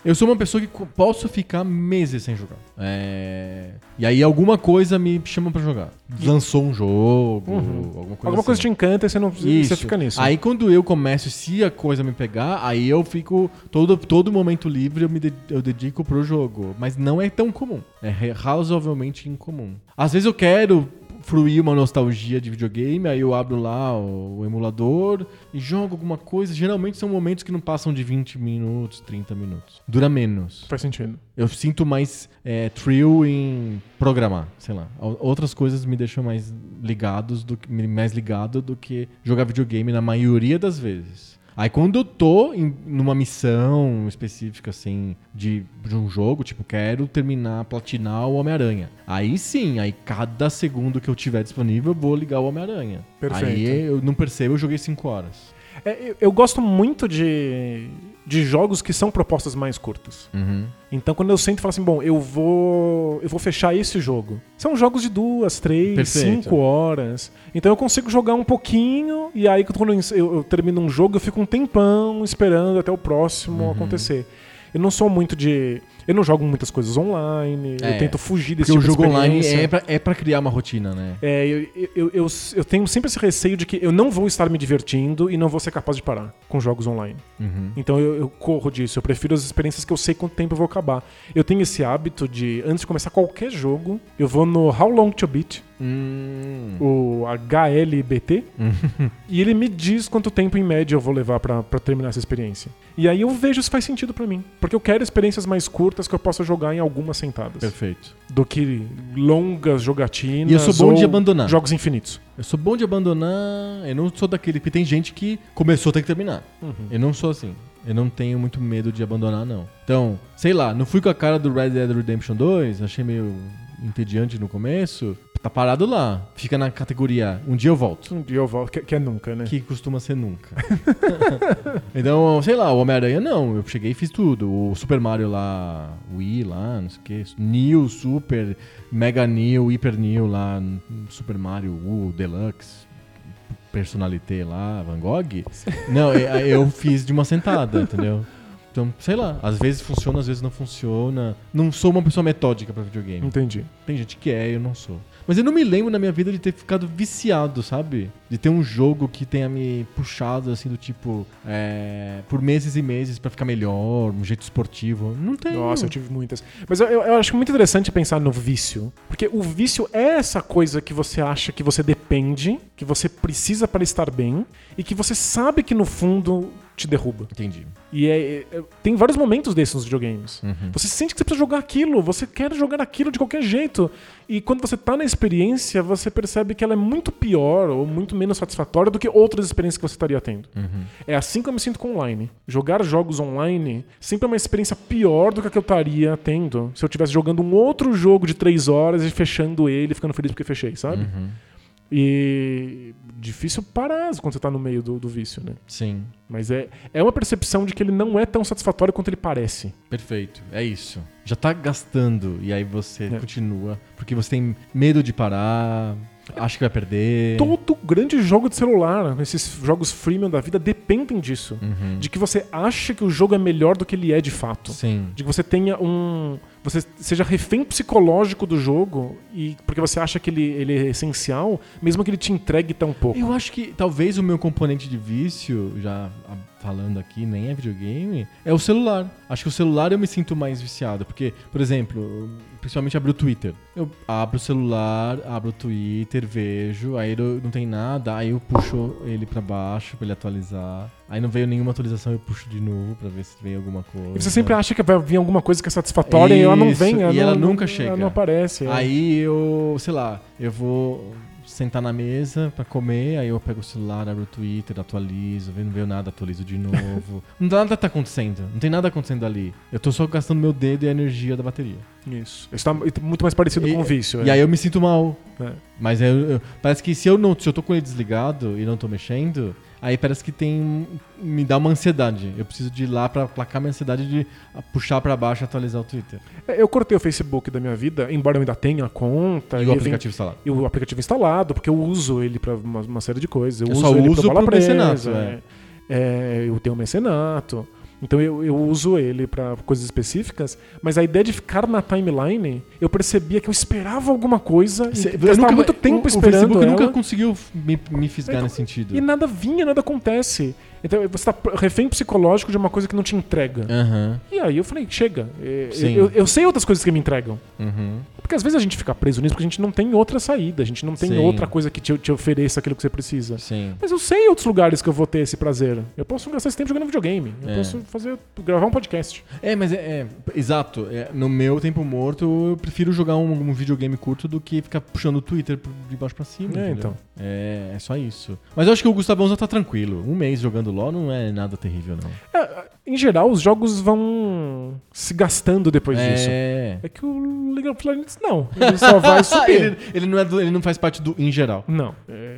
Speaker 1: Eu sou uma pessoa que co- posso ficar meses sem jogar. É... E aí alguma coisa me chama pra jogar. Lançou um jogo, alguma coisa
Speaker 2: Alguma coisa te
Speaker 1: assim.
Speaker 2: encanta e você, não, você
Speaker 1: Isso.
Speaker 2: fica nisso.
Speaker 1: Aí quando eu começo, se a coisa me pegar, aí eu fico todo todo momento livre, eu me de- eu dedico pro jogo, mas não é tão comum. É re- razoavelmente incomum. Às vezes eu quero fruir uma nostalgia de videogame, aí eu abro lá o, o emulador e jogo alguma coisa. Geralmente são momentos que não passam de 20 minutos, 30 minutos. Dura menos.
Speaker 2: Faz sentido.
Speaker 1: Eu sinto mais é, thrill em programar, sei lá. O- Outras coisas me deixam mais ligados do que, me- mais ligado do que jogar videogame na maioria das vezes. Aí quando eu tô em, numa missão específica, assim, de, de um jogo, tipo, quero terminar, platinar o Homem-Aranha. Aí sim, aí cada segundo que eu tiver disponível, eu vou ligar o Homem-Aranha.
Speaker 2: Perfeito.
Speaker 1: Aí eu não percebo, eu joguei 5 horas.
Speaker 2: É, eu, eu gosto muito de, de jogos que são propostas mais curtas.
Speaker 1: Uhum.
Speaker 2: Então quando eu sinto e falo assim, bom, eu vou. eu vou fechar esse jogo. São jogos de duas, três,
Speaker 1: Perfeito.
Speaker 2: cinco horas. Então eu consigo jogar um pouquinho, e aí quando eu, eu termino um jogo, eu fico um tempão esperando até o próximo
Speaker 1: Uhum.
Speaker 2: acontecer. Eu não sou muito de. Eu não jogo muitas coisas online,
Speaker 1: É,
Speaker 2: eu tento fugir desse
Speaker 1: Porque o
Speaker 2: tipo
Speaker 1: jogo
Speaker 2: de
Speaker 1: online
Speaker 2: experiência.
Speaker 1: é pra, é pra criar uma rotina, né?
Speaker 2: É, eu, eu, eu, eu tenho sempre esse receio de que eu não vou estar me divertindo e não vou ser capaz de parar com jogos online.
Speaker 1: Uhum.
Speaker 2: Então eu, eu corro disso, eu prefiro as experiências que eu sei quanto tempo eu vou acabar. Eu tenho esse hábito de, antes de começar qualquer jogo, eu vou no How Long to Beat,
Speaker 1: Hum.
Speaker 2: o HLBT, e ele me diz quanto tempo em média eu vou levar pra pra terminar essa experiência. E aí eu vejo se faz sentido pra mim, porque eu quero experiências mais curtas que eu possa jogar em algumas sentadas,
Speaker 1: Perfeito.
Speaker 2: do que longas jogatinas
Speaker 1: E eu sou bom
Speaker 2: ou
Speaker 1: de abandonar.
Speaker 2: jogos infinitos.
Speaker 1: Eu sou bom de abandonar. Eu não sou daquele. Porque tem gente que começou tem que terminar. Eu não sou assim. Eu não tenho muito medo de abandonar, não. Então, sei lá, não fui com a cara do Red Dead Redemption 2, achei meio entediante no começo. Tá parado lá. Fica na categoria. Um dia eu volto.
Speaker 2: Um dia eu volto, que, que é nunca, né?
Speaker 1: Que costuma ser nunca. então, sei lá, o Homem-Aranha não. Eu cheguei e fiz tudo. O Super Mario lá, Wii lá, não sei o que. New, Super, Mega New, Hyper New lá, Super Mario U, Deluxe, Personalité lá, Van Gogh. Não, eu, eu fiz de uma sentada, entendeu? Então, sei lá, às vezes funciona, às vezes não funciona. Não sou uma pessoa metódica pra videogame.
Speaker 2: Entendi.
Speaker 1: Tem gente que é, eu não sou. Mas eu não me lembro na minha vida de ter ficado viciado, sabe? De ter um jogo que tenha me puxado, assim, do tipo, é, por meses e meses pra ficar melhor, um jeito esportivo. Não tem.
Speaker 2: Nossa, eu tive muitas. Mas eu, eu- eu acho muito interessante pensar no vício. Porque o vício é essa coisa que você acha que você depende, que você precisa para estar bem, e que você sabe que no fundo te derruba.
Speaker 1: Entendi.
Speaker 2: E é- é- tem vários momentos desses nos videogames. Você sente que você precisa jogar aquilo, você quer jogar aquilo de qualquer jeito. E quando você tá na experiência, você percebe que ela é muito pior ou muito menos satisfatória do que outras experiências que você estaria tendo. É assim que eu me sinto com online. Jogar jogos online sempre é uma experiência pior do que a que eu estaria tendo se eu estivesse jogando um outro jogo de três horas e fechando ele, ficando feliz porque fechei, sabe? E difícil parar quando você tá no meio do- do vício, né?
Speaker 1: Sim.
Speaker 2: Mas é, é uma percepção de que ele não é tão satisfatório quanto ele parece.
Speaker 1: Perfeito. É isso. Já tá gastando e aí você
Speaker 2: É.
Speaker 1: continua. Porque você tem medo de parar, acha que vai perder.
Speaker 2: Todo grande jogo de celular, esses jogos freemium da vida, dependem disso. De que você acha que o jogo é melhor do que ele é de fato.
Speaker 1: Uhum. Sim.
Speaker 2: De que você tenha um. Você seja refém psicológico do jogo, e porque você acha que ele, ele é essencial, mesmo que ele te entregue tão pouco.
Speaker 1: Eu acho que talvez o meu componente de vício, já ah, falando aqui, nem é videogame, é o celular. Acho que o celular eu me sinto mais viciado, porque, por exemplo, principalmente abro o Twitter. Eu abro o celular, abro o Twitter, vejo, aí eu- não tem nada, aí eu puxo ele pra baixo pra ele atualizar. Aí não veio nenhuma atualização, eu puxo de novo pra ver se veio alguma coisa.
Speaker 2: E você é sempre acha que vai vir alguma coisa que é satisfatória e ela não
Speaker 1: Isso,
Speaker 2: vem,
Speaker 1: e
Speaker 2: não-
Speaker 1: ela nunca
Speaker 2: não-
Speaker 1: chega.
Speaker 2: Ela não aparece. é.
Speaker 1: Aí eu, sei lá, eu vou sentar na mesa pra comer, aí eu pego o celular, abro o Twitter, atualizo, vê- não veio nada, atualizo de novo. não dá- nada tá acontecendo, não tem nada acontecendo ali. Eu tô só gastando meu dedo e a energia da bateria.
Speaker 2: Isso. Isso tá muito mais parecido
Speaker 1: E-
Speaker 2: com o vício.
Speaker 1: E
Speaker 2: é.
Speaker 1: aí eu me sinto mal.
Speaker 2: É.
Speaker 1: Mas eu- eu- parece que se eu não, se eu tô com ele desligado e não tô mexendo, aí parece que tem me dá uma ansiedade. Eu preciso de ir lá pra placar minha ansiedade de ah, puxar pra baixo e atualizar o Twitter.
Speaker 2: É, Eu cortei o Facebook da minha vida, embora eu ainda tenha a conta.
Speaker 1: E o
Speaker 2: event-
Speaker 1: aplicativo está lá.
Speaker 2: Tá, e o aplicativo instalado, porque eu uso ele pra uma, uma série de coisas. Eu,
Speaker 1: Eu
Speaker 2: uso
Speaker 1: só
Speaker 2: ele
Speaker 1: uso
Speaker 2: pra bola
Speaker 1: pro
Speaker 2: presa,
Speaker 1: mecenato, é.
Speaker 2: é. É, eu tenho mecenato. Então eu, eu uso ele pra coisas específicas, mas a ideia de ficar na timeline, eu percebia que eu esperava alguma coisa, e
Speaker 1: Cê-
Speaker 2: eu gastava
Speaker 1: nunca-
Speaker 2: muito tempo
Speaker 1: o- o
Speaker 2: esperando
Speaker 1: Facebook
Speaker 2: ela,
Speaker 1: nunca conseguiu me, me fisgar
Speaker 2: Então,
Speaker 1: nesse sentido.
Speaker 2: e nada vinha, nada acontece. Então você tá refém psicológico de uma coisa que não te entrega.
Speaker 1: Aham,
Speaker 2: E aí eu falei, chega. É,
Speaker 1: Sim.
Speaker 2: Eu, eu sei outras coisas que me entregam.
Speaker 1: uhum.
Speaker 2: Porque às vezes a gente fica preso nisso porque a gente não tem outra saída, a gente não tem
Speaker 1: Sim.
Speaker 2: outra coisa que te, te ofereça aquilo que você precisa.
Speaker 1: Sim.
Speaker 2: Mas eu sei outros lugares que eu vou ter esse prazer. Eu posso gastar esse tempo jogando videogame. Eu
Speaker 1: É.
Speaker 2: posso fazer, gravar um podcast.
Speaker 1: É, mas é. é, exato. É, no meu tempo morto, eu prefiro jogar um, um videogame curto do que ficar puxando o Twitter por- de baixo pra cima.
Speaker 2: É,
Speaker 1: entendeu?
Speaker 2: então.
Speaker 1: É, é só isso. Mas eu acho que o Gustavão já tá tranquilo. Um mês jogando LoL não é nada terrível, não.
Speaker 2: É, em geral, os jogos vão se gastando depois disso.
Speaker 1: É.
Speaker 2: É que o League of Legends não. Ah, Ele só vai subir.
Speaker 1: ele, ele não é do- ele não faz parte do em geral.
Speaker 2: Não. É,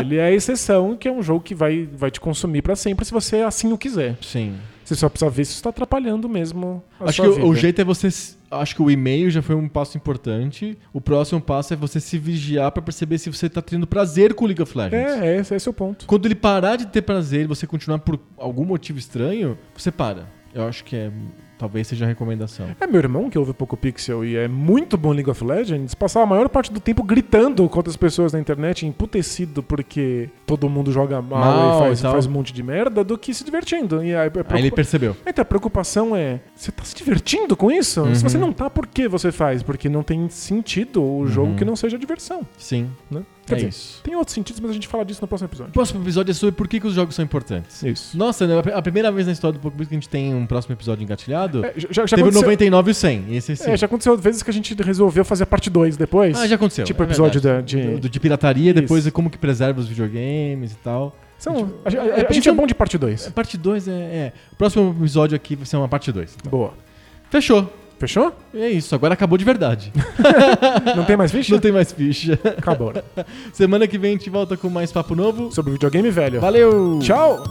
Speaker 2: ele é a exceção, que é um jogo que vai, vai te consumir pra sempre se você assim o quiser.
Speaker 1: Sim.
Speaker 2: Você só precisa ver se isso tá atrapalhando mesmo. a
Speaker 1: Acho
Speaker 2: sua
Speaker 1: que o,
Speaker 2: vida.
Speaker 1: o jeito é você. s- Acho que o e-mail já foi um passo importante. O próximo passo é você se vigiar pra perceber se você tá tendo prazer com o League of Legends.
Speaker 2: É, esse, esse é o ponto.
Speaker 1: Quando ele parar de ter prazer e você continuar por algum motivo estranho, você para. Eu acho que é. Talvez seja a recomendação.
Speaker 2: É meu irmão que ouve Poco Pixel e é muito bom em League of Legends, passava a maior parte do tempo gritando contra as pessoas na internet, emputecido porque todo mundo joga mal,
Speaker 1: Mal
Speaker 2: e faz,
Speaker 1: e tal.
Speaker 2: faz um monte de merda, do que se divertindo. E aí, é preocupa-
Speaker 1: Aí ele percebeu.
Speaker 2: Então, a preocupação é, você tá se divertindo com isso? Se você
Speaker 1: Uhum.
Speaker 2: não tá, por que você faz? Porque não tem sentido o jogo que não seja diversão,
Speaker 1: Sim.
Speaker 2: né?
Speaker 1: Uhum. É isso.
Speaker 2: tem outros sentidos, mas a gente fala disso no próximo episódio.
Speaker 1: O próximo episódio é sobre por que, que os jogos são importantes.
Speaker 2: Isso.
Speaker 1: Nossa, né? a primeira vez na história do Poco Bisco que a gente tem um próximo episódio engatilhado.
Speaker 2: É, já, já- já
Speaker 1: Teve o
Speaker 2: aconteceu,
Speaker 1: 99 e o 100. Esse sim.
Speaker 2: é, já aconteceu vezes que a gente resolveu fazer a parte 2 depois.
Speaker 1: Ah, já aconteceu.
Speaker 2: Tipo
Speaker 1: é
Speaker 2: o episódio da,
Speaker 1: verdade.
Speaker 2: de...
Speaker 1: Do- do- de pirataria, depois
Speaker 2: Isso.
Speaker 1: é como que preserva os videogames e tal.
Speaker 2: São,
Speaker 1: Tipo,
Speaker 2: a, gente- a- a
Speaker 1: é,
Speaker 2: gente é
Speaker 1: pensando-
Speaker 2: bom de parte 2.
Speaker 1: Parte 2 é, é. O próximo episódio aqui vai ser uma parte 2.
Speaker 2: Boa.
Speaker 1: Fechou.
Speaker 2: Fechou?
Speaker 1: É isso, agora acabou de verdade.
Speaker 2: Não tem mais ficha?
Speaker 1: Não tem mais ficha.
Speaker 2: Acabou. né?
Speaker 1: Semana que vem a gente volta com mais papo novo.
Speaker 2: Sobre videogame velho.
Speaker 1: Valeu!
Speaker 2: Tchau!